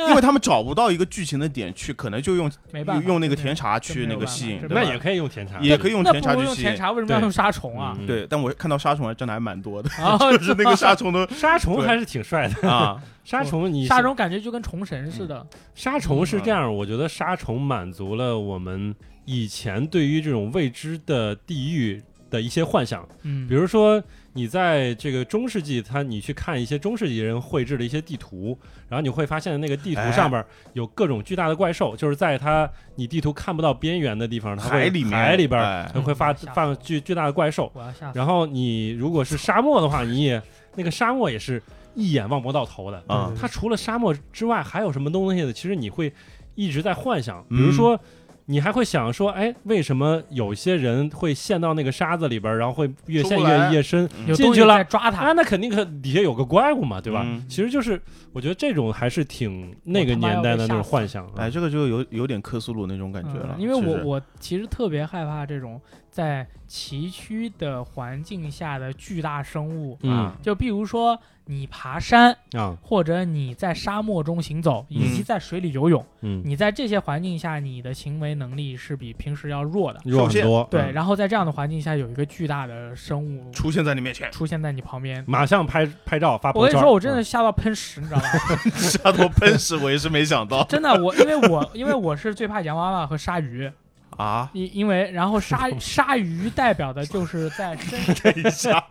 B: 因为他们找不到一个剧情的点去，可能就用
C: 没办法，
B: 用那个
C: 真的
B: 甜茶去那个吸引，
C: 真
B: 对
C: 没
A: 那
B: 吧
A: 也可以用甜茶，
B: 也可以用
C: 那
B: 甜
C: 不
B: 茶
C: 如
B: 去
C: 用
B: 吸
C: 甜
B: 引。
C: 茶，为什么要
A: 对
C: 用杀虫啊？
A: 嗯，
B: 对，但我看到沙虫还真的还蛮多的，
C: 啊，
B: 就是那个沙虫都
A: 杀虫还是挺帅的。
B: 啊，
A: 杀虫，你
C: 杀虫感觉就跟虫神似的，
A: 杀虫是这样，我觉得杀虫满足了我们以前对于这种未知的地域的一些幻想，
C: 嗯，
A: 比如说你在这个中世纪，它你去看一些中世纪人绘制的一些地图，然后你会发现那个地图
B: 哎
A: 上边有各种巨大的怪兽，就是在它你地图看不到边缘的地方，它会
B: 海里面
A: 海里边
B: 哎
A: 它会发
C: 吓死我
A: 放巨巨大的怪兽，
C: 我要吓死。
A: 然后你如果是沙漠的话，你也那个沙漠也是一眼望不到头的。
B: 啊
A: 它除了沙漠之外还有什么东西的？其实你会一直在幻想，比
B: 嗯
A: 如说。你还会想说，哎，为什么有些人会陷到那个沙子里边，然后会越陷
B: 出不来
A: 越越深？
C: 有
A: 进
C: 东西
A: 去了
C: 在抓他，
B: 哎
A: 啊，那肯定可底下有个怪物嘛，对吧？
B: 嗯
A: 其实就是，我觉得这种还是挺那个
C: 我他妈
A: 年
C: 要
A: 代
C: 被
A: 的那
C: 吓
A: 种
C: 死
A: 幻想。啊
B: 哎，这个就有有点克苏鲁那种感觉了，
C: 嗯因为
B: 是不
C: 我
B: 是
C: 我其实特别害怕这种在崎岖的环境下的巨大生物，
B: 啊
A: 嗯
C: 就比如说你爬山，
A: 啊，
C: 或者你在沙漠中行走，以及在水里游泳，
A: 嗯，
C: 你在这些环境下，你的行为能力是比平时要弱的。
A: 弱
B: 首
A: 很
B: 先
A: 多。
C: 对，
A: 嗯
C: 然后在这样的环境下，有一个巨大的生物
B: 出现在你面前，
C: 出现在你旁边，
A: 马上拍拍照发朋
C: 我
A: 友
C: 跟你
A: 圈。
C: 说，我真的
A: 嗯
C: 吓到喷屎，你知道吧？
B: 沙头喷屎，我也是没想 到
C: 真的，我因为我因为我是最怕洋娃娃和鲨鱼，
B: 啊，
C: 因因为然后鲨鲨鱼代表的就是在啊深
B: 等一下，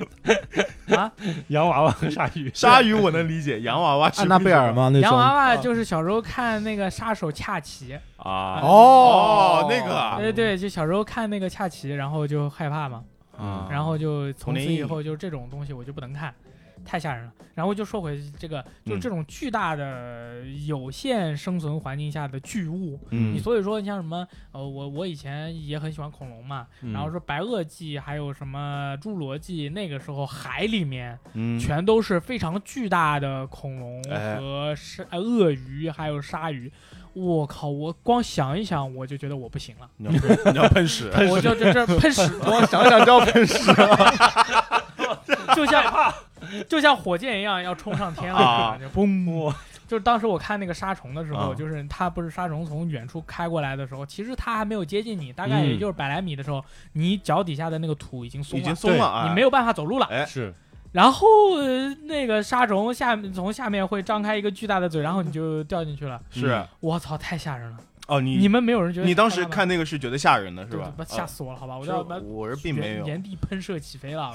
A: 洋娃娃和鲨鱼，
B: 鲨鱼我能理解，洋娃娃是
D: 安娜贝尔吗？那
C: 洋娃
D: 种
C: 娃就是小时候看那个杀手恰奇，
B: 啊，
D: 哦
B: 哦那个啊
C: 对对，就小时候看那个恰奇，然后就害怕嘛，
B: 啊
C: 哦然后就
B: 童
C: 从
B: 年
C: 此
B: 阴
C: 以
B: 影
C: 后就这种东西我就不能看，太吓人了。然后就说回这个，就
B: 嗯
C: 这种巨大的有限生存环境下的巨物，
B: 嗯
C: 你所以说你像什么，呃，我我以前也很喜欢恐龙嘛，然
B: 嗯
C: 后说白垩纪还有什么侏罗纪，那个时候海里面
B: 嗯
C: 全都是非常巨大的恐龙
B: 哎
C: 和鲨、呃鳄鱼，还有鲨鱼。我靠！我光想一想，我就觉得我不行 了，
B: 你要你要喷屎，
C: 我就这这 喷屎，
D: 光想想就要喷屎。
C: 就像就像火箭一样要冲上天了，
B: 啊
C: 就嘣！就是当时我看那个沙虫的时候，
B: 啊
C: 就是它不是沙虫从远处开过来的时候，其实它还没有接近你，大概也
A: 嗯
C: 就是百来米的时候，你脚底下的那个土已经松
B: 已
C: 了，
B: 经松了啊，
C: 你没有办法走路了。
B: 哎
A: 是
C: 然后、呃、那个沙虫下从下面会张开一个巨大的嘴，然后你就掉进去了。
B: 是
C: 我操，太吓人了！
B: 哦，
C: 嗯你
B: 你
C: 们没有人觉得
B: 你当
C: 害
B: 时
C: 怕吗
B: 看那个是觉得吓人的是
C: 对
B: 吧
C: 对？吓死我了，好吧，
B: 我
C: 我都要把
B: 我是并没有
C: 原，原地喷射起飞了，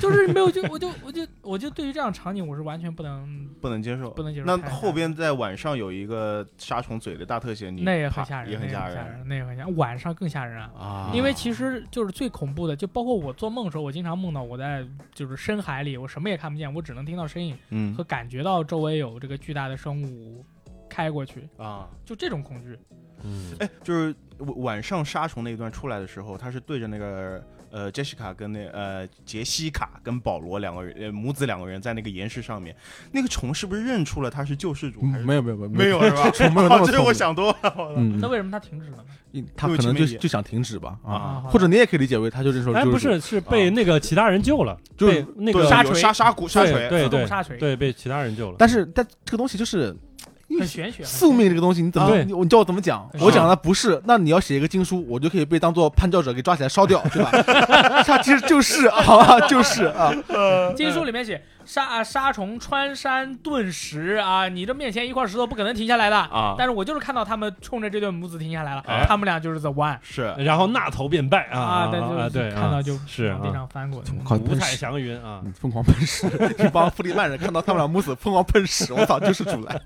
C: 就是没有就我就我就我就对于这样场景我是完全不能
B: 不能接受
C: 不。能接受。
B: 那
C: 太
B: 后边在晚上有一个杀虫嘴的大特写，你
C: 那也
B: 怕
C: 很吓人，
B: 也很
C: 那
B: 吓
C: 人，那也很吓人。晚上更吓人啊！
B: 啊，
C: 因为其实就是最恐怖的，就包括我做梦的时候，我经常梦到我在就是深海里，我什么也看不见，我只能听到声音。
B: 嗯
C: 和感觉到周围有这个巨大的生物开过去，
B: 啊，
C: 就这种恐惧。
A: 嗯
B: 哎，就是晚晚上杀虫那一段出来的时候，他是对着那个呃杰西卡跟那呃杰西卡跟保罗两个人，呃母子两个人在那个岩石上面，那个虫是不是认出了他是救世主？还是
D: 没有没有嗯没有
B: 没有是吧？
D: 没有那么
B: 这我
D: 恐怖
B: 想多了。
D: 嗯
C: 那，为什么它停止了呢？
D: 他可能就就想停止吧啊，
C: 啊，好
D: 或者你也可以理解为他就这时候
A: 哎，
D: 就啊
A: 不是，是被那个其他人救了，
D: 就
A: 被
D: 是
A: 那
B: 对
A: 个
C: 沙
B: 有
C: 锤
B: 沙沙骨沙锤，
A: 对
C: 自动
A: 对
C: 沙锤，
A: 对被其他人救了。
D: 但是但这个东西就是
C: 很玄学，很
D: 宿命这个东西，你怎么
A: 对
D: 你你叫我怎么讲？
C: 对
D: 我讲的不是，那你要写一个经书，我就可以被当做叛教者给抓起来 烧掉，对吧？他其实就是好吧，就是啊，
C: 玄学。经书里面写沙啊沙虫穿山遁石啊，你这面前一块石头不可能停下来的
B: 啊
C: 但是我就是看到他们冲着这对母子停下来了，
B: 哎
C: 他们俩就是 the one
B: 是
A: 然后纳头便拜啊
C: 啊，但
A: 啊
C: 就是
A: 对
C: 看到
A: 啊，
C: 就是往地上翻滚。
D: 我靠，
A: 五
D: 喷
A: 彩
D: 屎，
A: 祥云啊，
D: 嗯疯狂喷屎，一帮弗里曼人看到他们俩母子疯狂喷屎，我操，就是主来，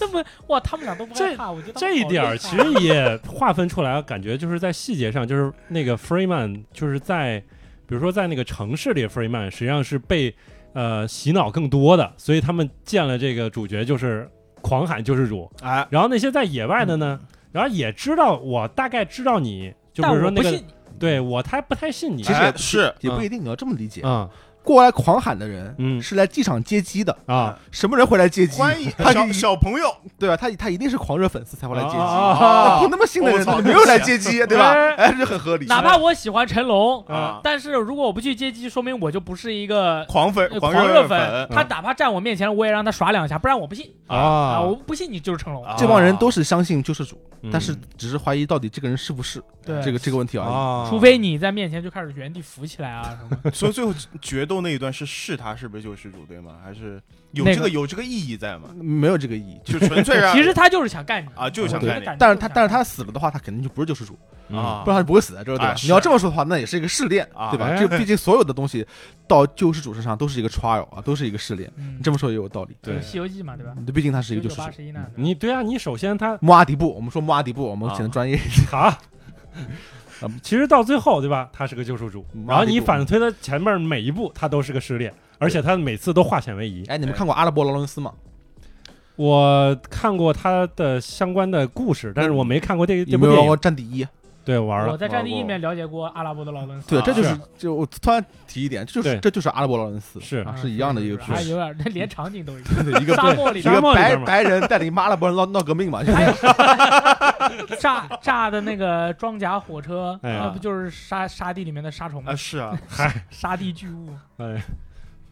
C: 那么哇，他们俩都不害
A: 这
C: 怕，我觉得
A: 这一点儿其实也划分出来，啊感觉就是在细节上，就是那个 Freeman 就是在，比如说在那个城市里，Freeman 实际上是被呃洗脑更多的，所以他们见了这个主角就是狂喊救世主。
B: 哎，
A: 然后那些在野外的呢，然后也知道我大概知道你，就比
C: 嗯但
A: 如说
C: 我
A: 那
C: 不
A: 个，
C: 信，
A: 对我才不太信你。
D: 其实
B: 哎是
D: 也不一定，你要这么理解，
A: 嗯，
D: 过来狂喊的人，
A: 嗯
D: 是来机场接机的，
A: 啊，
D: 什么人会来接机？
B: 欢迎
D: 他
B: 小
D: 一
B: 小朋友，
D: 对吧？他他一定是狂热粉丝才会来接机。
A: 啊
D: 那
B: 啊
D: 不那么信的人，
B: 我操
D: 他就没有来接机，对吧？哎，这很合理。
C: 哪怕我喜欢成龙，
B: 啊
C: 但是如果我不去接机，说明我就不是一个
B: 狂粉
C: 呃
B: 热
C: 热粉。他
A: 嗯
C: 哪怕站我面前，我也让他耍两下，不然我不信啊！
A: 啊
C: 我不信你就是成龙。
B: 啊
D: 这帮人都是相信救世主，
A: 嗯
D: 但是只是怀疑到底这个人是不是
C: 对，
D: 这个这个问题而已。
A: 啊，
C: 除非你在面前就开始原地浮起来啊什么的。
B: 所以最后决斗那一段是是他是不是救世主对吗？还是有
C: 那个
B: 这个有这个意义在吗？
D: 没有这个意义。
B: 就纯粹让
C: 其实他就是想干你
B: 啊就是想
C: 我觉
B: 干
C: 得
B: 你
C: 感觉
D: 但是
C: 就
D: 他
C: 想
D: 但是
C: 干
D: 他死了的话，他肯定就不是救世主，
A: 啊
B: 啊
D: 不然他就不会死在这儿，对吧
B: 啊？是
D: 你要这么说的话，那也是一个试炼，
B: 啊
D: 对吧？
A: 哎
D: 这毕竟所有的东西到救世主身上都是一个 trial 啊，都是一个试炼。
C: 你嗯
D: 你这么说也有道理，
C: 有
A: 对
C: 《西游记》嘛，对吧？
D: 对毕竟他是一
C: 九
D: 个救
C: 九
D: 世
C: 八
D: 主。
C: 十一难，对吧
A: 你对啊，你首先他
D: 穆阿迪布，我们说穆阿迪布，我们
B: 啊
D: 显得专业。
A: 卡。其实到最后，对吧？他是个救世主，然后你反推他前面每一步，他都是个失恋，而且他每次都化险为夷。
D: 哎，你们看过阿拉伯劳伦斯吗？
A: 我看过他的相关的故事，但是我没啊看过这这
D: 有
A: 部
D: 没有
A: 电
D: 玩
A: 影
D: 过。战地一？啊
A: 对，玩
C: 我
A: 了，
C: 在《战地一》
B: 玩
C: 里
B: 过
C: 面了解过阿拉伯的劳伦斯，
D: 对，
B: 啊
D: 这就是
A: 是
D: 就我突然提一点，这就是
A: 对
D: 这就是阿拉伯劳伦斯，
A: 是
C: 啊
D: 啊是一样的一个故
C: 啊，
D: 事，
C: 有点那连场景都一样。
D: 对一个
C: 沙漠里
D: 一个
A: 沙漠里
D: 白
A: 边嘛
D: 白人带领一帮阿拉伯人闹闹革 命嘛，就是
C: 还有 炸炸的那个装甲火车，啊
A: 哎
C: 那不就是沙沙地里面的沙虫
B: 啊
C: 吗？
B: 是啊，
C: 沙地巨物，
A: 哎，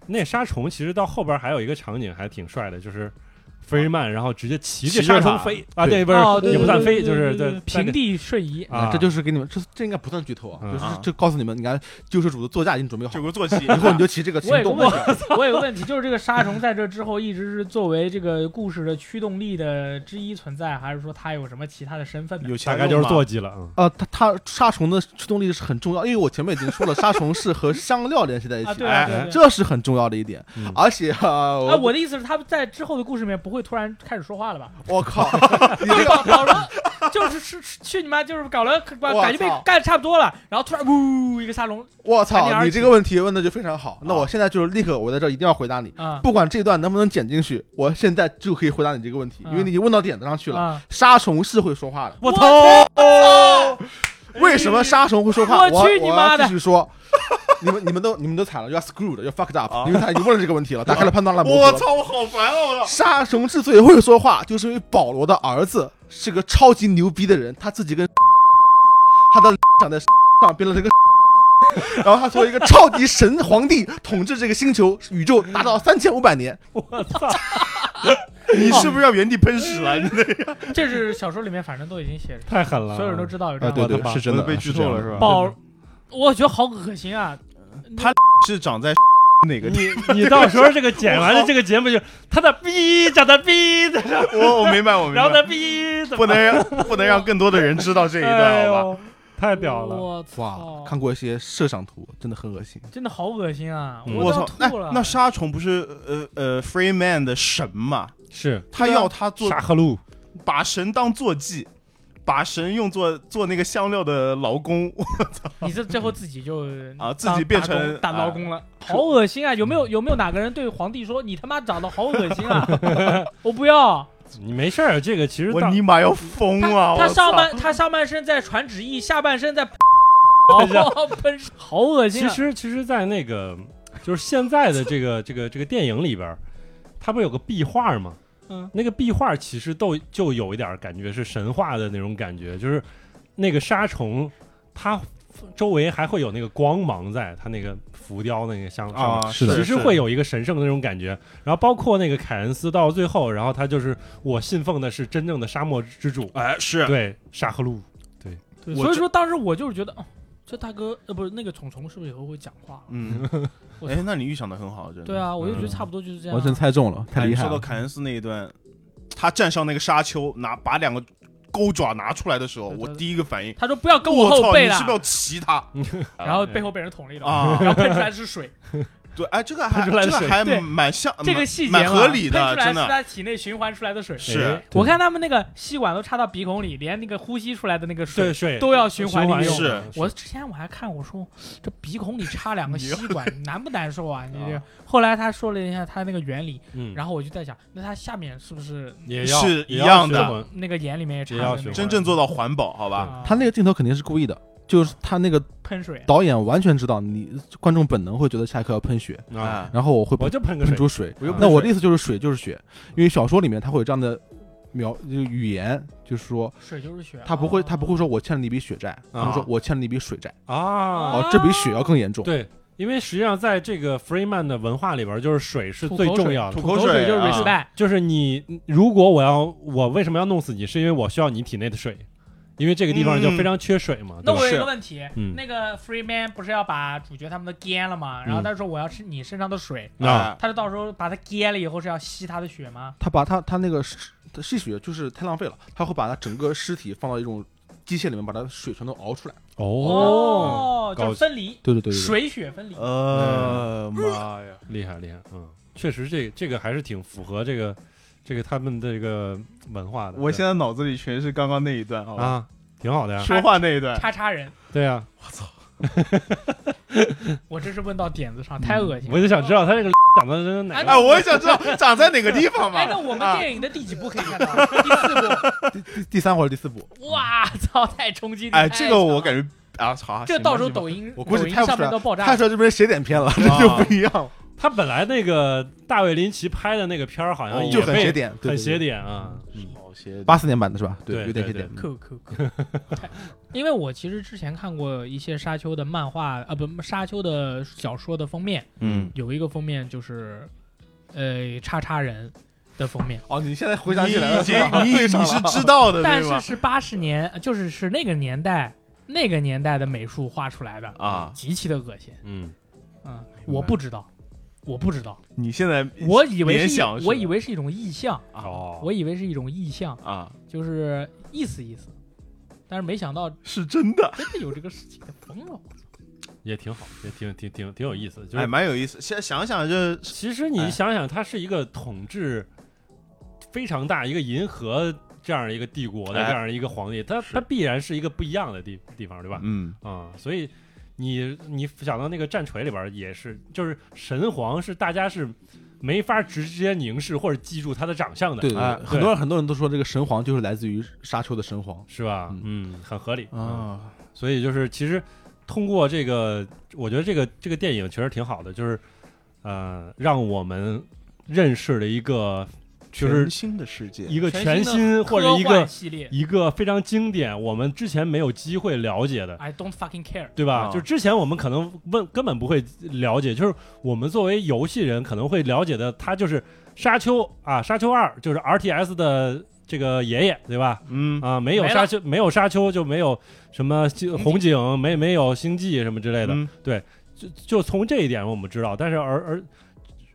A: 那沙虫其实到后边还有一个场景还挺帅的，就是飞瑞曼，然后直接骑着
B: 骑着
A: 沙虫
B: 它
A: 飞啊，对，
D: 对
A: 不
C: 哦
A: 是
C: 对
A: 也不
C: 对
A: 算
C: 对
A: 飞，
C: 对
A: 就是
C: 对
A: 对
C: 平地瞬移，
A: 啊，
D: 这就是给你们这这应该不算剧透啊，
A: 嗯
D: 就是
B: 啊
D: 这告诉你们，你看救世主的座驾已经准备好
B: 九
D: 了，
B: 个坐骑，
D: 以后你就骑这个行
C: 我有个
D: 动
C: 问题，我有个问题，就是这个沙虫在这之后一直是作为这个故事的驱动力的之一存在，还是说它有什么其他的身份呢？
B: 有钱
A: 大概就是坐骑了啊。
D: 呃，它它沙虫的驱动力是很重要，因为我前面已经说了，沙虫是和香料联系在一
C: 啊，
D: 起
C: 对
D: 的，
C: 啊
B: 哎
C: 对啊对啊。
D: 这是很重要的一点
A: 嗯。
D: 而且啊，
C: 哎，
D: 我
C: 我的意思是，他们在之后的故事里面不会突然开始说话了吧？
D: 我靠，你这个
C: 搞搞了，就是是是去你妈，就是搞了，
D: 我
C: 感觉被
D: 操
C: 干得差不多了，然后突然呜一个沙龙
D: 我
C: 赶紧
D: 操，
C: 而
D: 你
C: 起
D: 这个问题问的就非常好。那
B: 啊
D: 我现在就是立刻，我在这儿一定要回答你，
C: 啊，
D: 不管这段能不能剪进去，我现在就可以回答你这个问题，
C: 嗯
D: 因为你已经问到点子上去了。
C: 啊，
D: 沙虫是会说话的，
C: 我
A: 我
C: 操
A: 操！
D: 为什么沙虫会说话？
C: 我
D: 我
C: 去你妈的
D: 我要继续说， 你们你们都你们都惨了，要 screwed，要 fucked up，、
B: 啊
D: 因为他已经问了这个问题了，打
C: 啊
D: 开了潘多拉魔盒。
B: 我！操，我好烦啊！ 我操，
D: 沙虫之所以会说话，就是因为保罗的儿子是个超级牛逼的人，他自己跟 他的 长在上变了这个。 然后他作为一个超级神皇帝统治这个星球宇宙达到三千五百年，
A: 我操！
B: 你是不是要原地喷屎啊了？你这
C: 这是小说里面反正都已经写着，
A: 太狠了，嗯
C: 所有人都知道有这
D: 啊，
C: 样
D: 对
C: 的
A: 我
D: 对
A: 的，妈
D: 是真的
B: 被剧透了是吧？
C: 宝，我觉得好恶心啊！
B: 是长在 哪个地？
A: 你你到时候这个剪完了这个节目就他的逼叫他逼的，
B: 我我明白，我明
A: 然后
B: 白，
A: 他逼的，
B: 不能让不能让更多的人知 道这一
A: 哎
B: 段，好吧？
A: 呦，太屌了！
C: 我
D: 哇
C: 操，，
D: 看过一些摄像图，真的很恶心。
C: 真的好恶心啊！
A: 嗯
C: 我
B: 我
C: 都要
B: 操，那
C: 吐了。
D: 哎
B: 那沙虫不是呃呃 Free Man 的神嘛？
A: 是
B: 他
C: 啊
B: 要他做
A: 沙河路，
B: 把神当坐骑，把神用作做那个香料的劳工，
C: 你这最后自己就
B: 啊自
C: 当
B: 己变
C: 打工
B: 成
C: 打劳工了，好恶心啊！有没有有没有哪个人对皇帝说你他妈长得好恶心啊？ 我不要。
A: 你没事儿，啊这个其实
B: 我
A: 到
B: 尼玛要疯啊！
C: 他他
B: 我操
C: 上半他上半身在传旨意，下 半身在
B: 啊
C: 好喷， 好恶心
A: 其
C: 啊！
A: 实其实，在那个就是现在的这个这个这个电影里边儿，它不有个壁画吗？
C: 嗯，
A: 那个壁画其实都就有一点儿感觉是神话的那种感觉，就是那个沙虫，它周围还会有那个光芒在，它那个浮雕那个像上面
B: 啊，
D: 是的
A: 其实会有一个神圣的那种感觉。然后包括那个凯恩斯到最后，然后他就是我信奉的是真正的沙漠之主，
B: 哎是
A: 对沙赫鲁，
C: 对
B: 我
C: 所以
B: 这
C: 说当时我就是觉得，哦，这大哥呃不是那个虫虫是不是以后会讲话？
B: 嗯，
C: 我
B: 哎，那你预想的很好，真的。
C: 对，啊，我就觉得
A: 嗯
C: 差不多就是这样
D: 完。全猜中了，太
B: 哎
D: 厉
B: 你
D: 害
B: 说到
D: 了。
B: 凯恩斯那一段，他站上那个沙丘，拿把两个钩爪拿出来的时候，
C: 对
B: 我
C: 对
B: 第一个反应，
C: 他说不要跟
B: 我
C: 后
B: 操，
C: 背
B: 你
C: 了
B: 是，不是要骑 他？
C: 然后背后被人捅了一刀，
B: 啊
C: 然后喷出来是水，
B: 对，哎，这个还
A: 喷出来
B: 这
A: 的
B: 个
A: 水
B: 还
C: 对
B: 蛮像，
C: 这个
B: 蛮
C: 细节
B: 啊蛮
C: 嘛
B: 合理
C: 喷
B: 的，
C: 出来
B: 真
C: 是
B: 的
C: 他体内循环出来的水。
B: 是
A: 对
C: 我看他们那个吸管都插到鼻孔里，连那个呼吸出来的那个
A: 对
C: 水
A: 水
C: 都要循环利
B: 用
C: 用。
B: 是
C: 我之前我还看我说这鼻孔里插两个吸管难不难受啊？你这后来他说了一下他那个原理，
A: 嗯，
C: 然后我就在想，那他下面是不是
A: 也要
B: 是
A: 也
B: 一样
A: 要
B: 的
A: 循环
C: 那个眼里面也插
A: 也要
C: 了那
A: 循环
C: 个
B: 真正做到环保，好吧？
C: 啊
D: 他那个镜头肯定是故意的，就是他那个
C: 喷水，啊
D: 导演完全知道你观众本能会觉得下一刻要喷血，
C: 嗯
B: 啊，
D: 然后我会
A: 我
D: 喷
A: 就喷个水，
D: 喷出水。
B: 我又不
D: 那
B: 是
D: 我的意思就是水就是血，因为小说里面它会有这样的描就语言，就是说
C: 水就是血。
D: 他不会
C: 哦
D: 他不会说我欠了你一笔血债，他会说我欠了你一笔水债，
A: 啊。
D: 哦，这比血要更严重。
A: 对，因为实际上在这个 Freeman 的文化里边，就是水是
C: 吐
A: 最
C: 口
A: 重
C: 水
A: 要的
B: 吐。
C: 口
B: 口水
C: 就是
B: 啊
C: respect，
A: 就是你，如果我要我为什么要弄死你，是因为我需要你体内的水，因为这个地方就
B: 嗯
A: 非常缺水嘛。
C: 那
A: 对吧
C: 我有一
B: 是
C: 个问题
A: 嗯，
C: 那个 Free Man 不是要把主角他们都干了吗？然后
A: 嗯
C: 他说我要吃你身上的水，
A: 啊
B: 啊，
C: 他就到时候把他干了以后是要吸他的血吗？
D: 他把他他那个尸吸血就是太浪费了，他会把他整个尸体放到一种机械里面，把他水全都熬出来。
A: 哦，
C: 哦，
A: 搞
C: 叫分离，
D: 对对对对，
C: 水血分离。
B: 呃，妈呀，
A: 厉害厉害，嗯，确实这这个还是挺符合这个这个他们的这个文化的。
B: 我
A: 对
B: 现在脑子里全是刚刚那一段，好吧，
A: 啊，挺好的呀。
B: 说话那一段，
C: 叉叉人，
A: 对呀，
C: 我这是问到点子上，太恶心了。
A: 我就想知道他这个长得是哪
B: 哎，
A: 个。
B: 我也想知道长在哪个地方
C: 哎，那
B: 嘛？
C: 我们
B: 啊
C: 电影的第几部可以看到？第四部。
D: 第第三或者第四部，
C: 哇操，太冲击力！
B: 哎，
C: 太
B: 这个我
C: 强了
B: 感觉啊，好，
C: 这
B: 行吧
C: 到时候
B: 行吧
C: 抖音，
D: 我估计
C: 抖音
D: 拍不
C: 上
D: 出来
C: 面都爆炸
D: 看
C: 了。
D: 出来这边谁点偏了，这
B: 啊
D: 就不一样了，
A: 他本来那个大卫林奇拍的那个片儿好像
B: 哦
A: 也
D: 就很
A: 被
D: 邪点，对
A: 很邪。点啊。嗯
B: 好些
D: 八四年版的是吧？
A: 对
D: 有点
A: 对
D: 邪点。
C: 酷酷酷！因为我其实之前看过一些沙丘的漫画，啊，不，沙丘的小说的封面，
B: 嗯，
C: 有一个封面就是，呃，叉叉人的封面，
D: 哦，你现在回
B: 你
D: 想起来了，
B: 已经
D: 是吧
B: 你
D: 对 上
B: 你
D: 了
B: 是知道的
C: 但
B: 对
C: 是
B: 吧？
C: 是八十年，呃就是是那个年代那个年代的美术画出来的
B: 啊
C: 极其的恶心。
A: 嗯，
C: 嗯，
B: 白
C: 我不知道，我不知道，
B: 你现在
C: 我以为
B: 联
C: 是一
B: 想是
C: 我
B: 吧
C: 以为是一种意象，
A: 哦，
C: 我以为是一种意象，
B: 啊，
C: 就是意思意思，但是没想到
B: 是真的，
C: 真的有这个事情，疯了！
A: 也挺好，也挺挺挺挺有意思。就
B: 哎，
A: 是
B: 蛮有意思。现在想想这
A: 其实你
B: 哎
A: 想想，它是一个统治非常大、一个银河这样一个帝国的
B: 哎
A: 这样一个皇帝，他
B: 是
A: 他必然是一个不一样的地地方，对吧？
B: 嗯，
A: 啊、所以你你想到那个战锤里边也是，就是神皇是大家是没法直接凝视或者记住他的长相的，
D: 对对
B: 哎
D: 对，很多人很多人都说这个神皇就是来自于沙丘的神皇。
A: 是吧？嗯，很合理嗯
B: 啊，
A: 所以就是其实通过这个，我觉得这个这个电影其实挺好的，就是呃，让我们认识了一个就是
B: 全新的世界，
A: 一个全
C: 全新的
A: 新 或者一
C: 科
A: 个
C: 幻系列
A: 一个非常经典，我们之前没有机会了解的。
C: ，I don't fucking care。
A: 对吧？
B: 啊
A: 就之前我们可能问根本不会了解，就是我们作为游戏人可能会了解的，它就是《沙丘》啊，《沙丘二》就是 RTS 的这个爷爷，对吧？
B: 嗯
A: 啊，没有
C: 没了
A: 沙丘，没有沙丘就没有什么星红警，没没有星际什么之类的。
B: 嗯
A: 就就从这一点我们知道，但是而而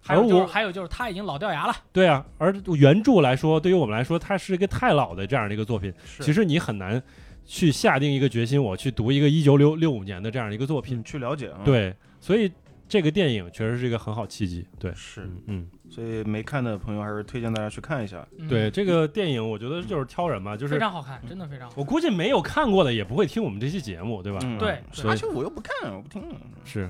C: 还有
A: 而
C: 就是
A: 我
C: 还有就是他已经老掉牙了，
A: 对啊，而原著来说，对于我们来说，它是一个太老的这样的一个作品，其实你很难去下定一个决心，我去读一个一九六六五年的这样的一个作品。
B: 嗯去了解啊，，
A: 对，所以这个电影确实是一个很好契机。对，
B: 是，
A: 嗯嗯，
B: 所以没看的朋友还是推荐大家去看一下。
C: 嗯
A: 对，这个电影我觉得就是挑人嘛，就
C: 非
A: 是
C: 常好看，真的非常好。
A: 我估计没有看过的也不会听我们这期节目，对吧？
B: 嗯
C: 对
A: 所
B: 而
A: 以
B: 且我又不看，我不听。
A: 是，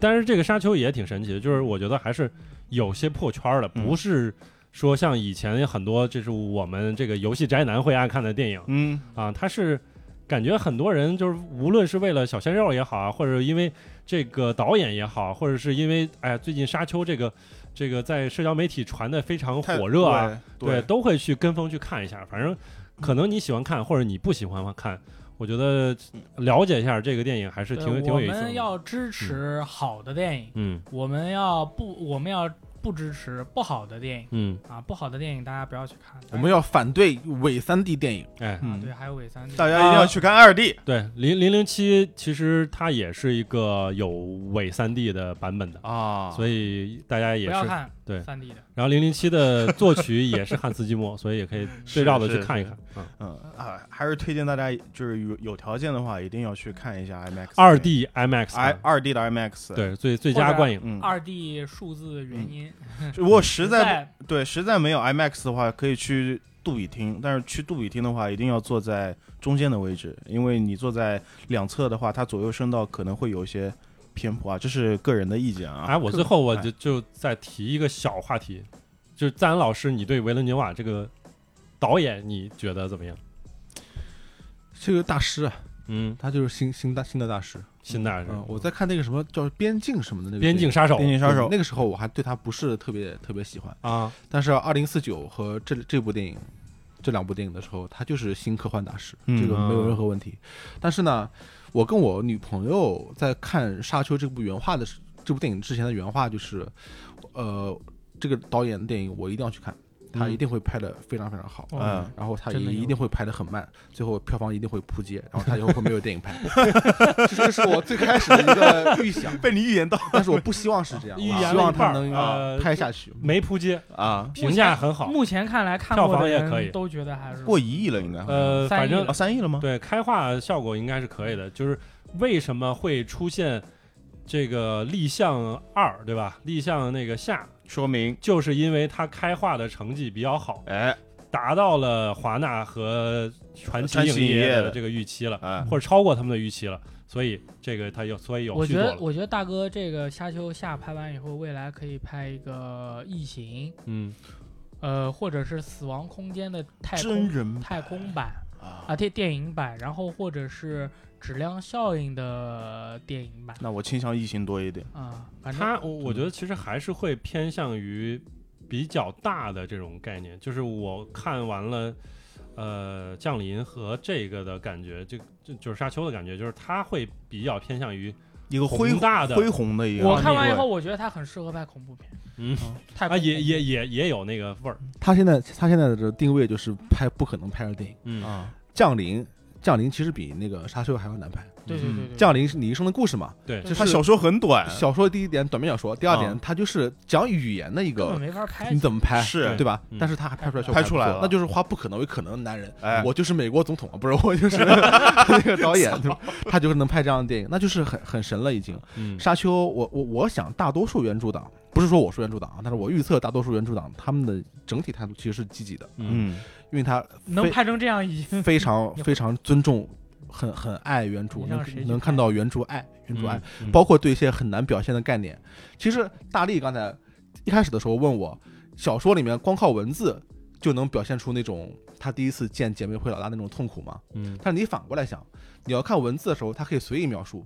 A: 但是这个沙丘也挺神奇的，就是我觉得还是有些破圈的，
B: 嗯
A: 不是说像以前有很多就是我们这个游戏宅男会爱看的电影
B: 嗯，
A: 啊，它是。感觉很多人就是，无论是为了小鲜肉也好啊，或者因为这个导演也好，或者是因为哎呀，最近《沙丘》这个这个在社交媒体传的非常
B: 太
A: 火热啊，，
B: 对，嗯
A: 都会去跟风去看一下。反正可能你喜欢看，或者你不喜欢看，我觉得了解一下这个电影还是挺
C: 对
A: 挺
C: 我
A: 有意思
C: 们
A: 的。
C: 要支持好的电影，
A: 嗯
C: 我们要不我们要不支持不好的电影
A: 嗯，
C: 啊，不好的电影大家不要去看。
B: 哎
D: 我们要反对伪三 D 电影，
A: 哎，
C: 啊，
B: 嗯
C: 对，，还有伪三 D，
B: 大家一定要去看二 D。
A: 对，零零零七其实它也是一个有伪三 D 的版本的，
B: 啊
A: 所以大家也
C: 不
A: 是
C: 要。看
A: 对
C: 三 D 的，
A: 然后零零七的作曲也是汉斯季默，所以也可以对照的去
B: 是是
A: 看一看。嗯，
B: 嗯啊，还是推荐大家，就是有有条件的话，一定要去看一下 IMAX
A: 二 D IMAX，
B: I 二 D 的 IMAX。，
A: 对最最佳观影。
B: 哎嗯，
C: 二 D 数字原
A: 嗯
C: 因
B: 如果实
C: 实
B: 在不对实在没有 IMAX 的话，可以去杜比厅，但是去杜比厅的话，一定要坐在中间的位置，因为你坐在两侧的话，它左右声道可能会有一些偏颇啊，这是个人的意见啊。
A: 哎，我最后我就就再提一个小话题，就是赞恩老师，你对维伦纽瓦这个导演你觉得怎么样？
D: 这个大师啊，
A: 嗯，
D: 他就是新新大新的大师。
A: 新
B: 哎
A: 大师，
D: 嗯，我在看那个什么叫《边境》什么的那个
A: 边境杀手
B: 电竞杀
D: 对
B: 手
D: 那个时候我还对他不是特别特别喜欢，
A: 啊，
D: 但是二零四九和这这部电影，这两部电影的时候，他就是新科幻大师，
B: 嗯
D: 这个没有任何问题。
A: 嗯
D: 但是呢，我跟我女朋友在看《沙丘》这部原画的时这部电影之前的原画就是，呃，这个导演的电影我一定要去看，
A: 嗯
D: 他一定会拍的非常非常好。
A: 哦
D: 呃
B: 嗯，
D: 然后他也
C: 真的有
D: 一定会拍的很慢，最后票房一定会 扑街，然后他以后会没有电影拍。这是我最开始的一个预想，
B: 被你预言到
D: 但是我不希望是这样，
A: 预
D: 我
A: 言
D: 希
A: 了
D: 望
A: 一半
D: 他
A: 儿
D: 能
A: 呃
D: 拍下去。
A: 没扑街，
B: 啊，
A: 评价很好，
E: 目前看来看
A: 票
E: 过的
A: 房也可以
E: 人都觉得还是
B: 过一亿了应该，
A: 呃，
E: 三
A: 反
E: 亿
A: 正
B: 啊三亿了吗？
A: 对开画效果应该是可以的。就是为什么会出现这个立项二，对吧？立项那个下，
B: 说明
A: 就是因为它开画的成绩比较好，
B: 哎
A: 达到了华纳和传奇
B: 传奇
A: 影业
B: 影业
A: 的
B: 的
A: 这个预期了，
B: 哎，
A: 或者超过他们的预期了，所以这个它有，所以有
E: 我
A: 续
E: 觉
A: 作
E: 得，
A: 了。
E: 我觉得大哥这个《沙丘》下拍完以后，未来可以拍一个《异形》，
A: 嗯，
E: 呃，或者是《死亡空间》的太
B: 真
E: 空
B: 人
E: 太空版
B: 啊，
E: 啊，电电影版，然后或者是质量效应的电影版
B: 那我倾向异形多一点。
E: 啊，反正
A: 它我我觉得其实还是会偏向于比较大的这种概念，就是我看完了。呃，降临和这个的感觉，就就就是沙丘的感觉，就是它会比较偏向于
B: 一个
A: 宏大的
B: 恢宏的一个，
E: 我看完以后，我觉得他很适合拍恐怖片，
A: 嗯
E: 太
A: 啊，也
E: 恐怖
A: 也也也有那个味儿，
D: 他现在他现在的这个定位就是拍不可能拍的电影，
A: 嗯
B: 啊，
D: 《降临》《降临》其实比那个《沙丘》还要难拍，
E: 对对对
D: 《
B: 嗯
E: 对，
D: 降临》是李医生的故事嘛，
A: 对
D: 就是
B: 他小说很短，
D: 小说第一点短篇小说，第二点
B: 啊
D: 它就是讲语言的一
E: 根本
D: 个，
E: 没法拍
D: 你。怎么拍？
B: 嗯是
D: 对吧
A: 嗯？
D: 但是他还拍出来效果
B: 拍
D: 还不
B: 出来
D: 错
B: 了
D: 啊那就是化不可能为可能的男人。
B: 哎
D: 我就是美国总统啊，不 是我就是 那个导演，对吧？他就是能拍这样的电影，那就是很很神了已经。
A: 嗯
D: 沙丘，我我我想大多数原著党，不是说我说原著党啊，但是我预测大多数原著党他们的整体态度其实是积极的，
A: 嗯
B: 嗯，
D: 因为他
E: 能
D: 非
E: 拍成这样已经
D: 非常非常尊重，很很爱原著，
E: 嗯你让谁去
D: 能能
E: 拍
D: 看到原著爱原著爱，
A: 嗯
D: 包括对一些很难表现的概念。其实大力刚才一开始的时候问我，小说里面光靠文字就能表现出那种他第一次见姐妹会老大那种痛苦吗？
A: 嗯
D: 但是你反过来想，你要看文字的时候，它可以随意描述。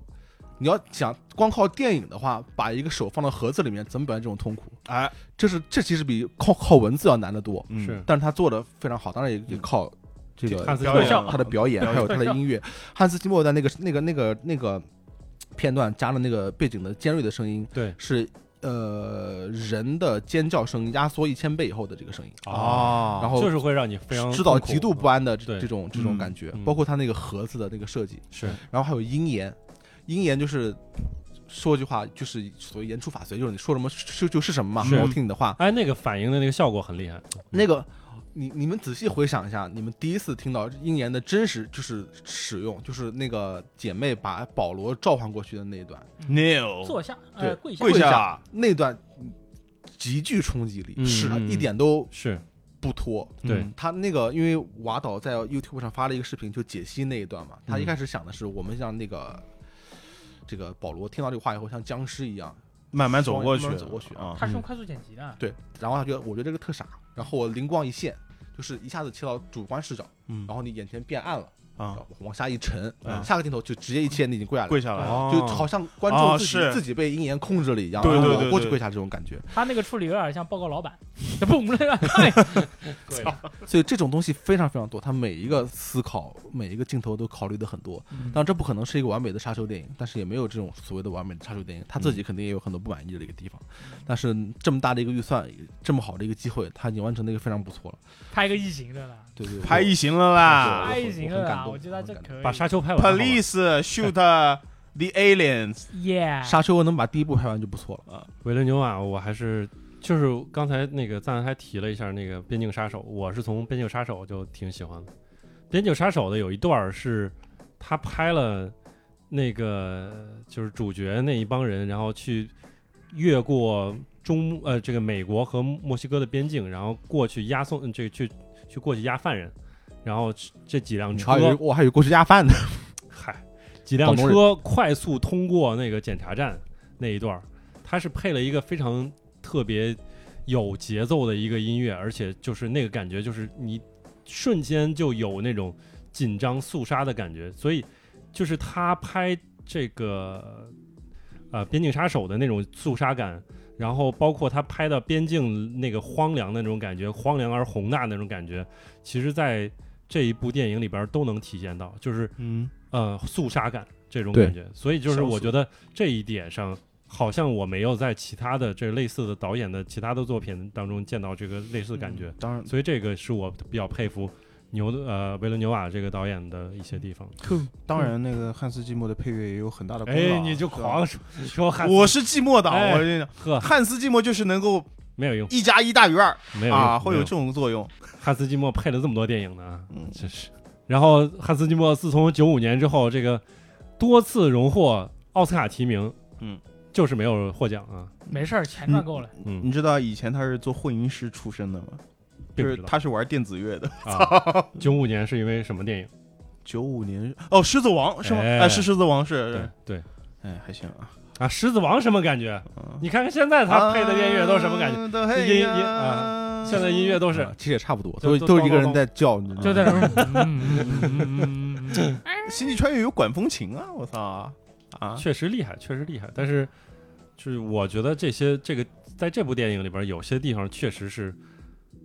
D: 你要想光靠电影的话，把一个手放到盒子里面，怎么表现这种痛苦？
B: 哎，
D: 这是这其实比靠靠文字要难得多。
B: 嗯
A: 是
D: 但是他做的非常好，当然也也靠这个
A: 汉斯季
B: 表演
A: 默
B: 了
D: 他的表演，
B: 表演
D: 还有他的音 乐。汉斯季默在那个那个那个那个片段加了那个背景的尖锐的声音，
A: 对
D: 是呃人的尖叫声压缩一千倍以后的这个声音，
B: 啊，
D: 然后
A: 就是会让你非常
D: 制造
A: 痛苦
D: 极度不安的这
A: 对
D: 这种这种
B: 嗯
D: 感觉
A: 嗯，
D: 包括他那个盒子的那个设计，
A: 是
D: 然后还有鹰言，鹰言就是。说句话就是所谓言出法随，就是你说什么就就是什么嘛。
A: 是
D: 我听你的话，
A: 哎，那个反应的那个效果很厉害，
D: 那个，你你们仔细回想一下，你们第一次听到鹰眼的真实就是使用，就是那个姐妹把保罗召唤过去的那一段，
B: Neil
E: 坐下，呃，
D: 对
E: 跪下，
B: 跪
D: 下
B: 下，
D: 那段极具冲击力，
A: 嗯
D: 是啊
A: 嗯
D: 一点都
A: 是
D: 不拖。
A: 对
B: 嗯
D: 他那个，因为瓦岛在 YouTube 上发了一个视频，就解析那一段嘛。他
A: 嗯
D: 一开始想的是，我们让那个这个保罗听到这个话以后，像僵尸一样，
B: 慢慢走过去，
D: 慢慢走过去
B: 啊，
E: 他是用快速剪辑的，
D: 对。然后他觉得，我觉得这个特傻。然后我灵光一现，就是一下子切到主观视角，
B: 嗯
D: 然后你眼前变暗了。
B: 啊，
D: 往下一沉，啊
B: 嗯
D: 下个镜头就直接一切你已经跪下来
B: 跪
D: 了，
B: 下来，
A: 哦
D: 就好像观众自己、
B: 哦是
D: 自己被鹰眼控制了一样，
B: 对对
D: 然后
B: 对对
D: 我过去跪下这种感觉。
E: 他那个处理有点像报告老板，不，哎
A: 对
D: 所以这种东西非常非常多，他每一个思考、每一个镜头都考虑的很多。
E: 嗯
D: 当然，这不可能是一个完美的沙丘电影，但是也没有这种所谓的完美的沙丘电影，他自己肯定也有很多不满意的一个地方。但是这么大的一个预算，这么好的一个机会，他已经完成的一个非常不错了。
E: 拍个异形的啦，
D: 对对，对
B: 拍异形了啦
E: 拍异形的
D: 我很感
E: 啦，
D: 动
E: 我觉得这可以。
A: 把沙丘
B: 哦
A: 拍完好了
B: ，Police shoot the aliens，
E: 耶，
D: 沙丘能把第一部拍完就不错了。
A: 维伦纽瓦，我还是就是刚才那个赞还提了一下那个《边境杀手》，我是从《边境杀手》就挺喜欢的，《边境杀手》的有一段儿是他拍了那个就是主角那一帮人，然后去越过中呃这个美国和墨西哥的边境，然后过去押送这个去去过去押犯人，然后这几辆车
D: 还有我还有过去压饭呢，
A: 嗨，几辆
D: 广东
A: 车快速通过那个检查站那一段儿，它是配了一个非常特别有节奏的一个音乐，而且就是那个感觉，就是你瞬间就有那种紧张肃杀的感觉，所以就是他拍这个呃《边境杀手》的那种肃杀感，然后包括他拍到边境那个荒凉的那种感觉，荒凉而宏大的那种感觉，其实在这一部电影里边都能体现到，就是
B: 嗯，
A: 呃肃杀感这种
D: 对
A: 感觉。所以就是
B: 消
A: 我
B: 暑
A: 觉得这一点上，好像我没有在其他的这类似的导演的其他的作品当中见到这个类似
B: 嗯
A: 的感觉，
B: 当然
A: 所以这个是我比较佩服牛的呃维伦纽瓦这个导演的一些地方。
B: 当然，那个汉斯季默的配乐也有很大的功劳啊。
A: 哎，你就
B: 对吧
A: 狂说说汉斯，
B: 我是寂寞党，
A: 哎
B: 我跟你讲，
A: 呵，
B: 汉斯季默就是能够
A: 没有用，
B: 一加一大于二
A: 没有用，
B: 啊，会
A: 没
B: 有
A: 有
B: 这种作用。
A: 汉斯季默配了这么多电影呢啊，
B: 嗯
A: 真是。然后汉斯季默自从九五年之后，这个多次荣获奥斯卡提名，
B: 嗯，
A: 就是没有获奖啊，
C: 没事儿，钱赚够了。
A: 嗯，
B: 你知道以前他是做混音师出身的吗？
A: 并
B: 就
A: 不
B: 是
A: 知道
B: 他是玩电子乐 的。
A: 啊。九五年是因为什么电影？
B: 九五年哦，《狮子王》是吗？
A: 哎
B: 哎，是《狮子王》是
A: 对
B: 是，
A: 对
B: 哎，还行啊。
A: 啊，《狮子王》什么感觉？
B: 嗯
A: 你看看现在 他配的音乐都是什么感觉？
B: 啊都嘿
A: 音音
B: 呀
A: 啊现在音乐都是
D: 啊其实也差不多，
A: 都都
D: 都都是一个
A: 都
D: 人在叫，你知道吗
C: 就在那儿，嗯嗯嗯嗯嗯嗯嗯
B: 《星际穿越》有管风琴啊！我操啊！啊
A: 确实厉害，确实厉害。但是，就是我觉得这些这个在这部电影里边，有些地方确实是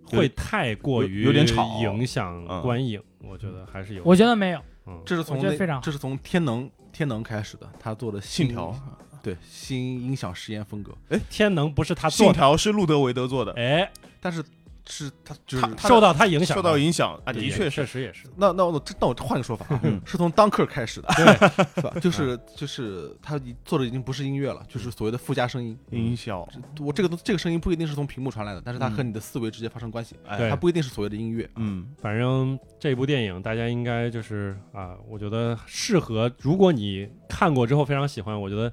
A: 会太过于
B: 有有点吵
A: 影响
B: 嗯
A: 观影。我觉得还是有。
C: 我觉得没有，
A: 嗯，
D: 这是从
C: 我觉得
D: 那
C: 非常好
D: 这是从天能天能开始的，他做的信
B: 信条，
C: 嗯
D: 对新音响实验风格，
A: 天能不是他
B: 信
A: 做的，
B: 条是路德维德做的，
A: 哎，
D: 但是是他就
B: 他
D: 是
B: 他
A: 受到他影响，
B: 受到影响啊，的确
A: 确
B: 是。
A: 实也是。
D: 那那我这那我换个说法啊
B: 嗯，
D: 是从当克开始的，
A: 对
D: 是 吧？就是就是他已做的已经不是音乐了，就是所谓的附加声音。
B: 音效，
D: 我这个东这个声音不一定是从屏幕传来的，但是它和
B: 嗯
D: 你的思维直接发生关系，
B: 哎
A: 对
D: 它不一定是所谓的音乐。
B: 嗯，
A: 反正这部电影大家应该就是啊，我觉得适合，如果你看过之后非常喜欢，我觉得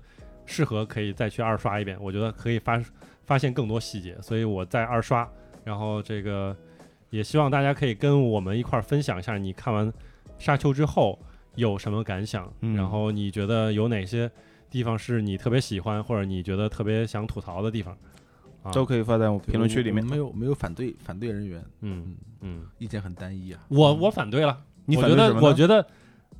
A: 适合可以再去二刷一遍，我觉得可以发发现更多细节，所以我再二刷，然后这个也希望大家可以跟我们一块儿分享一下你看完《沙丘》之后有什么感想，
B: 嗯
A: 然后你觉得有哪些地方是你特别喜欢或者你觉得特别想吐槽的地方，啊
B: 都可以发在我
D: 对
B: 评论区里面
D: 我。没有没有反对反对人员，
A: 嗯嗯，
D: 意见很单一啊。
A: 我我反对了。
B: 你
A: 我
B: 反
A: 觉
B: 对什
A: 得，
B: 么呢
A: 我觉得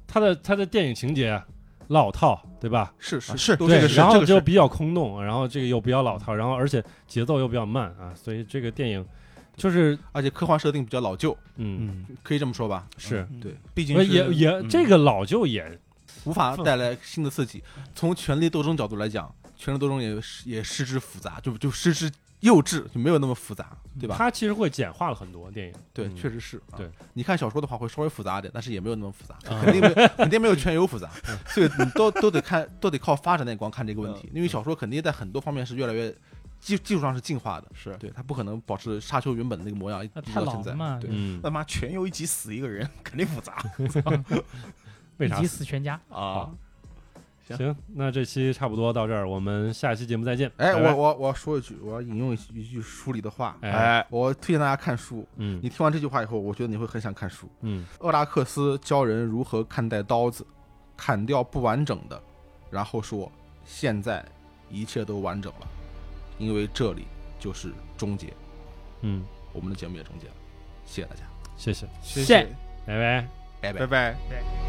A: 他的他的电影情节啊老套，对吧？
D: 是是
B: 啊是
D: 都
B: 这
A: 对
B: 个，是
A: 然
B: 这
A: 后
B: 个
A: 就是比较空洞，然后这个又比较老套，然后而且节奏又比较慢啊，所以这个电影就是
D: 而且科幻设定比较老旧，
A: 嗯
B: 嗯，
D: 可以这么说吧？
A: 是，
D: 对，
B: 毕竟
A: 所
B: 是
A: 以也也
D: 嗯
A: 这个老旧也
D: 无法带来新的刺激。从权力斗争角度来讲，权力斗争也是也失之复杂，就就失之幼稚，就没有那么复杂，对吧？
A: 它其实会简化了很多电影，
D: 对，
A: 嗯
D: 确实是。啊
A: 对，
D: 你看小说的话会稍微复杂一点，但是也没有那么复杂，
A: 啊
D: 肯定没有肯定没有全游复杂，所以你都都得看，都得靠发展眼光看这个问题，因为小说肯定在很多方面是越来越技技术上是进化的，
B: 是
D: 对，它不可能保持沙丘原本的那个模样一
C: 啊
D: 直
C: 太
D: 到
C: 老
D: 现在
C: 了。嘛，
D: 对
A: 嗯，
B: 他妈全游一集死一个人， 肯定复杂
A: 为
C: 一
A: 啥
C: 集？死全家。
B: 啊。
A: 行，那这期差不多到这儿，我们下期节目再见。
D: 哎，
A: 拜拜
D: 我我我要说一句，我要引用一句一句书里的话，
A: 哎，
D: 我推荐大家看书。
A: 嗯
D: 你听完这句话以后，我觉得你会很想看书。
A: 嗯，
D: 厄拉克斯教人如何看待刀子，砍掉不完整的，然后说：“现在一切都完整了，因为这里就是终结。
A: 嗯，”
D: 我们的节目也终结了，谢谢大家，
A: 谢谢，
C: 谢谢
A: 拜拜。
D: 拜拜
B: 拜。拜。
C: 对。